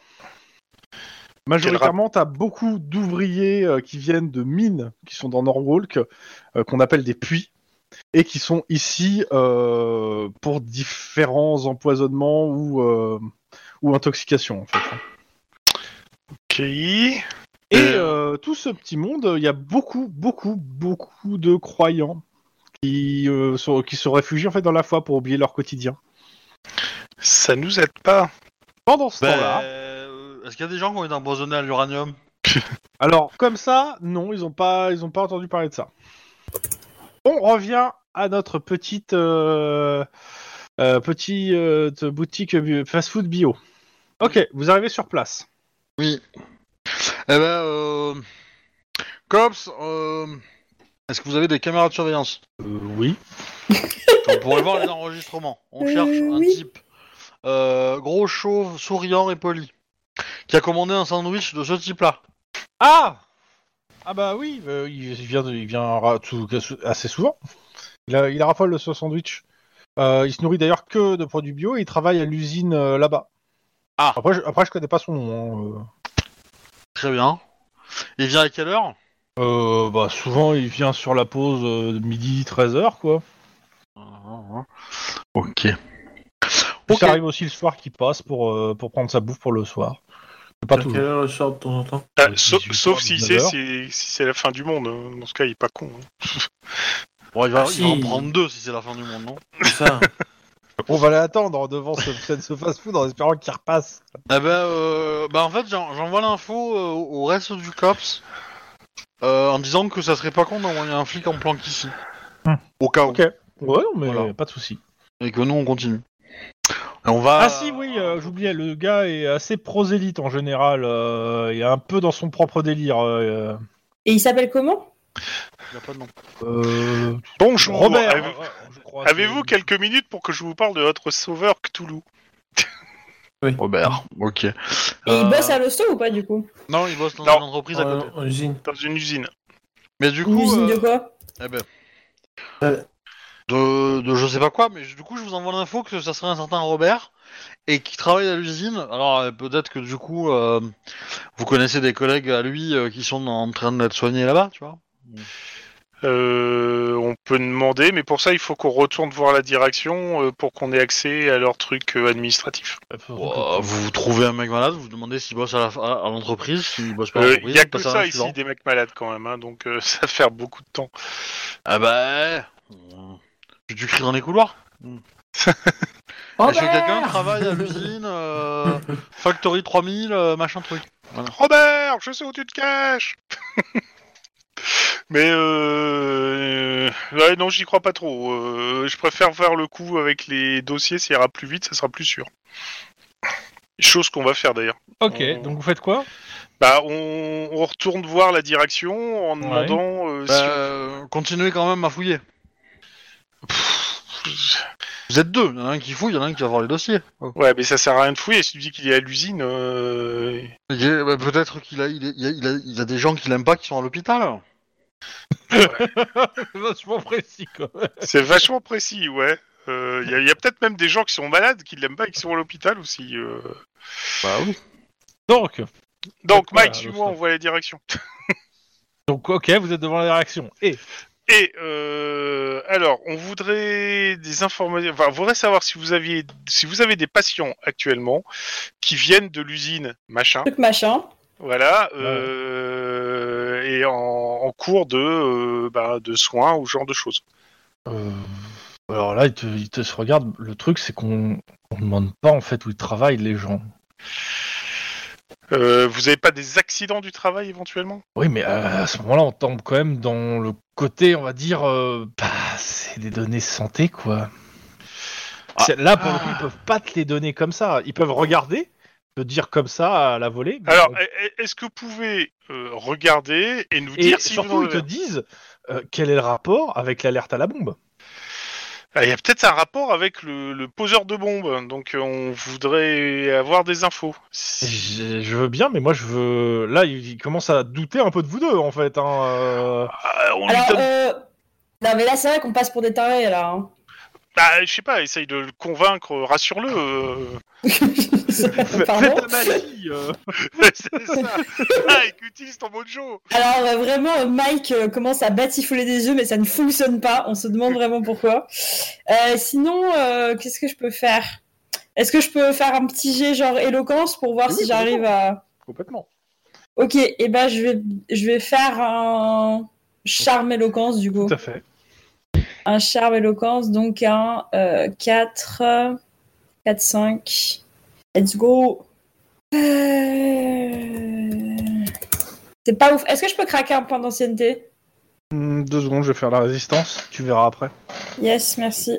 B: Majoritairement, t'as beaucoup d'ouvriers euh, qui viennent de mines, qui sont dans Norwalk, euh, qu'on appelle des puits, et qui sont ici euh, pour différents empoisonnements ou, euh, ou intoxications, en fait.
A: Ok.
B: Et euh, tout ce petit monde, il y a beaucoup, beaucoup, beaucoup de croyants qui, euh, sont- qui se réfugient en fait dans la foi pour oublier leur quotidien.
A: Ça nous aide pas.
B: Pendant ce
C: Ben,
B: temps-là,
C: euh, est-ce qu'il y a des gens qui ont été empoisonnés à l'uranium
B: alors comme ça, non, ils n'ont pas, ils ont pas entendu parler de ça. On revient à notre petite euh, euh, petite euh, t- boutique bio- fast-food bio. Ok, vous arrivez sur place.
C: Oui. Eh ben, euh... Cops, euh, est-ce que vous avez des caméras de surveillance
B: Euh, oui.
C: On pourrait voir les enregistrements. On
D: Euh,
C: cherche un
D: oui.
C: type euh, gros, chauve, souriant et poli qui a commandé un sandwich de ce type-là.
B: Ah Ah bah oui, euh, il il vient, de- il vient ra- tout- assez souvent. Il, a, il raffole de ce sandwich. Euh, il se nourrit d'ailleurs que de produits bio et il travaille à l'usine euh, là-bas.
C: Ah.
B: Après je, après, je connais pas son nom. hein, euh.
C: Très bien. Il vient à quelle heure
F: Euh, bah, souvent, il vient sur la pause euh, midi 13h, quoi.
C: Ok.
F: Puis
C: Ok.
F: Ça arrive aussi le soir qui passe pour, euh, pour prendre sa bouffe pour le soir. C'est pas
E: À
F: tout.
E: quelle heure le sort de temps en temps
A: Ah,
F: Euh,
A: sauf
F: 18,
A: sauf si
F: 19
A: c'est
F: heures.
A: si, si c'est la fin du monde. Dans ce cas, il est pas con. hein.
C: Bon, il va,
E: Ah,
C: il va en
E: si.
C: prendre deux si c'est la fin du monde, non
E: Ça.
F: On va l'attendre hein, devant ce, ce fast-food en espérant qu'il repasse.
C: Ah bah, euh, bah en fait, j'en- j'envoie l'info euh, au reste du COPS euh, en disant que ça serait pas con d'envoyer un flic en planque ici. Au cas où.
F: Ok. Ouais, non, mais
C: Voilà.
F: pas de souci.
C: Et que nous, on continue. Et on va...
F: Ah si, oui, euh, j'oubliais, le gars est assez prosélyte en général. euh, il est un peu dans son propre délire. euh,
D: Et il s'appelle comment
C: Il a pas de nom.
F: euh,
A: Bonjour.
F: Robert,
A: avez-
F: ouais, je crois, c'est-
A: Avez-vous quelques minutes pour que je vous parle de votre sauveur Cthulhu
C: Robert, ok.
D: Et
C: Euh,
D: il bosse à l'hosto ou pas du coup
C: Non, il bosse dans
A: Non.
C: une entreprise à
E: En,
C: côté.
E: en usine.
A: dans une usine
C: Mais du
D: Une
C: coup...
D: Euh, usine
C: euh,
D: de quoi
C: eh ben,
E: Euh.
C: de, de je sais pas quoi, mais du coup, je vous envoie l'info que ça serait un certain Robert et qui travaille à l'usine. Alors, euh, peut-être que du coup, euh, vous connaissez des collègues à lui euh, qui sont en train d'être soignés là-bas, tu vois
A: Euh, On peut demander, mais pour ça, il faut qu'on retourne voir la direction euh, pour qu'on ait accès à leur truc euh, administratif.
C: Ouah, euh, vous vous trouvez un mec malade, vous vous demandez s'il bosse à la- à à l'entreprise, s'il bosse pas à
A: Euh, Il
C: l'entreprise.
A: y a que
C: passez à
A: ça
C: l'insuffisant.
A: ici, des mecs malades quand même, hein, donc euh, ça va faire beaucoup de temps.
C: Ah bah. euh, Tu, tu cries dans les couloirs
E: Ah, bah,
C: Est-ce que quelqu'un travaille à l'usine euh, Factory 3000, euh, machin truc
A: Robert, je sais où tu te caches Mais euh... ouais, non, j'y crois pas trop. Euh, je préfère faire le coup avec les dossiers, ça ira plus vite, ça sera plus sûr. Chose qu'on va faire d'ailleurs.
F: Ok,
A: On-
F: donc vous faites quoi
A: Bah, on, on retourne voir la direction en demandant euh,
C: Bah, euh, Continuez quand même à fouiller.
A: si.
C: Vous êtes deux, il y en a un qui fouille, il y en a un qui va voir les dossiers. Oh.
A: on- Ouais, mais ça sert à rien de fouiller. Si tu dis qu'il est à l'usine, euh,
C: Il est- bah, Peut-être qu'il a, il est- il a, il a- il a des gens qu'il aime pas qui sont à l'hôpital.
F: Vachement précis, quoi.
A: c'est vachement précis, ouais. Il y a, y a peut-être même des gens qui sont malades, qui l'aiment pas et qui sont à l'hôpital aussi. euh.
C: Bah oui.
F: Donc,
A: Donc,
F: Voilà,
A: Mike, suis-moi,
F: le-
A: on voit la direction.
F: donc, ok, vous êtes devant la réaction. Et
A: Et euh, alors, on voudrait des informations. Enfin, on voudrait savoir si vous aviez, si vous avez des patients actuellement qui viennent de l'usine machin,
D: Truc machin.
A: voilà, euh, et en, en cours de euh, bah, de soins ou ce genre de choses.
F: Euh, Alors là, ils te, ils te se regardent. Le truc, c'est qu'on on demande pas en fait où ils travaillent les gens.
A: Euh, vous n'avez pas des accidents du travail éventuellement
F: Oui, mais euh, à ce moment-là, on tombe quand même dans le côté, on va dire, euh, bah, c'est des données santé, quoi.
C: Ah.
F: C'est- Là, pour le coup, ils peuvent pas te les donner comme ça. Ils peuvent regarder, te dire comme ça à la volée. mais
A: Alors,
F: on-
A: e- e- est-ce que vous pouvez euh, regarder et nous
F: et
A: dire si vous en
F: surtout, ils te
A: avez-
F: disent euh, quel est le rapport avec l'alerte à la bombe.
A: Ah, Il y a peut-être un rapport avec le, le poseur de bombes, donc euh, on voudrait avoir des infos.
F: Je je veux bien, mais moi, je veux. Là, ils ils commencent à douter un peu de vous deux, en fait. hein, euh.
D: Alors, euh... non mais là c'est vrai qu'on passe pour des tarés là. hein.
A: Bah, je sais pas, essaye de le convaincre, euh, rassure-le. euh.
D: Pardon
F: Faites la magie euh.
A: c'est ça. Mike, utilise ton mojo.
D: Alors euh, vraiment, euh, Mike euh, commence à batifoler des yeux, mais ça ne fonctionne pas. On se demande vraiment pourquoi. Euh, sinon, euh, qu'est-ce que je peux faire Est-ce que je peux faire un petit jet genre éloquence pour voir
F: Oui,
D: si j'arrive à...
F: Complètement.
D: Ok, et eh ben je vais, je vais faire un charme éloquence du coup.
F: Tout à fait.
D: Un charme éloquence, donc un euh, 4, 4, 5. Let's go Euh, C'est pas ouf. Est-ce que je peux craquer un point d'ancienneté
F: Hmm, Deux secondes, je vais faire la résistance. Tu verras après.
D: Yes, merci.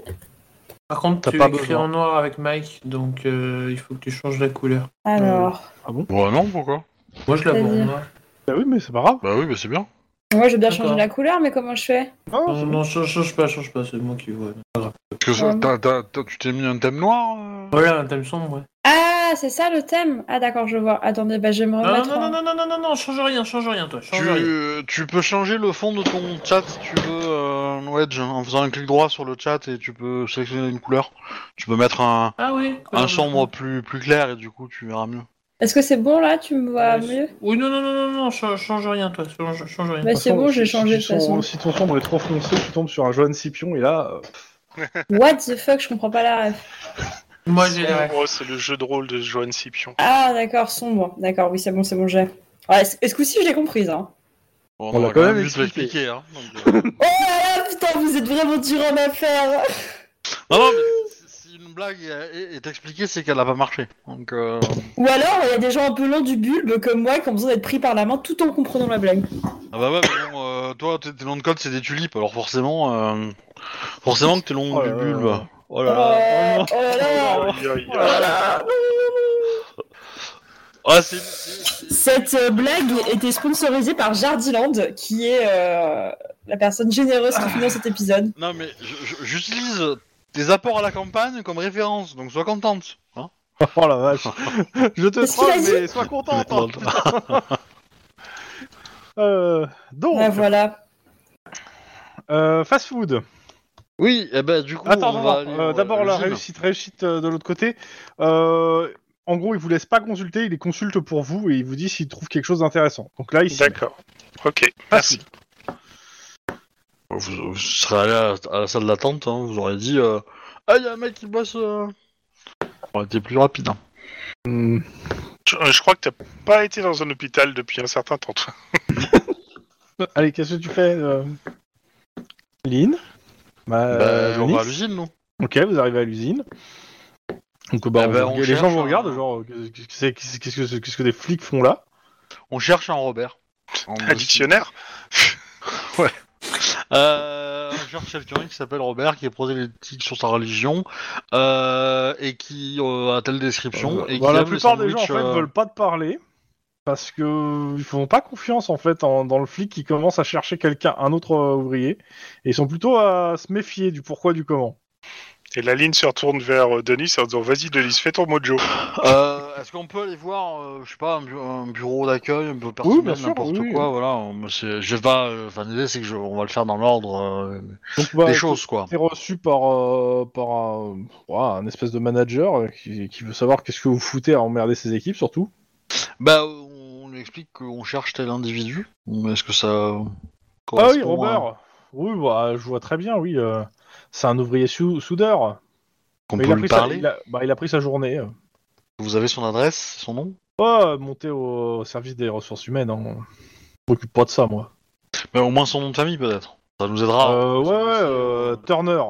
E: Par contre,
F: T'as
E: tu
F: pas
E: écris
F: besoin.
E: en noir avec Mike, donc euh, il faut que tu changes la couleur.
D: Alors,
C: Bah non, pourquoi
E: Moi, je la vois
D: C'est-à-dire
E: en noir.
F: Bah oui, mais c'est pas grave.
C: Bah oui, bah c'est bien.
D: moi je veux bien
E: Euh, D'accord.
D: changer la couleur, mais comment je fais
E: Non, non, change, change pas, change pas, c'est moi qui vois.
C: Parce que ça-
D: Ouais.
C: t'as- t'as- t'as- tu t'es mis un thème noir euh
E: Voilà, un thème sombre, ouais.
D: Ah, c'est ça le thème Ah, d'accord, je vois. Attendez, bah, je vais me
E: Non,
D: remettre.
E: non, non,
D: en-
E: non, non, non, non, non, change rien, change rien, toi, change rien.
C: Tu, tu peux changer le fond de ton chat si tu veux, euh, Wedge, en faisant un clic droit sur le chat et tu peux sélectionner une couleur. Tu peux mettre un,
E: Ah oui.
C: un sombre plus, plus clair et du coup tu verras mieux.
D: Est-ce que c'est bon là Tu me vois
E: Ouais,
D: mieux
E: Oui, non, non, non, non, non, change, change rien, toi. Change, change rien.
D: Bah, c'est bon, j'ai
B: si-
D: changé de
B: si ton-
D: façon.
B: Si ton tombe est trop foncé, tu tombes sur un Johan Scipion et là, euh,
D: What the fuck, je comprends pas la ref.
E: Moi, j'ai les rêves.
A: Oh, c'est le jeu de rôle de Johan Scipion.
D: Ah d'accord, sombre. D'accord, oui, c'est bon, c'est bon, j'ai. Ouais, est-ce- est-ce que si je l'ai comprise hein
C: Bon,
B: On l'a
C: va
B: quand même
C: juste le
B: expliqué.
C: expliquer, hein. donc, euh.
D: Ah putain, vous êtes vraiment dur en affaire.
C: non, non, mais si- si une blague est, est- est expliquée, c'est qu'elle n'a pas marché. Donc, euh,
D: Ou alors, il y a des gens un peu lents du bulbe comme moi qui ont besoin d'être pris par la main tout en comprenant la blague.
C: ah bah ouais, mais bon, euh, toi, tes, tes noms de code, c'est des tulipes, alors forcément, euh, forcément que tes noms
B: Oh
C: du
B: là
C: bulbe.
B: là.
C: Oh là
A: Bah,
C: là.
D: Euh, Oh là là
A: Aïe, aïe, aïe.
C: Ah, c'est- c'est- c'est-
D: Cette euh, blague était sponsorisée par Jardiland, qui est euh, la personne généreuse qui finance cet épisode.
C: Non, mais je- je- j'utilise tes apports à la campagne comme référence, donc sois contente. Hein
B: oh la vache, je te
D: Qu'est-ce qu'il a
B: troll,
D: dit
B: mais sois contente. hein. Euh, donc,
D: Ah, voilà.
B: euh, fast food.
C: oui, eh ben du coup.
B: Attends,
C: on
B: non,
C: va
B: non,
C: aller
B: euh,
C: au-
B: d'abord
C: au
B: la
C: gym.
B: réussite, réussite euh, de l'autre côté. Euh, en gros, il vous laisse pas consulter, il les consulte pour vous et il vous dit s'il trouve quelque chose d'intéressant. Donc là, ici,
A: D'accord. Ok, merci.
C: Vous, vous serez allé à, la- à la salle d'attente, hein, vous aurez dit euh, Ah, il y a un mec qui bosse. Euh... On était plus rapide. hein.
A: Je, euh, je crois que t'as pas été dans un hôpital depuis un certain temps. toi.
B: allez, qu'est-ce que tu fais, euh... Lynn Bah,
C: Bah, on
B: Denis
C: va à l'usine, non
B: Ok, vous arrivez à l'usine. Donc, bah,
C: Eh
B: on
C: ben,
B: vous-
C: on
B: les gens
C: cherche
B: vous
C: un-
B: regardent, genre, euh, qu'est-ce que c'est- qu'est-ce que, c'est- qu'est-ce que des flics font là
C: On cherche un Robert. En-
A: Un dictionnaire
C: Euh, on cherche quelqu'un qui s'appelle Robert, qui est prosélytique sur sa religion, euh, et qui euh, a telle description. et qui
B: Bah, La
C: aime les
B: plupart des gens, en
C: sandwichs,
B: fait,
C: euh,
B: veulent pas te parler. Parce que euh, ils font pas confiance en fait en- dans le flic qui commence à chercher quelqu'un, un autre euh, ouvrier, et ils sont plutôt à se méfier du pourquoi du comment.
A: Et la ligne se retourne vers euh, Denis en disant Vas-y, Denis, fais ton mojo.
C: Euh, Est-ce qu'on peut aller voir, euh, je sais pas, un, bu- un bureau d'accueil, un peu personnel,
B: Oui, bien sûr,
C: n'importe
B: oui, oui.
C: quoi, voilà. on- c'est- Je vais pas. euh, Enfin, l'idée c'est que je- on va le faire dans l'ordre euh,
B: Donc, bah,
C: des choses, quoi.
B: T'es reçu par, euh, par un, ouah, un espèce de manager euh, qui, qui veut savoir qu'est-ce que vous foutez à emmerder ses équipes surtout.
C: Bah, on lui explique qu'on cherche tel individu. Est-ce que ça
B: Ah
C: correspond
B: oui, Robert.
C: à-
B: Oui, bah, je vois très bien. Oui, euh, c'est un ouvrier sou- soudeur.
C: Qu'on
B: Mais
C: peut
B: il, a
C: lui
B: pris sa,
C: parler.
B: il a- bah, il a pris sa journée. euh.
C: Vous avez son adresse, son nom
B: Pas euh, monter au, au service des ressources humaines. Hein. Je m'occupe pas de ça, moi.
C: Mais au moins son nom de famille, peut-être. Ça nous aidera.
B: Euh, ouais, ouais, euh, Turner.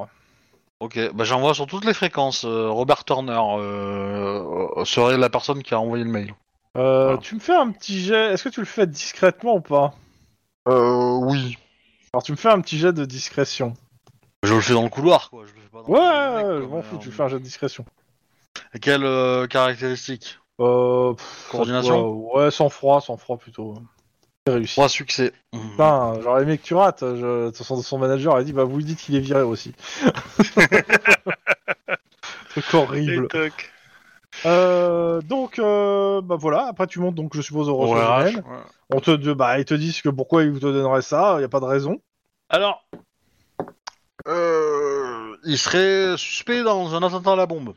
C: Ok, bah j'envoie sur toutes les fréquences. euh, Robert Turner euh, serait la personne qui a envoyé le mail.
B: Euh,
C: Voilà.
B: Tu me fais un petit jet. Est-ce que tu le fais discrètement ou pas
C: Euh, oui.
B: Alors, tu me fais un petit jet de discrétion.
C: Je le fais dans le couloir, quoi. Je le fais pas dans
B: Ouais,
C: le mec,
B: ouais,
C: quoi,
B: je m'en
C: mais,
B: fous.
C: euh,
B: Tu le fais un jet de discrétion.
C: Quelle euh, caractéristique
B: Euh, pff,
C: Coordination
B: ouais, ouais, sans froid, sans froid plutôt. C'est réussi.
C: Trois succès. Mmh.
B: Putain, j'aurais aimé que tu rates. Je... Son, son manager a dit Bah, vous lui dites qu'il est viré aussi. Truc horrible.
A: Et toc.
B: Euh, donc, euh, bah voilà. Après, tu montes, donc je suppose, au
C: Au
B: ressources
C: RH,
B: humaines.
C: ouais.
B: On te, dit- bah, ils te disent que pourquoi ils te donneraient ça, il n'y a pas de raison.
C: Alors, euh, il serait suspect dans un attentat à la bombe.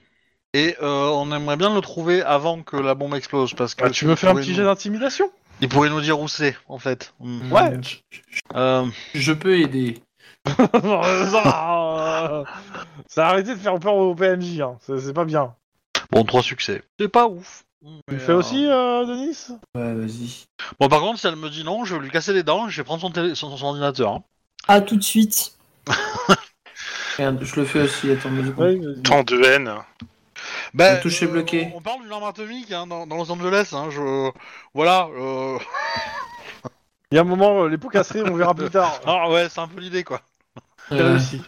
C: Et euh, on aimerait bien le trouver avant que la bombe explose, parce que
B: Bah, tu me fais un
C: il
B: petit jet
C: pourrait
B: d'intimidation
C: nous- Il pourrait nous dire où c'est, en fait. Mm.
B: Ouais.
E: Je,
C: Euh,
E: je peux aider.
B: Ça a arrêté de faire peur aux PNJ, hein. c'est c'est pas bien.
C: bon, trois succès. C'est pas ouf.
B: Tu
C: Mais,
B: le fais
C: euh,
B: aussi, euh, Denis
E: Ouais, vas-y.
C: Bon, par contre, si elle me dit non, je vais lui casser les dents, je vais prendre son, télé- son, son ordinateur. hein.
D: Ah, tout de suite.
E: Merde, je le fais aussi, attends deux secondes.
B: Ouais, vas-y.
A: Tant de haine.
C: Ben,
E: touche est bloquée.
C: On, on parle d'une arme atomique hein, dans, dans Los Angeles. Hein, je... Voilà. euh,
B: Il y a un moment, euh, les pots casserés, on verra plus tard.
C: Ah ouais, c'est un peu l'idée, quoi.
B: C'est
E: Euh,
B: réussi.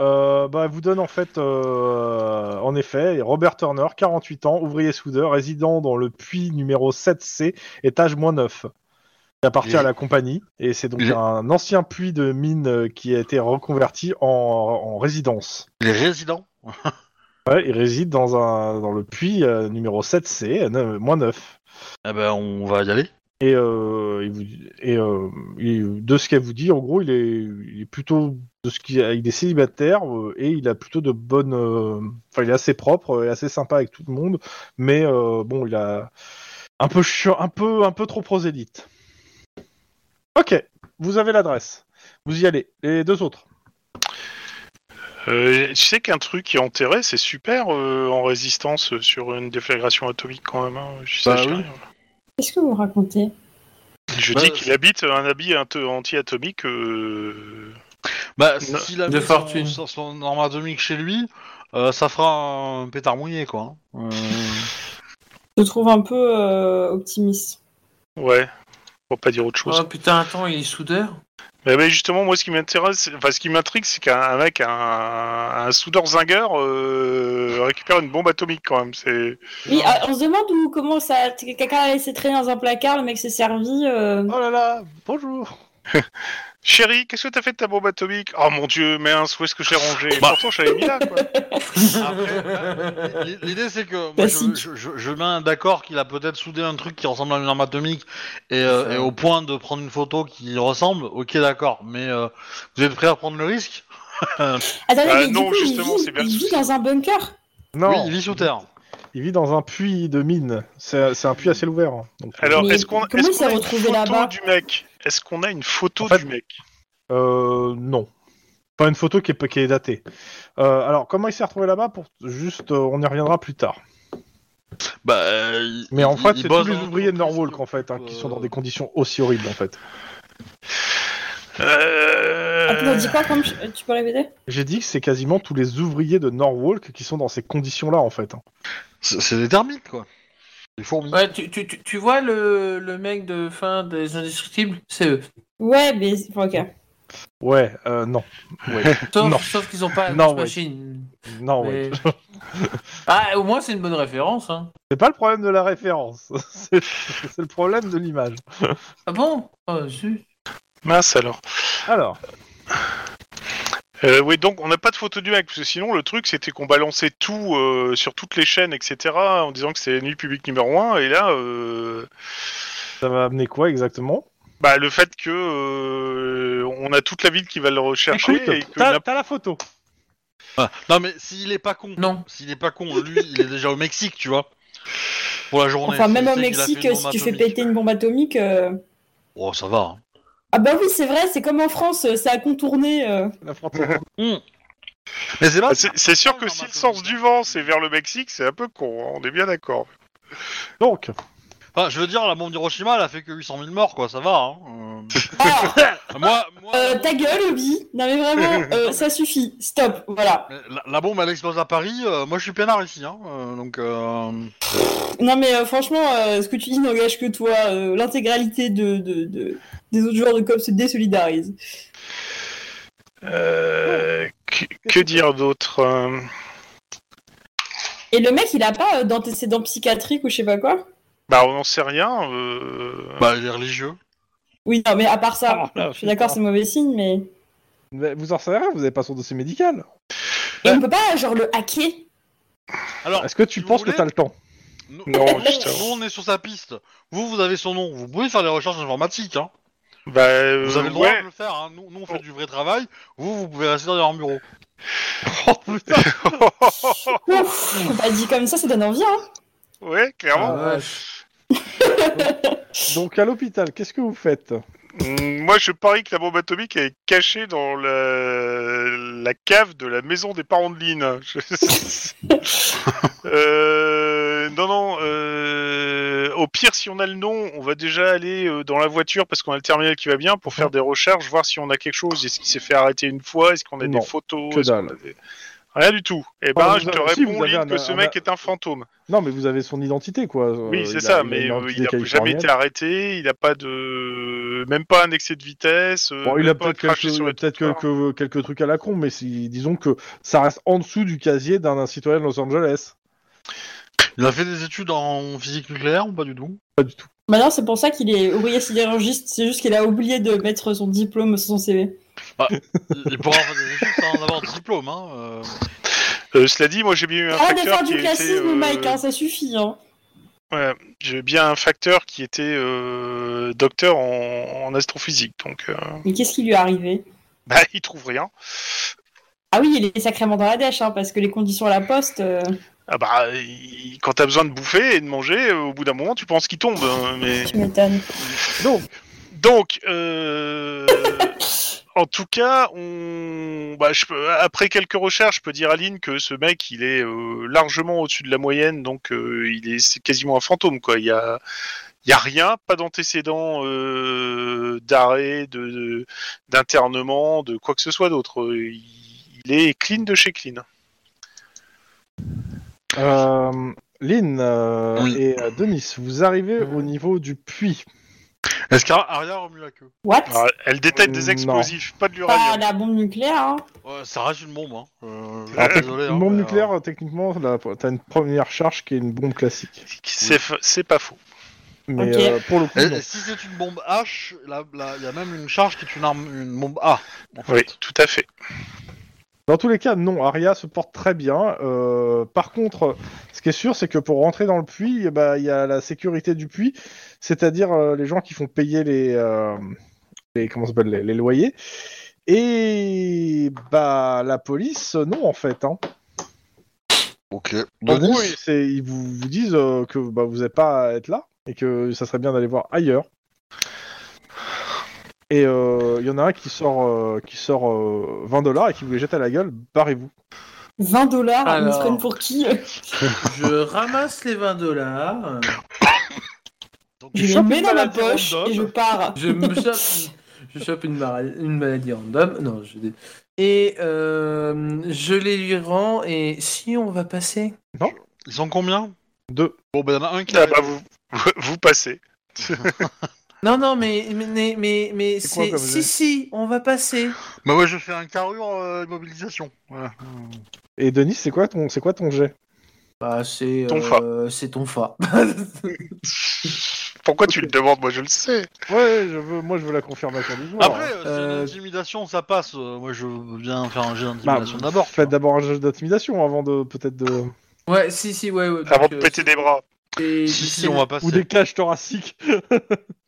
B: Euh, bah, elle vous donne en fait, euh, en effet, Robert Turner, 48 ans, ouvrier soudeur, résident dans le puits numéro 7C, étage moins 9. Il appartient
C: Il est-
B: à la compagnie et c'est donc
C: Il est-
B: un ancien puits de mine euh, qui a été reconverti en, en résidence.
C: Les résidents.
B: Ouais, il réside dans, un, dans le puits euh, numéro 7C, euh, moins 9.
C: Eh ben, on va y aller.
B: Et, euh, il vous, et euh, il- de ce qu'elle vous dit, en gros, il est, il est plutôt de ce qu'il il est célibataire euh, et il a plutôt de bonnes. euh, Enfin, il est assez propre et assez sympa avec tout le monde, mais euh, bon, il a Un peu, chiant- un peu, un peu trop prosélyte. Ok, vous avez l'adresse. Vous y allez. Les deux autres.
A: Euh, tu sais qu'un truc qui est enterré, c'est super euh, en résistance euh, sur une déflagration atomique quand même. hein. Je, sais,
C: Bah
A: je-
C: oui.
D: Qu'est-ce que vous racontez
A: je
C: Bah,
A: dis qu'il habite un habit int- anti-atomique. euh,
C: Bah,
A: Non.
C: s'il a
E: De
C: mis
E: fortune.
C: Son, son, son arme atomique chez lui, euh, ça fera un pétard mouillé, quoi. hein. Euh,
D: Je te trouve un peu euh, optimiste.
A: Ouais, pour pas dire autre chose.
E: Oh putain, attends, il est soudeur.
A: Mais, mais justement, moi, ce qui m'intéresse, enfin, ce qui m'intrigue, c'est qu'un un mec, un, un soudeur zingueur, euh, récupère une bombe atomique quand même. C'est
D: Oui, ah, on se demande où, comment ça. Quelqu'un a laissé traîner dans un placard, le mec s'est servi. euh,
B: Oh là là, bonjour.
A: chérie, qu'est-ce que t'as fait de ta bombe atomique Oh mon dieu, mince, où est-ce que je l'ai rangée
B: Bah.
A: Pourtant, je l'avais mis là. Quoi.
C: après, bah, l'i- L'idée, c'est que moi, je,
D: Classique.
C: je, je- je mets un d'accord qu'il a peut-être soudé un truc qui ressemble à une arme atomique et, euh,
E: Ça.
C: et au point de prendre une photo qui y ressemble, ok, d'accord. Mais euh, vous êtes prêt à prendre le risque
D: Attendez,
A: Bah
D: mais du
A: non,
D: coup, il
A: justement,
D: vit-
A: c'est bien le
D: il vit
A: souci.
D: dans un bunker.
B: Non,
C: Oui, il vit sous terre.
B: il vit dans un puits de mine. C'est c'est un puits à ciel ouvert. hein. Donc, euh,
A: Alors,
D: Mais
A: est-ce qu'on
D: comment
A: est-ce
D: il s'est
A: qu'on a une
D: retrouvé
A: photo
D: là-bas
A: du mec Est-ce qu'on a une photo
B: En fait,
A: du mec
B: Euh, non. Pas une photo qui est, qui est datée. Euh, alors, comment il s'est retrouvé là-bas pour... Juste, euh, on y reviendra plus tard.
C: Bah, euh, il-
B: Mais en
C: il-
B: fait,
C: il
B: c'est tous
C: bosse
B: les
C: dans
B: ouvriers de
C: l'entreprise
B: Norwalk, en fait, hein, qui sont dans
C: euh,
B: des conditions aussi horribles, en fait.
A: Euh,
D: Attends, t'as dit quoi comme tu tu peux répéter
B: J'ai dit que c'est quasiment tous les ouvriers de Norwalk qui sont dans ces conditions-là, en fait. hein.
C: C'est c'est des termites, quoi. Des fourmis.
E: Ouais, tu, tu, tu, tu vois le, le mec de fin des indestructibles C'est eux.
D: Ouais, mais enfin, ok.
B: Ouais, euh, non.
E: Sauf,
B: Non.
E: sauf qu'ils ont pas la
B: Non,
E: grosse
B: ouais.
E: machine.
B: Non, ouais.
E: Mais- ah, au moins, c'est une bonne référence. Hein.
B: C'est pas le problème de la référence. c'est c'est le problème de l'image.
E: Ah bon oh, zut.
A: Mince alors.
B: Alors,
A: Euh, oui, donc on n'a pas de photo du mec, parce que sinon le truc c'était qu'on balançait tout euh, sur toutes les chaînes, etc., en disant que c'était nuit publique numéro 1, et là, euh,
B: ça va amener quoi exactement
A: bah, le fait que euh, on a toute la ville qui va le rechercher,
B: Écoute,
A: et que
B: t'as
A: n'importe-
B: t'as la photo.
C: Ah, Non, mais s'il est pas con,
E: Non.
C: s'il est pas con, lui, il est déjà au Mexique, tu vois. Pour la journée.
D: Enfin, même
C: Il
D: au
C: sait qu'il a fait
D: Mexique,
C: une
D: si
C: bombe
D: tu fais
C: atomique.
D: péter une bombe atomique. euh,
C: Oh, ça va. hein.
D: Ah bah oui, c'est vrai, c'est comme en France, euh, ça a contourné. euh.
B: La photo.
C: Mais c'est
B: Ah,
C: pas.
A: C'est- C'est sûr que si le sens du vent c'est vers le Mexique, c'est un peu con, hein, on est bien d'accord.
B: Donc,
C: Enfin, je veux dire, la bombe d'Hiroshima, elle a fait que 800 000 morts, quoi, ça va. Hein.
D: Ah,
C: Euh, moi, moi
D: euh, ta gueule, Obi Non mais vraiment, euh, ça suffit, stop, voilà.
C: la, la bombe, elle explose à Paris, euh, moi je suis peinard ici, hein. euh, donc. euh,
D: Non mais euh, franchement, euh, ce que tu dis n'engage que toi, euh, l'intégralité de, de- de- des autres joueurs de COP se désolidarise.
A: Euh, que, que dire d'autre euh,
D: Et le mec, il a pas euh, d'antécédents psychiatriques ou je sais pas quoi
A: Bah on n'en sait rien. euh,
C: Bah, il est religieux.
D: Oui, non mais à part ça,
B: Ah, là,
D: je suis d'accord, c'est mauvais signe, mais...
B: Mais vous en savez rien, vous avez pas son dossier médical.
D: Et on peut pas, genre, le hacker
C: Alors,
B: Est-ce que tu
C: si vous
B: penses que
C: voulez,
B: t'as le temps
C: nous,
A: Non,
C: nous,
A: justement.
C: nous, on est sur sa piste. Vous, vous avez son nom, vous pouvez faire des recherches informatiques, hein.
A: Bah, euh,
C: Vous avez le droit
A: ouais,
C: de le faire, hein. nous, nous, on fait du vrai travail, vous vous pouvez rester derrière un bureau.
D: Ouf, bah dit comme ça, ça donne envie, hein
A: ouais, clairement.
E: Ah,
B: Donc à l'hôpital, qu'est-ce que vous faites
A: Mm, Moi, je parie que la bombe atomique est cachée dans la, la cave de la maison des parents de Lynn. Je- Euh, non, non. euh, Au pire, si on a le nom, on va déjà aller euh, dans la voiture parce qu'on a le terminal qui va bien pour faire des recherches, voir si on a quelque chose. Est-ce qu'il s'est fait arrêter une fois Est-ce qu'on a
B: Non,
A: des photos
B: que
A: Est-ce qu'on
B: dalle.
A: a des- Rien du tout. Eh ben,
B: Ah, vous
A: je te
B: avez- si,
A: réponds,
B: vous avez
A: Lynn,
B: un-
A: que ce
B: un-
A: mec est un fantôme.
B: Non, mais vous avez son identité, quoi. Euh,
A: Oui,
B: il a-
A: c'est ça,
B: il a
A: mais
B: une
A: euh, il
B: identité
A: n'a jamais
B: californienne.
A: été arrêté, il n'a pas de. même pas un excès de vitesse. euh,
B: Bon, il
A: même
B: a
A: pas
B: peut-être
A: craché
B: quelques,
A: sur la
B: peut-être
A: trottoir.
B: quelques, quelques trucs à la con, mais si, disons que ça reste en dessous du casier d'un citoyen de Los Angeles.
C: Il a fait des études en physique nucléaire ou pas du tout
B: Pas du tout.
D: Maintenant, Bah c'est pour ça qu'il est ouvrier sidérurgiste, c'est juste qu'il a oublié de mettre son diplôme sur son CV.
C: Il il pourra faire des études sans avoir de diplôme, hein. euh.
A: Euh, cela dit, moi j'ai bien eu un
D: Arrête de
A: facteur
D: faire
A: qui
D: du
A: était.
D: Ah, classisme,
A: euh,
D: Mike, hein, ça suffit, hein
A: ouais, j'ai bien un facteur qui était euh, docteur en, en astrophysique, donc euh,
D: Mais qu'est-ce qui lui est arrivé
A: bah, il trouve rien.
D: Ah oui, il est sacrément dans la dèche, hein, parce que les conditions à la poste... euh,
A: Ah bah, il- quand t'as besoin de bouffer et de manger, euh, au bout d'un moment, tu penses qu'il tombe. hein, mais...
D: Tu m'étonnes.
A: Donc, euh, en tout cas, on... bah, je peux- après quelques recherches, je peux dire à Lynn que ce mec, il est euh, largement au-dessus de la moyenne, donc euh, il est c'est quasiment un fantôme. quoi. Il y a... il y a rien, pas d'antécédents euh, d'arrêt, de- de- d'internement, de... quoi que ce soit d'autre. Euh, Il... il est clean de chez clean.
B: Euh, Lynn euh,
C: Oui.
B: et euh, Denis, vous arrivez au niveau du puits.
C: Est-ce qu'Aria remue la queue
D: What
A: Alors, elle détecte des
B: Non.
A: explosifs, pas de
D: Pas
A: l'uranium.
D: la bombe nucléaire, hein
C: Ouais, Ça reste une bombe, hein. Euh,
B: Alors,
C: je suis désolé, hein,
B: Une bombe
C: mais, euh,
B: nucléaire, techniquement, là, t'as une première charge qui est une bombe classique.
A: C'est fa- c'est pas faux.
B: Mais
D: Ok.
B: euh, pour le coup,
C: Et-
B: non.
C: et si c'est une bombe H, là, là, il y a même une charge qui est une arme, une bombe A. en fait.
A: Oui, tout à fait.
B: Dans tous les cas, non, Aria se porte très bien. Euh, par contre, ce qui est sûr, c'est que pour rentrer dans le puits, eh ben, il y a la sécurité du puits, c'est-à-dire euh, les gens qui font payer les, euh, les comment ça s'appelle les, les loyers. Et bah la police, euh, non en fait. Hein.
C: Ok.
B: En
C: Denis
B: gros, ils- c'est- ils vous, vous disent euh, que bah, vous n'êtes pas à être là et que ça serait bien d'aller voir ailleurs. Et euh, il y en a un qui sort, euh, qui sort euh, 20 dollars et qui vous les jette à la gueule. Barrez-vous.
D: 20 dollars, on
E: Alors.
D: se prenne pour qui
E: Je ramasse les 20 dollars.
C: Donc,
D: Je les
E: chope
D: mets
E: une
D: dans ma
E: maladie
D: poche
E: random.
D: et je pars.
E: Je me chope, je chope une, mara- une maladie random. Non, je dé- Et euh, je les lui rends. Et si on va passer
C: Ils sont combien
B: Deux.
C: Bon, ben, il y en a un qui
A: Ah
C: a.
A: bah, vous, vous passez.
E: Non, non, mais mais mais mais
B: C'est quoi
E: c'est
B: comme
E: si
B: jeu
E: si, on va passer.
C: Bah, ouais, je fais un carrure euh, immobilisation. Voilà.
B: Et Denis, c'est quoi ton, c'est quoi ton jet
E: Bah c'est
A: Ton
E: euh, c'est ton fa.
A: Pourquoi tu le demandes Moi, je le sais.
B: Ouais, je veux, moi je veux la confirmation du hein. joueur.
C: Après, euh,
E: Euh,
C: c'est une intimidation, ça passe. Euh, moi, je veux bien faire un jeu
B: Bah,
C: d'intimidation d'abord.
B: faites d'abord un jeu d'intimidation avant de peut-être de
E: ouais, si si, ouais. ouais
A: Avant
E: donc,
A: de
E: euh,
A: péter des bras.
E: c'est-
C: Si, si,
E: c'est-
C: on va passer.
B: ou des caches thoraciques.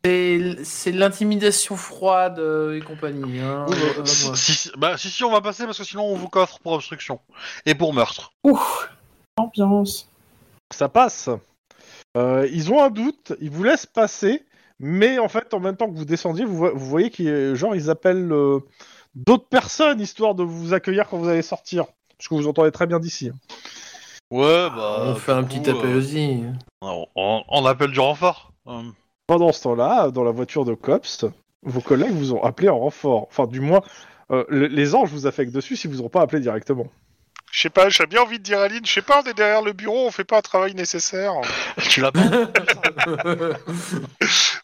E: C'est c'est l'intimidation froide euh, et compagnie. Hein.
C: Ouais,
E: Euh,
C: bah, si,
E: moi.
C: si- bah, si, si, on va passer parce que sinon on vous coffre pour obstruction et pour meurtre.
D: Ouf Ambiance.
B: Ça passe. Euh, ils ont un doute, ils vous laissent passer, mais en fait, en même temps que vous descendiez, vous, vo- vous voyez qu'ils genre ils appellent euh, d'autres personnes histoire de vous accueillir quand vous allez sortir, parce que vous entendez très bien d'ici.
C: Ouais, bah.
E: on fait un petit appel aussi.
C: on, on- on appelle du renfort. Euh,
B: Pendant ce temps-là, dans la voiture de Cops, vos collègues vous ont appelé en renfort. Enfin, du moins, euh, le- les anges vous affectent dessus si vous n'ont pas appelé directement.
A: Je sais pas, j'ai bien envie de dire à Lynn, je sais pas, on est derrière le bureau, on fait pas un travail nécessaire.
C: tu l'appelles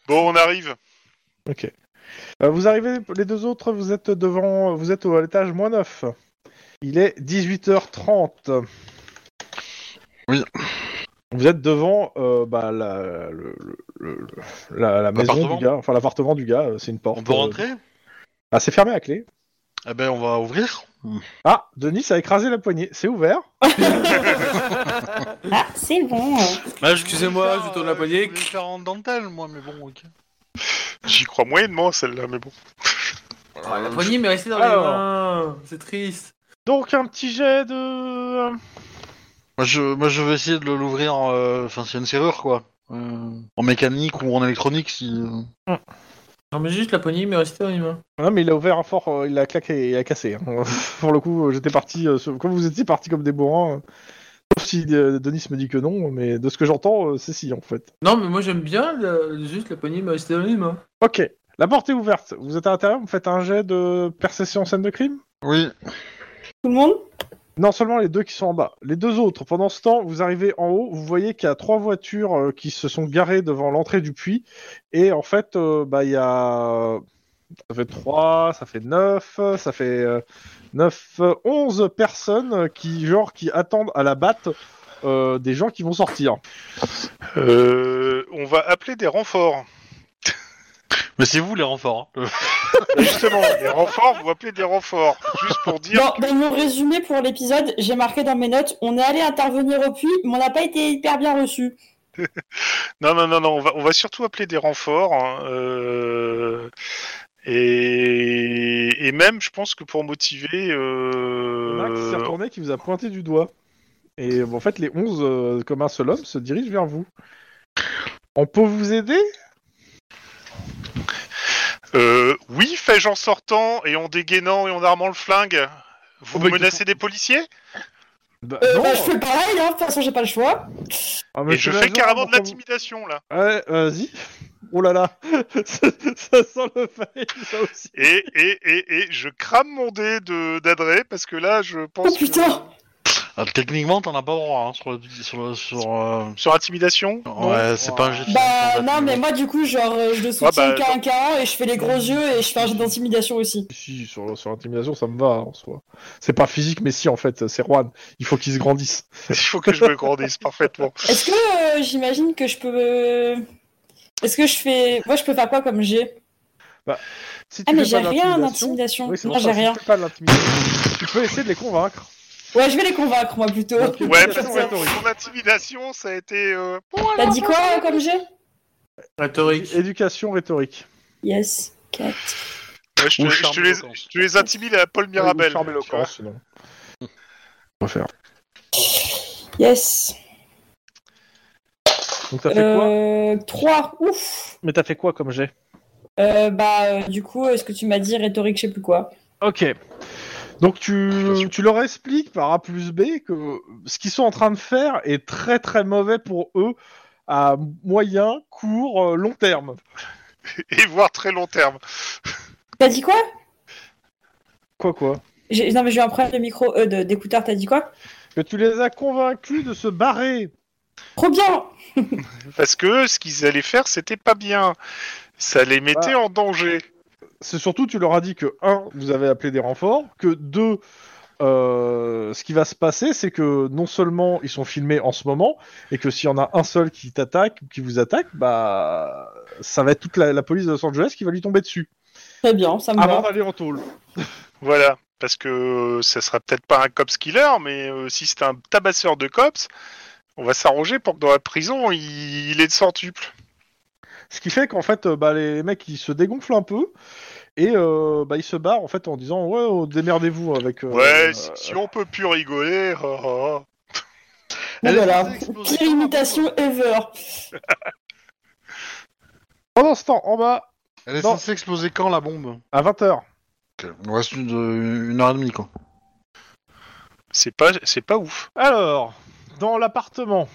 A: Bon, on arrive.
B: Euh, vous arrivez, les deux autres, vous êtes devant, vous êtes au- à l'étage moins 9. Il est 18h30.
C: Oui.
B: Vous êtes devant euh, bah, la, le- le- le- la- la maison
C: L'appartement.
B: du gars, enfin l'appartement du gars, euh, c'est une porte.
C: On peut
B: euh,
C: rentrer
B: Ah, c'est fermé à clé.
C: Eh ben, on va ouvrir.
B: Ah, Denis a écrasé la poignée, c'est ouvert.
D: Ah, c'est bon
E: Bah, Excusez-moi, je tourne la poignée.
C: Je vais faire en dentelle, moi, mais bon, ok.
A: J'y crois moyennement, celle-là, mais bon.
E: Ah, la poignée m'est restée dans
B: Alors.
E: les mains. C'est triste.
B: Donc un petit jet de.
C: Moi, je, moi, je vais essayer de le- l'ouvrir. euh, Enfin, c'est une serrure, quoi. Euh, en mécanique ou en électronique, si. euh.
E: Non, mais juste la poignée m'est restée dans les mains.
B: Non mais il a ouvert un fort, euh, il a claqué, il a cassé. hein. Pour le coup, euh, j'étais parti, euh, sur- comme vous étiez parti comme des bourrins. euh, Sauf si euh, Denis me dit que non, mais de ce que j'entends, euh, c'est si en fait.
E: Non, mais moi j'aime bien le- juste la poignée m'est restée dans les mains.
B: Ok, la porte est ouverte. Vous êtes à l'intérieur, vous faites un jet de perception scène de crime
C: Oui.
D: Tout le monde
B: Non, seulement les deux qui sont en bas. Les deux autres, pendant ce temps, vous arrivez en haut, vous voyez qu'il y a trois voitures euh, qui se sont garées devant l'entrée du puits. Et en fait, euh, bah, il y a. Ça fait 3, ça fait 9, ça fait 9, 11 personnes euh, qui, genre, qui attendent à la batte euh, des gens qui vont sortir.
A: Euh, on va appeler des renforts.
C: Mais c'est vous, les renforts. hein.
A: Justement, les renforts, vous appelez des renforts. Juste pour dire.
D: Dans, dans mon résumé pour l'épisode, j'ai marqué dans mes notes on est allé intervenir au puits, mais on n'a pas été hyper bien reçu.
A: Non, non, non, non, on va, on va surtout appeler des renforts. hein, euh, Et... et même, je pense que pour motiver.
B: Il y en a un qui s'est
A: Euh...
B: retourné, qui vous a pointé du doigt. Et bon, en fait, les 11, euh, comme un seul homme, se dirigent vers vous. On peut vous aider
A: Euh, oui, fais-je en sortant et en dégainant et en armant le flingue Vous
B: Oh, bah,
A: menacez des policiers
B: Bah,
D: Euh,
B: non,
D: bah, je fais pareil, hein, de toute façon j'ai pas le choix.
B: Ah, mais
A: Et je
B: c'est
A: fais
B: la
A: carrément de
B: genre pour-
A: l'intimidation là.
B: Ouais, vas-y. Oh là là, ça, ça sent le fail, ça aussi.
A: Et, et, et, et je crame mon dé de- d'adré parce que là, je pense
D: Oh putain
C: Ah, techniquement, t'en as pas droit hein, sur le. Sur le- sur, euh,
A: que sur intimidation.
C: Ouais, c'est pas un jet de science, en
D: Bah
C: fait,
D: non, mais
C: bon.
D: moi du coup, genre euh, je le soutiens
A: bah,
D: qu'un à qu'un et je fais les gros yeux et je fais un jet d'intimidation aussi.
B: Si, sur, sur l'intimidation, ça me va hein, en soi. C'est pas physique, mais si, en fait, c'est Juan. Il faut qu'il se grandisse.
A: Il faut que je me grandisse parfaitement.
D: Est-ce que euh, j'imagine que je peux. euh, Est-ce que je fais. Moi je peux faire quoi comme jet
B: Si tu
D: Ah mais
B: fais pas
D: j'ai rien en
B: d'intimidation-
D: intimidation.
B: Oui, c'est
D: non,
B: pour
D: j'ai
B: ça, si
D: rien.
B: tu fais pas de l'intimidation, tu peux essayer de les convaincre.
D: Ouais, je vais les convaincre moi plutôt.
B: Ok.
A: Ouais,
B: C'est
A: parce
B: ça.
A: que mon intimidation, ça a été. euh,
D: T'as dit quoi euh, comme jet
E: Rhétorique.
B: Éducation rhétorique.
D: Yes. 4.
A: ouais, je,
C: Ou
A: te, je
C: charme
A: te les,
C: éloquence.
A: je te les intimide à Paul Mirabel.
B: Ou charme éloquent,
A: tu
B: sinon. On va faire.
D: Yes.
B: Donc t'as fait quoi
D: Euh, 3. Ouf.
B: Mais t'as fait quoi comme jet
D: Euh, bah, euh, du coup, est-ce que tu m'as dit rhétorique, je sais plus quoi.
B: Ok. Donc tu, tu leur expliques par A plus B que ce qu'ils sont en train de faire est très très mauvais pour eux à moyen, court, euh, long
A: vois.
B: terme.
A: Et voir très long terme.
D: T'as dit quoi
B: Quoi quoi
D: J'ai- Non, mais j'ai eu un problème de micro, euh, de- d'écouteur, t'as dit quoi
B: Que tu les as convaincus de se barrer.
D: Trop bien
A: Parce que ce qu'ils allaient faire, c'était pas bien. Ça les mettait en danger.
B: C'est surtout tu leur as dit que un, vous avez appelé des renforts, que deux, euh, ce qui va se passer, c'est que non seulement ils sont filmés en ce moment, et que s'il y en a un seul qui t'attaque, qui vous attaque, bah ça va être toute la, la police de Los Angeles qui va lui tomber dessus
D: Très bien, ça me
B: avant
D: va.
B: d'aller en tôle.
A: Voilà. Parce que euh, ça sera peut-être pas un cops killer, mais euh, si c'est un tabasseur de cops, on va s'arranger pour que dans la prison, il, il est de centuple.
B: Ce qui fait qu'en fait, euh, bah, les mecs ils se dégonflent un peu et euh, bah, ils se barrent en fait en disant ouais oh, démerdez-vous avec. euh,
A: Ouais,
B: euh,
A: si, si on peut plus rigoler. oh, oh,
D: Bon,
C: Elle est
D: voilà.
C: censée exploser.
D: Pire imitation ever.
B: Pendant ce temps, en bas
C: Elle est
B: Non.
C: censée exploser quand la bombe
B: à 20 h
C: Il nous reste une, euh, une heure et demie quoi.
A: C'est pas, c'est pas ouf.
B: Alors dans l'appartement.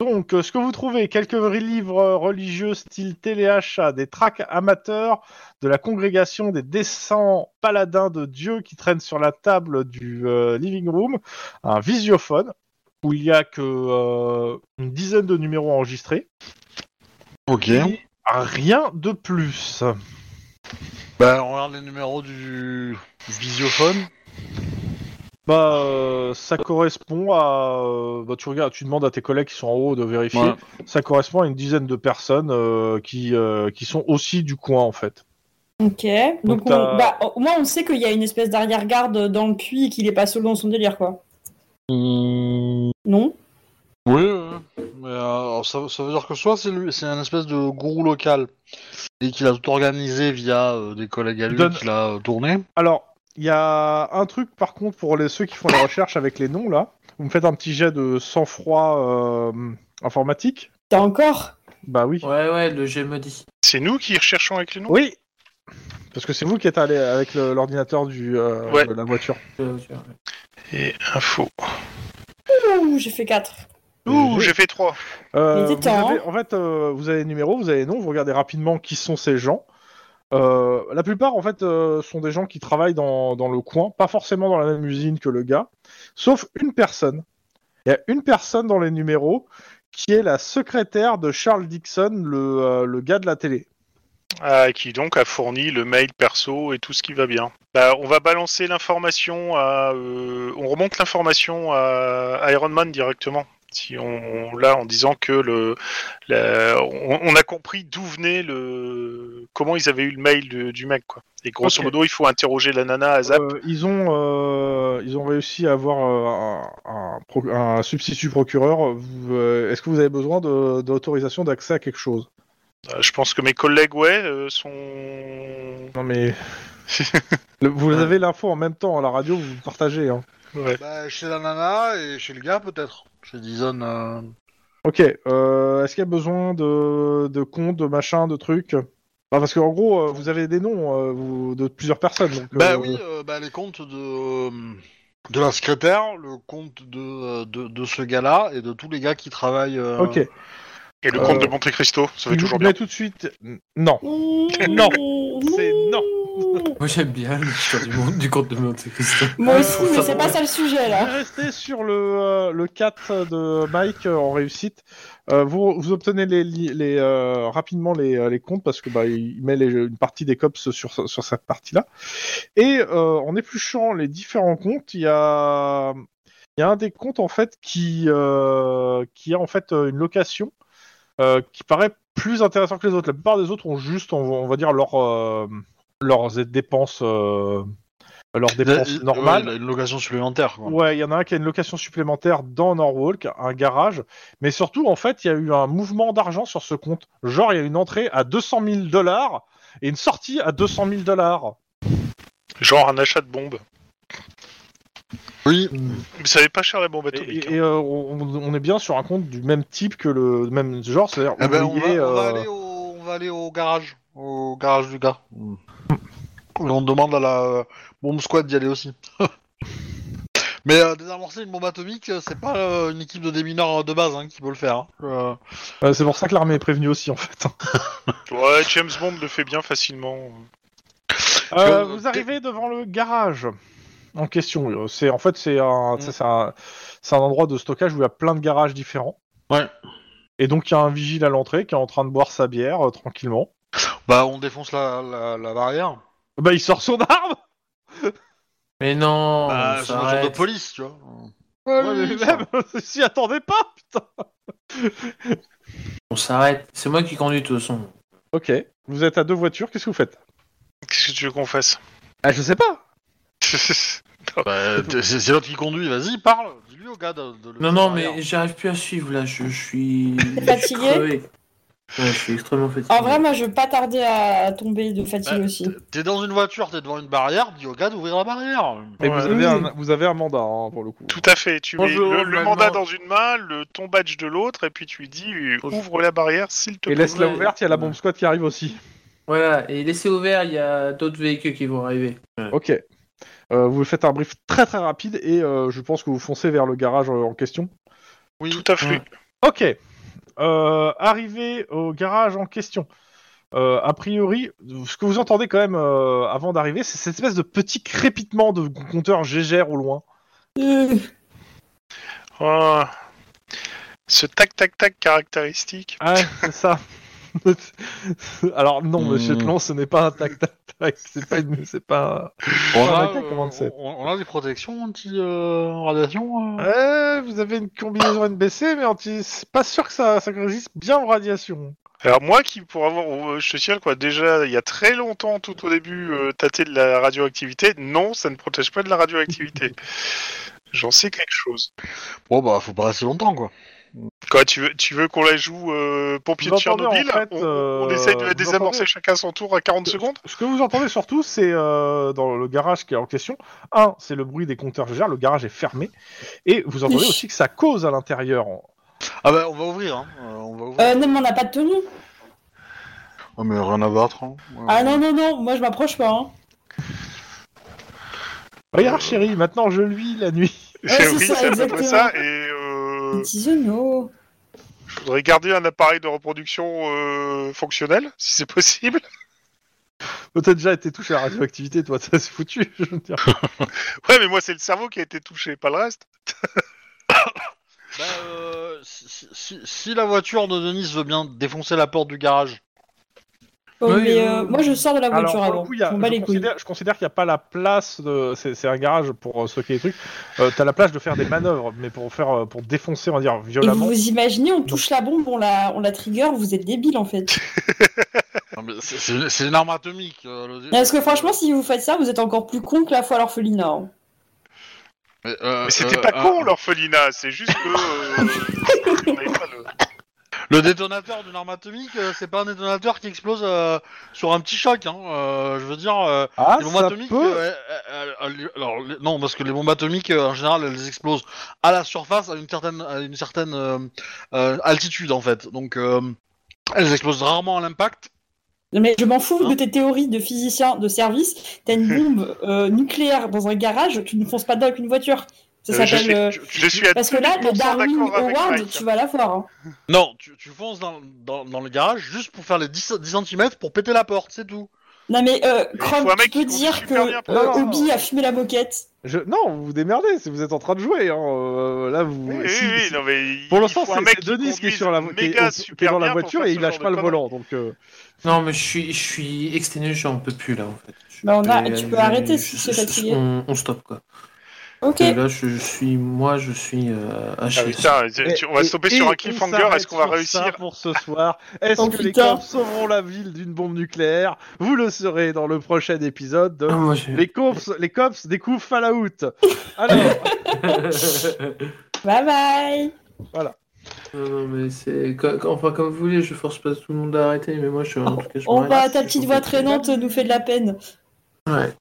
B: Donc, euh, ce que vous trouvez, quelques livres euh, religieux style téléachat, des tracts amateurs de la congrégation des décents paladins de Dieu qui traînent sur la table du euh, living room, un visiophone où il y a que euh, une dizaine de numéros enregistrés.
C: Ok.
B: Rien de plus.
C: Bah, on regarde les numéros du visiophone.
B: Bah, euh, ça correspond à. euh, bah, tu regardes, tu demandes à tes collègues qui sont en haut de vérifier.
C: Ouais.
B: Ça correspond à une dizaine de personnes euh, qui, euh, qui sont aussi du coin en fait.
D: Ok. Donc,
B: Donc,
D: on-
B: t'as-
D: bah, au moins, on sait qu'il y a une espèce d'arrière-garde dans le puits et qu'il est pas seul dans son délire, quoi. Non
C: Oui, oui. Mais euh, alors, ça, ça veut dire que soit c'est lui, c'est un espèce de gourou local et qu'il a tout organisé via euh, des collègues à lui
B: Donne-
C: qu'il a euh, tourné.
B: Alors, il y a un truc par contre pour les, ceux qui font les recherches avec les noms là. Vous me faites un petit jet de sang-froid euh, informatique
D: T'as encore
B: Bah oui.
E: Ouais, ouais, le jeu me dit.
A: C'est nous qui recherchons avec les noms.
B: Oui Parce que c'est vous qui êtes allé avec le- l'ordinateur du, euh,
A: Ouais.
B: de la voiture.
A: Et info.
D: Ouh, J'ai fait 4.
A: Ouh, j'ai fait 3.
B: Euh,
D: Il était
B: vous
D: temps,
B: avez-
D: hein.
B: en fait, euh, vous avez les numéros, vous avez les noms, vous regardez rapidement qui sont ces gens. Euh, la plupart, en fait, euh, sont des gens qui travaillent dans, dans le coin, pas forcément dans la même usine que le gars, sauf une personne. Il y a une personne dans les numéros qui est la secrétaire de Charles Dixon, le, euh, le gars de la télé.
A: Ah, qui donc a fourni le mail perso et tout ce qui va bien. Bah, on va balancer l'information à. euh, on remonte l'information à Iron Man directement. Si on, on- là en disant que le, la- on, on a compris d'où venait le, comment ils avaient eu le mail de- du mec quoi. Et grosso
B: Ok.
A: modo, il faut interroger la nana à Zap.
B: Euh, ils, ont, euh, ils ont réussi à avoir euh, un, un pro- un substitut procureur. Vous, euh, Est-ce que vous avez besoin de- d'autorisation d'accès à quelque chose
A: Euh, Je pense que mes collègues ouais euh, sont.
B: Non mais Le- vous avez l'info en même temps à la radio, vous partagez. hein.
A: Ouais.
C: Bah, chez la nana et chez le gars, peut-être. Chez Dizon. euh,
B: Ok, euh, est-ce qu'il y a besoin de, de comptes, de machin, de trucs Bah, Parce qu'en gros, euh, vous avez des noms euh, vous- de plusieurs personnes. donc,
C: Bah
B: euh,
C: oui, euh, bah, les comptes de, euh, de la secrétaire, le compte de, euh, de, de ce gars-là et de tous les gars qui travaillent. euh,
B: Ok,
A: Et le
B: Euh,
A: comte de Monte Cristo, ça fait
B: Il
A: toujours
B: vous met
A: bien.
B: tout de suite. Non,
A: Non.
B: c'est non.
E: Moi j'aime bien l'histoire du monde du conte de Monte Cristo.
D: Moi aussi,
E: Euh,
D: mais c'est pas ça le sujet
B: Je
D: là.
B: vais rester sur le, euh, le 4 de Mike euh, en réussite. Euh, vous, vous obtenez les, li- les, euh, rapidement les, euh, les comptes parce que bah, il met les- une partie des cops sur, ce- sur cette partie-là. Et euh, en épluchant les différents comptes, il y a, il y a un des comptes en fait qui, euh, qui a en fait euh, une location euh, qui paraît plus intéressant que les autres. La plupart des autres ont juste, on, va- on va dire, leur, euh, leurs dépenses, euh, leurs dépenses
C: ouais,
B: normales.
C: euh, une location supplémentaire. Quoi.
B: Ouais, il y en a un qui a une location supplémentaire dans Norwalk, un garage. Mais surtout, en fait, il y a eu un mouvement d'argent sur ce compte. Genre, il y a une entrée à 200 000 dollars et une sortie à 200 000 dollars.
A: Genre un achat de bombe.
C: Oui,
A: Mais ça avait pas cher la bombe
B: Et,
A: atomique. hein.
B: et, euh, on, on est bien sur un compte du même type que le même genre, c'est-à-dire
C: eh ben, on, va,
B: ouvrier,
C: on va
B: euh,
C: aller au, on va aller au garage. Au garage du gars. Et on demande à la euh, bombe squad d'y aller aussi. Mais euh, désamorcer une bombe atomique, euh, c'est pas euh, une équipe de démineurs euh, de base hein, qui peut le faire. hein. Euh,
B: euh, c'est pour ça que l'armée est prévenue aussi, en fait.
A: hein. Ouais, James Bond le fait bien facilement.
B: Euh,
C: Euh,
B: vous arrivez devant le garage en question. Euh, C'est en fait c'est un,
C: Mm.
B: c'est- c'est un, c'est un endroit de stockage où il y a plein de garages différents.
C: Ouais.
B: Et donc il y a un vigile à l'entrée qui est en train de boire sa bière euh, tranquillement.
C: Bah, on défonce la, la, la barrière.
B: Bah il sort son arme.
E: Mais non,
C: Bah,
E: on
C: c'est un job de
E: s'arrête.
C: police, tu vois.
B: Ouais, mais
C: oui,
B: même, je s'y attendais pas, putain.
E: On s'arrête. C'est moi qui conduis de toute façon.
B: Ok. Vous êtes à deux voitures. Qu'est-ce que vous faites
A: Qu'est-ce que tu veux qu'on fasse
B: ah, Je sais pas.
C: Bah, t'es- c'est c'est l'autre qui conduit, vas-y, parle. Dis-lui au gars de, de le-
E: Non, non,
C: derrière.
E: mais j'arrive plus à suivre là. Je, je suis. je suis
D: Fatigué
E: crevé. Ouais, je suis extrêmement fatigué.
D: En vrai, moi, je vais pas tarder à tomber de fatigue
C: Bah,
D: aussi.
C: t'es- T'es dans une voiture, t'es devant une barrière, dis au gars d'ouvrir la barrière.
A: Ouais.
B: Et vous avez un, vous avez un mandat hein, pour le coup.
A: Tout à fait. Tu mets
E: Bonjour,
A: le, le
E: Maman.
A: mandat dans une main, le ton badge de l'autre, et puis tu lui dis euh, ouvre la barrière s'il te
B: Et
A: plaît.
B: laisse-la
E: Ouais.
B: ouverte. Il y a la bombe squad qui arrive aussi.
E: Voilà, et laissez ouvert, il y a d'autres véhicules qui vont arriver.
B: Ok. Euh, vous faites un brief très très rapide et euh, je pense que vous foncez vers le garage euh, en question.
C: Oui.
A: Tout à fait.
E: Ouais.
B: Ok. Euh, arrivé au garage en question. Euh, a priori, ce que vous entendez quand même euh, avant d'arriver, c'est cette espèce de petit crépitement de compteur gégère au loin.
D: Euh,
A: Oh. Ce tac tac tac caractéristique.
B: Ah, c'est ça. Alors non, Monsieur
C: Mm.
B: Tlon, ce n'est pas un tac tac tac. C'est pas, une- c'est pas.
C: On
B: Ah,
C: a,
B: ok,
C: euh,
B: comment c'est
C: on, on a des protections euh, anti-radiation
B: Ouais, vous avez une combinaison NBC, mais anti... c'est pas sûr que ça, ça résiste bien aux radiations.
A: Alors moi qui pour avoir, euh, je te signale quoi, déjà il y a très longtemps tout au début euh, tâté de la radioactivité. Non, ça ne protège pas de la radioactivité. J'en sais quelque chose.
C: Bon, bah, faut pas rester longtemps, quoi.
A: Quoi, tu veux, tu veux qu'on la joue euh, pompier de
B: Vous entendez, en
A: Tchernobyl
B: fait,
A: on,
B: euh,
A: on essaye de
B: vous
A: la désamorcer
B: entendez
A: chacun son tour à 40 secondes
B: Ce que vous entendez surtout, c'est euh, dans le garage qui est en question. Un, c'est le bruit des compteurs gégères. Le garage est fermé. Et vous entendez
D: Ich.
B: aussi que ça cause à l'intérieur.
C: Ah, bah, on va ouvrir, hein. euh, on va ouvrir.
D: euh, non, mais on n'a pas de tenue.
C: Ah, mais rien à battre. hein. Ouais.
D: Ah non, non, non, moi, je m'approche pas. Hein.
B: Regarde, chérie, maintenant je lui la nuit.
D: c'est
A: Oui,
D: ça,
A: c'est à peu près
D: exactement.
A: ça. Et euh,
D: Tizono.
A: je voudrais garder un appareil de reproduction euh, fonctionnel, si c'est possible.
B: T'as déjà été touché à la radioactivité, toi, ça c'est foutu. Je veux dire.
A: Ouais, mais moi c'est le cerveau qui a été touché, pas le reste.
C: Bah, euh, si, si- si- si la voiture de Denis veut bien défoncer la porte du garage,
D: Bon,
E: Oui, oui,
D: mais euh,
E: oui.
D: moi, je sors de la
B: Alors,
D: voiture
B: pour le
D: avant.
B: coup, il y
D: je
B: a-
D: m'en bats
B: je
D: les couilles.
B: considère, je considère qu'il n'y a pas la place. De... C'est c'est un garage pour euh, stocker les trucs. Euh, T'as la place de faire des manœuvres, mais pour faire, euh, pour défoncer, on va dire,
D: Et
B: violemment.
D: vous vous imaginez, on touche la bombe, on la, on la trigger, vous êtes débile en fait.
C: Non, mais c'est- c'est c'est une arme atomique. euh, le-
D: Parce que franchement, si vous faites ça, vous êtes encore plus con que la foire orphelinat. hein.
C: Mais, euh,
F: ah,
A: Mais c'était
C: euh,
A: pas
C: un-
A: con l'orphelinat, c'est juste que. euh, on avait pas le-
F: Ah.
C: Le détonateur d'une arme atomique, euh, c'est pas un détonateur qui explose euh, sur un petit choc. Hein. Euh, je veux dire, euh,
F: Ah,
C: les bombes
F: ça
C: atomiques.
F: peut...
C: euh, euh, euh, alors, les- non, parce que les bombes atomiques, euh, en général, elles explosent à la surface, à une certaine, à une certaine euh, euh, altitude, en fait. Donc, euh, elles explosent rarement à l'impact.
D: Non, mais je m'en fous
C: Hein
D: de tes théories de physicien de service. T'as une bombe euh, nucléaire dans un garage, tu ne fonces pas dedans avec une voiture. Ça
A: Euh, je,
D: s'appelle.
A: suis,
D: euh,
A: je, je suis à
D: Parce que là, le
A: 100%
D: Darwin
A: d'accord avec
D: Award,
A: Mike.
D: tu vas l'avoir. Hein.
C: Non, tu, tu fonces dans, dans, dans le garage juste pour faire les 10, 10 cm pour péter la porte, c'est tout.
D: Non mais euh,
A: faut un
D: Chrome,
A: mec
D: tu
A: qui
D: peux
A: conduit
D: dire que
A: super bien pour
D: euh,
F: ça.
D: Obi a fumé la moquette.
F: je- Non, vous vous démerdez, si vous êtes en train de jouer. Hein. euh, là, vous...
A: Oui, oui,
F: si-
A: oui,
F: si-
A: non, mais il
F: Pour
A: faut
F: l'instant,
A: un
F: c'est
A: mec
F: c'est Denis qui est,
A: conduise
F: sur la, vo- qui est-
A: méga
F: qui est
A: super
F: dans la
A: bien pour
F: voiture
A: faire
F: et
A: ce
F: il
A: genre
F: lâche
A: de
F: pas le
A: conneries.
F: volant. Donc, euh,
E: Non, mais je suis, je suis exténué, j'en peux plus là en fait. Je
D: Bah, on a-
E: peux-
D: tu peux arrêter
E: je-
D: si tu es
E: je- je-
D: fatigué.
E: On, on stoppe quoi.
D: Ok.
E: Et là, je, je suis, moi, je suis euh,
A: Ah,
E: haché.
A: putain, tu- tu- on va
F: et-
A: se tomber
F: et-
A: sur
F: et
A: un
F: Eh, on
A: cliffhanger. Est-ce qu'on va
F: s'arrête sur ça
A: réussir
F: pour ce soir Est-ce
D: Oh,
F: que les
D: putain.
F: corps sauveront la ville d'une bombe nucléaire Vous le saurez dans le prochain épisode
E: Ah,
F: de
E: moi, je-
F: Les cops, les cops découvrent Fallout. Alors,
D: Bye bye.
E: non, non, mais c'est co- enfin comme vous voulez. Je force pas tout le monde à arrêter, mais moi, je. En tout cas, je
D: On
E: m'arrête.
D: va, Oh, bah, ta
E: Je
D: petite
E: suis
D: voix
E: complètement-
D: traînante nous fait de la peine.
E: Ouais.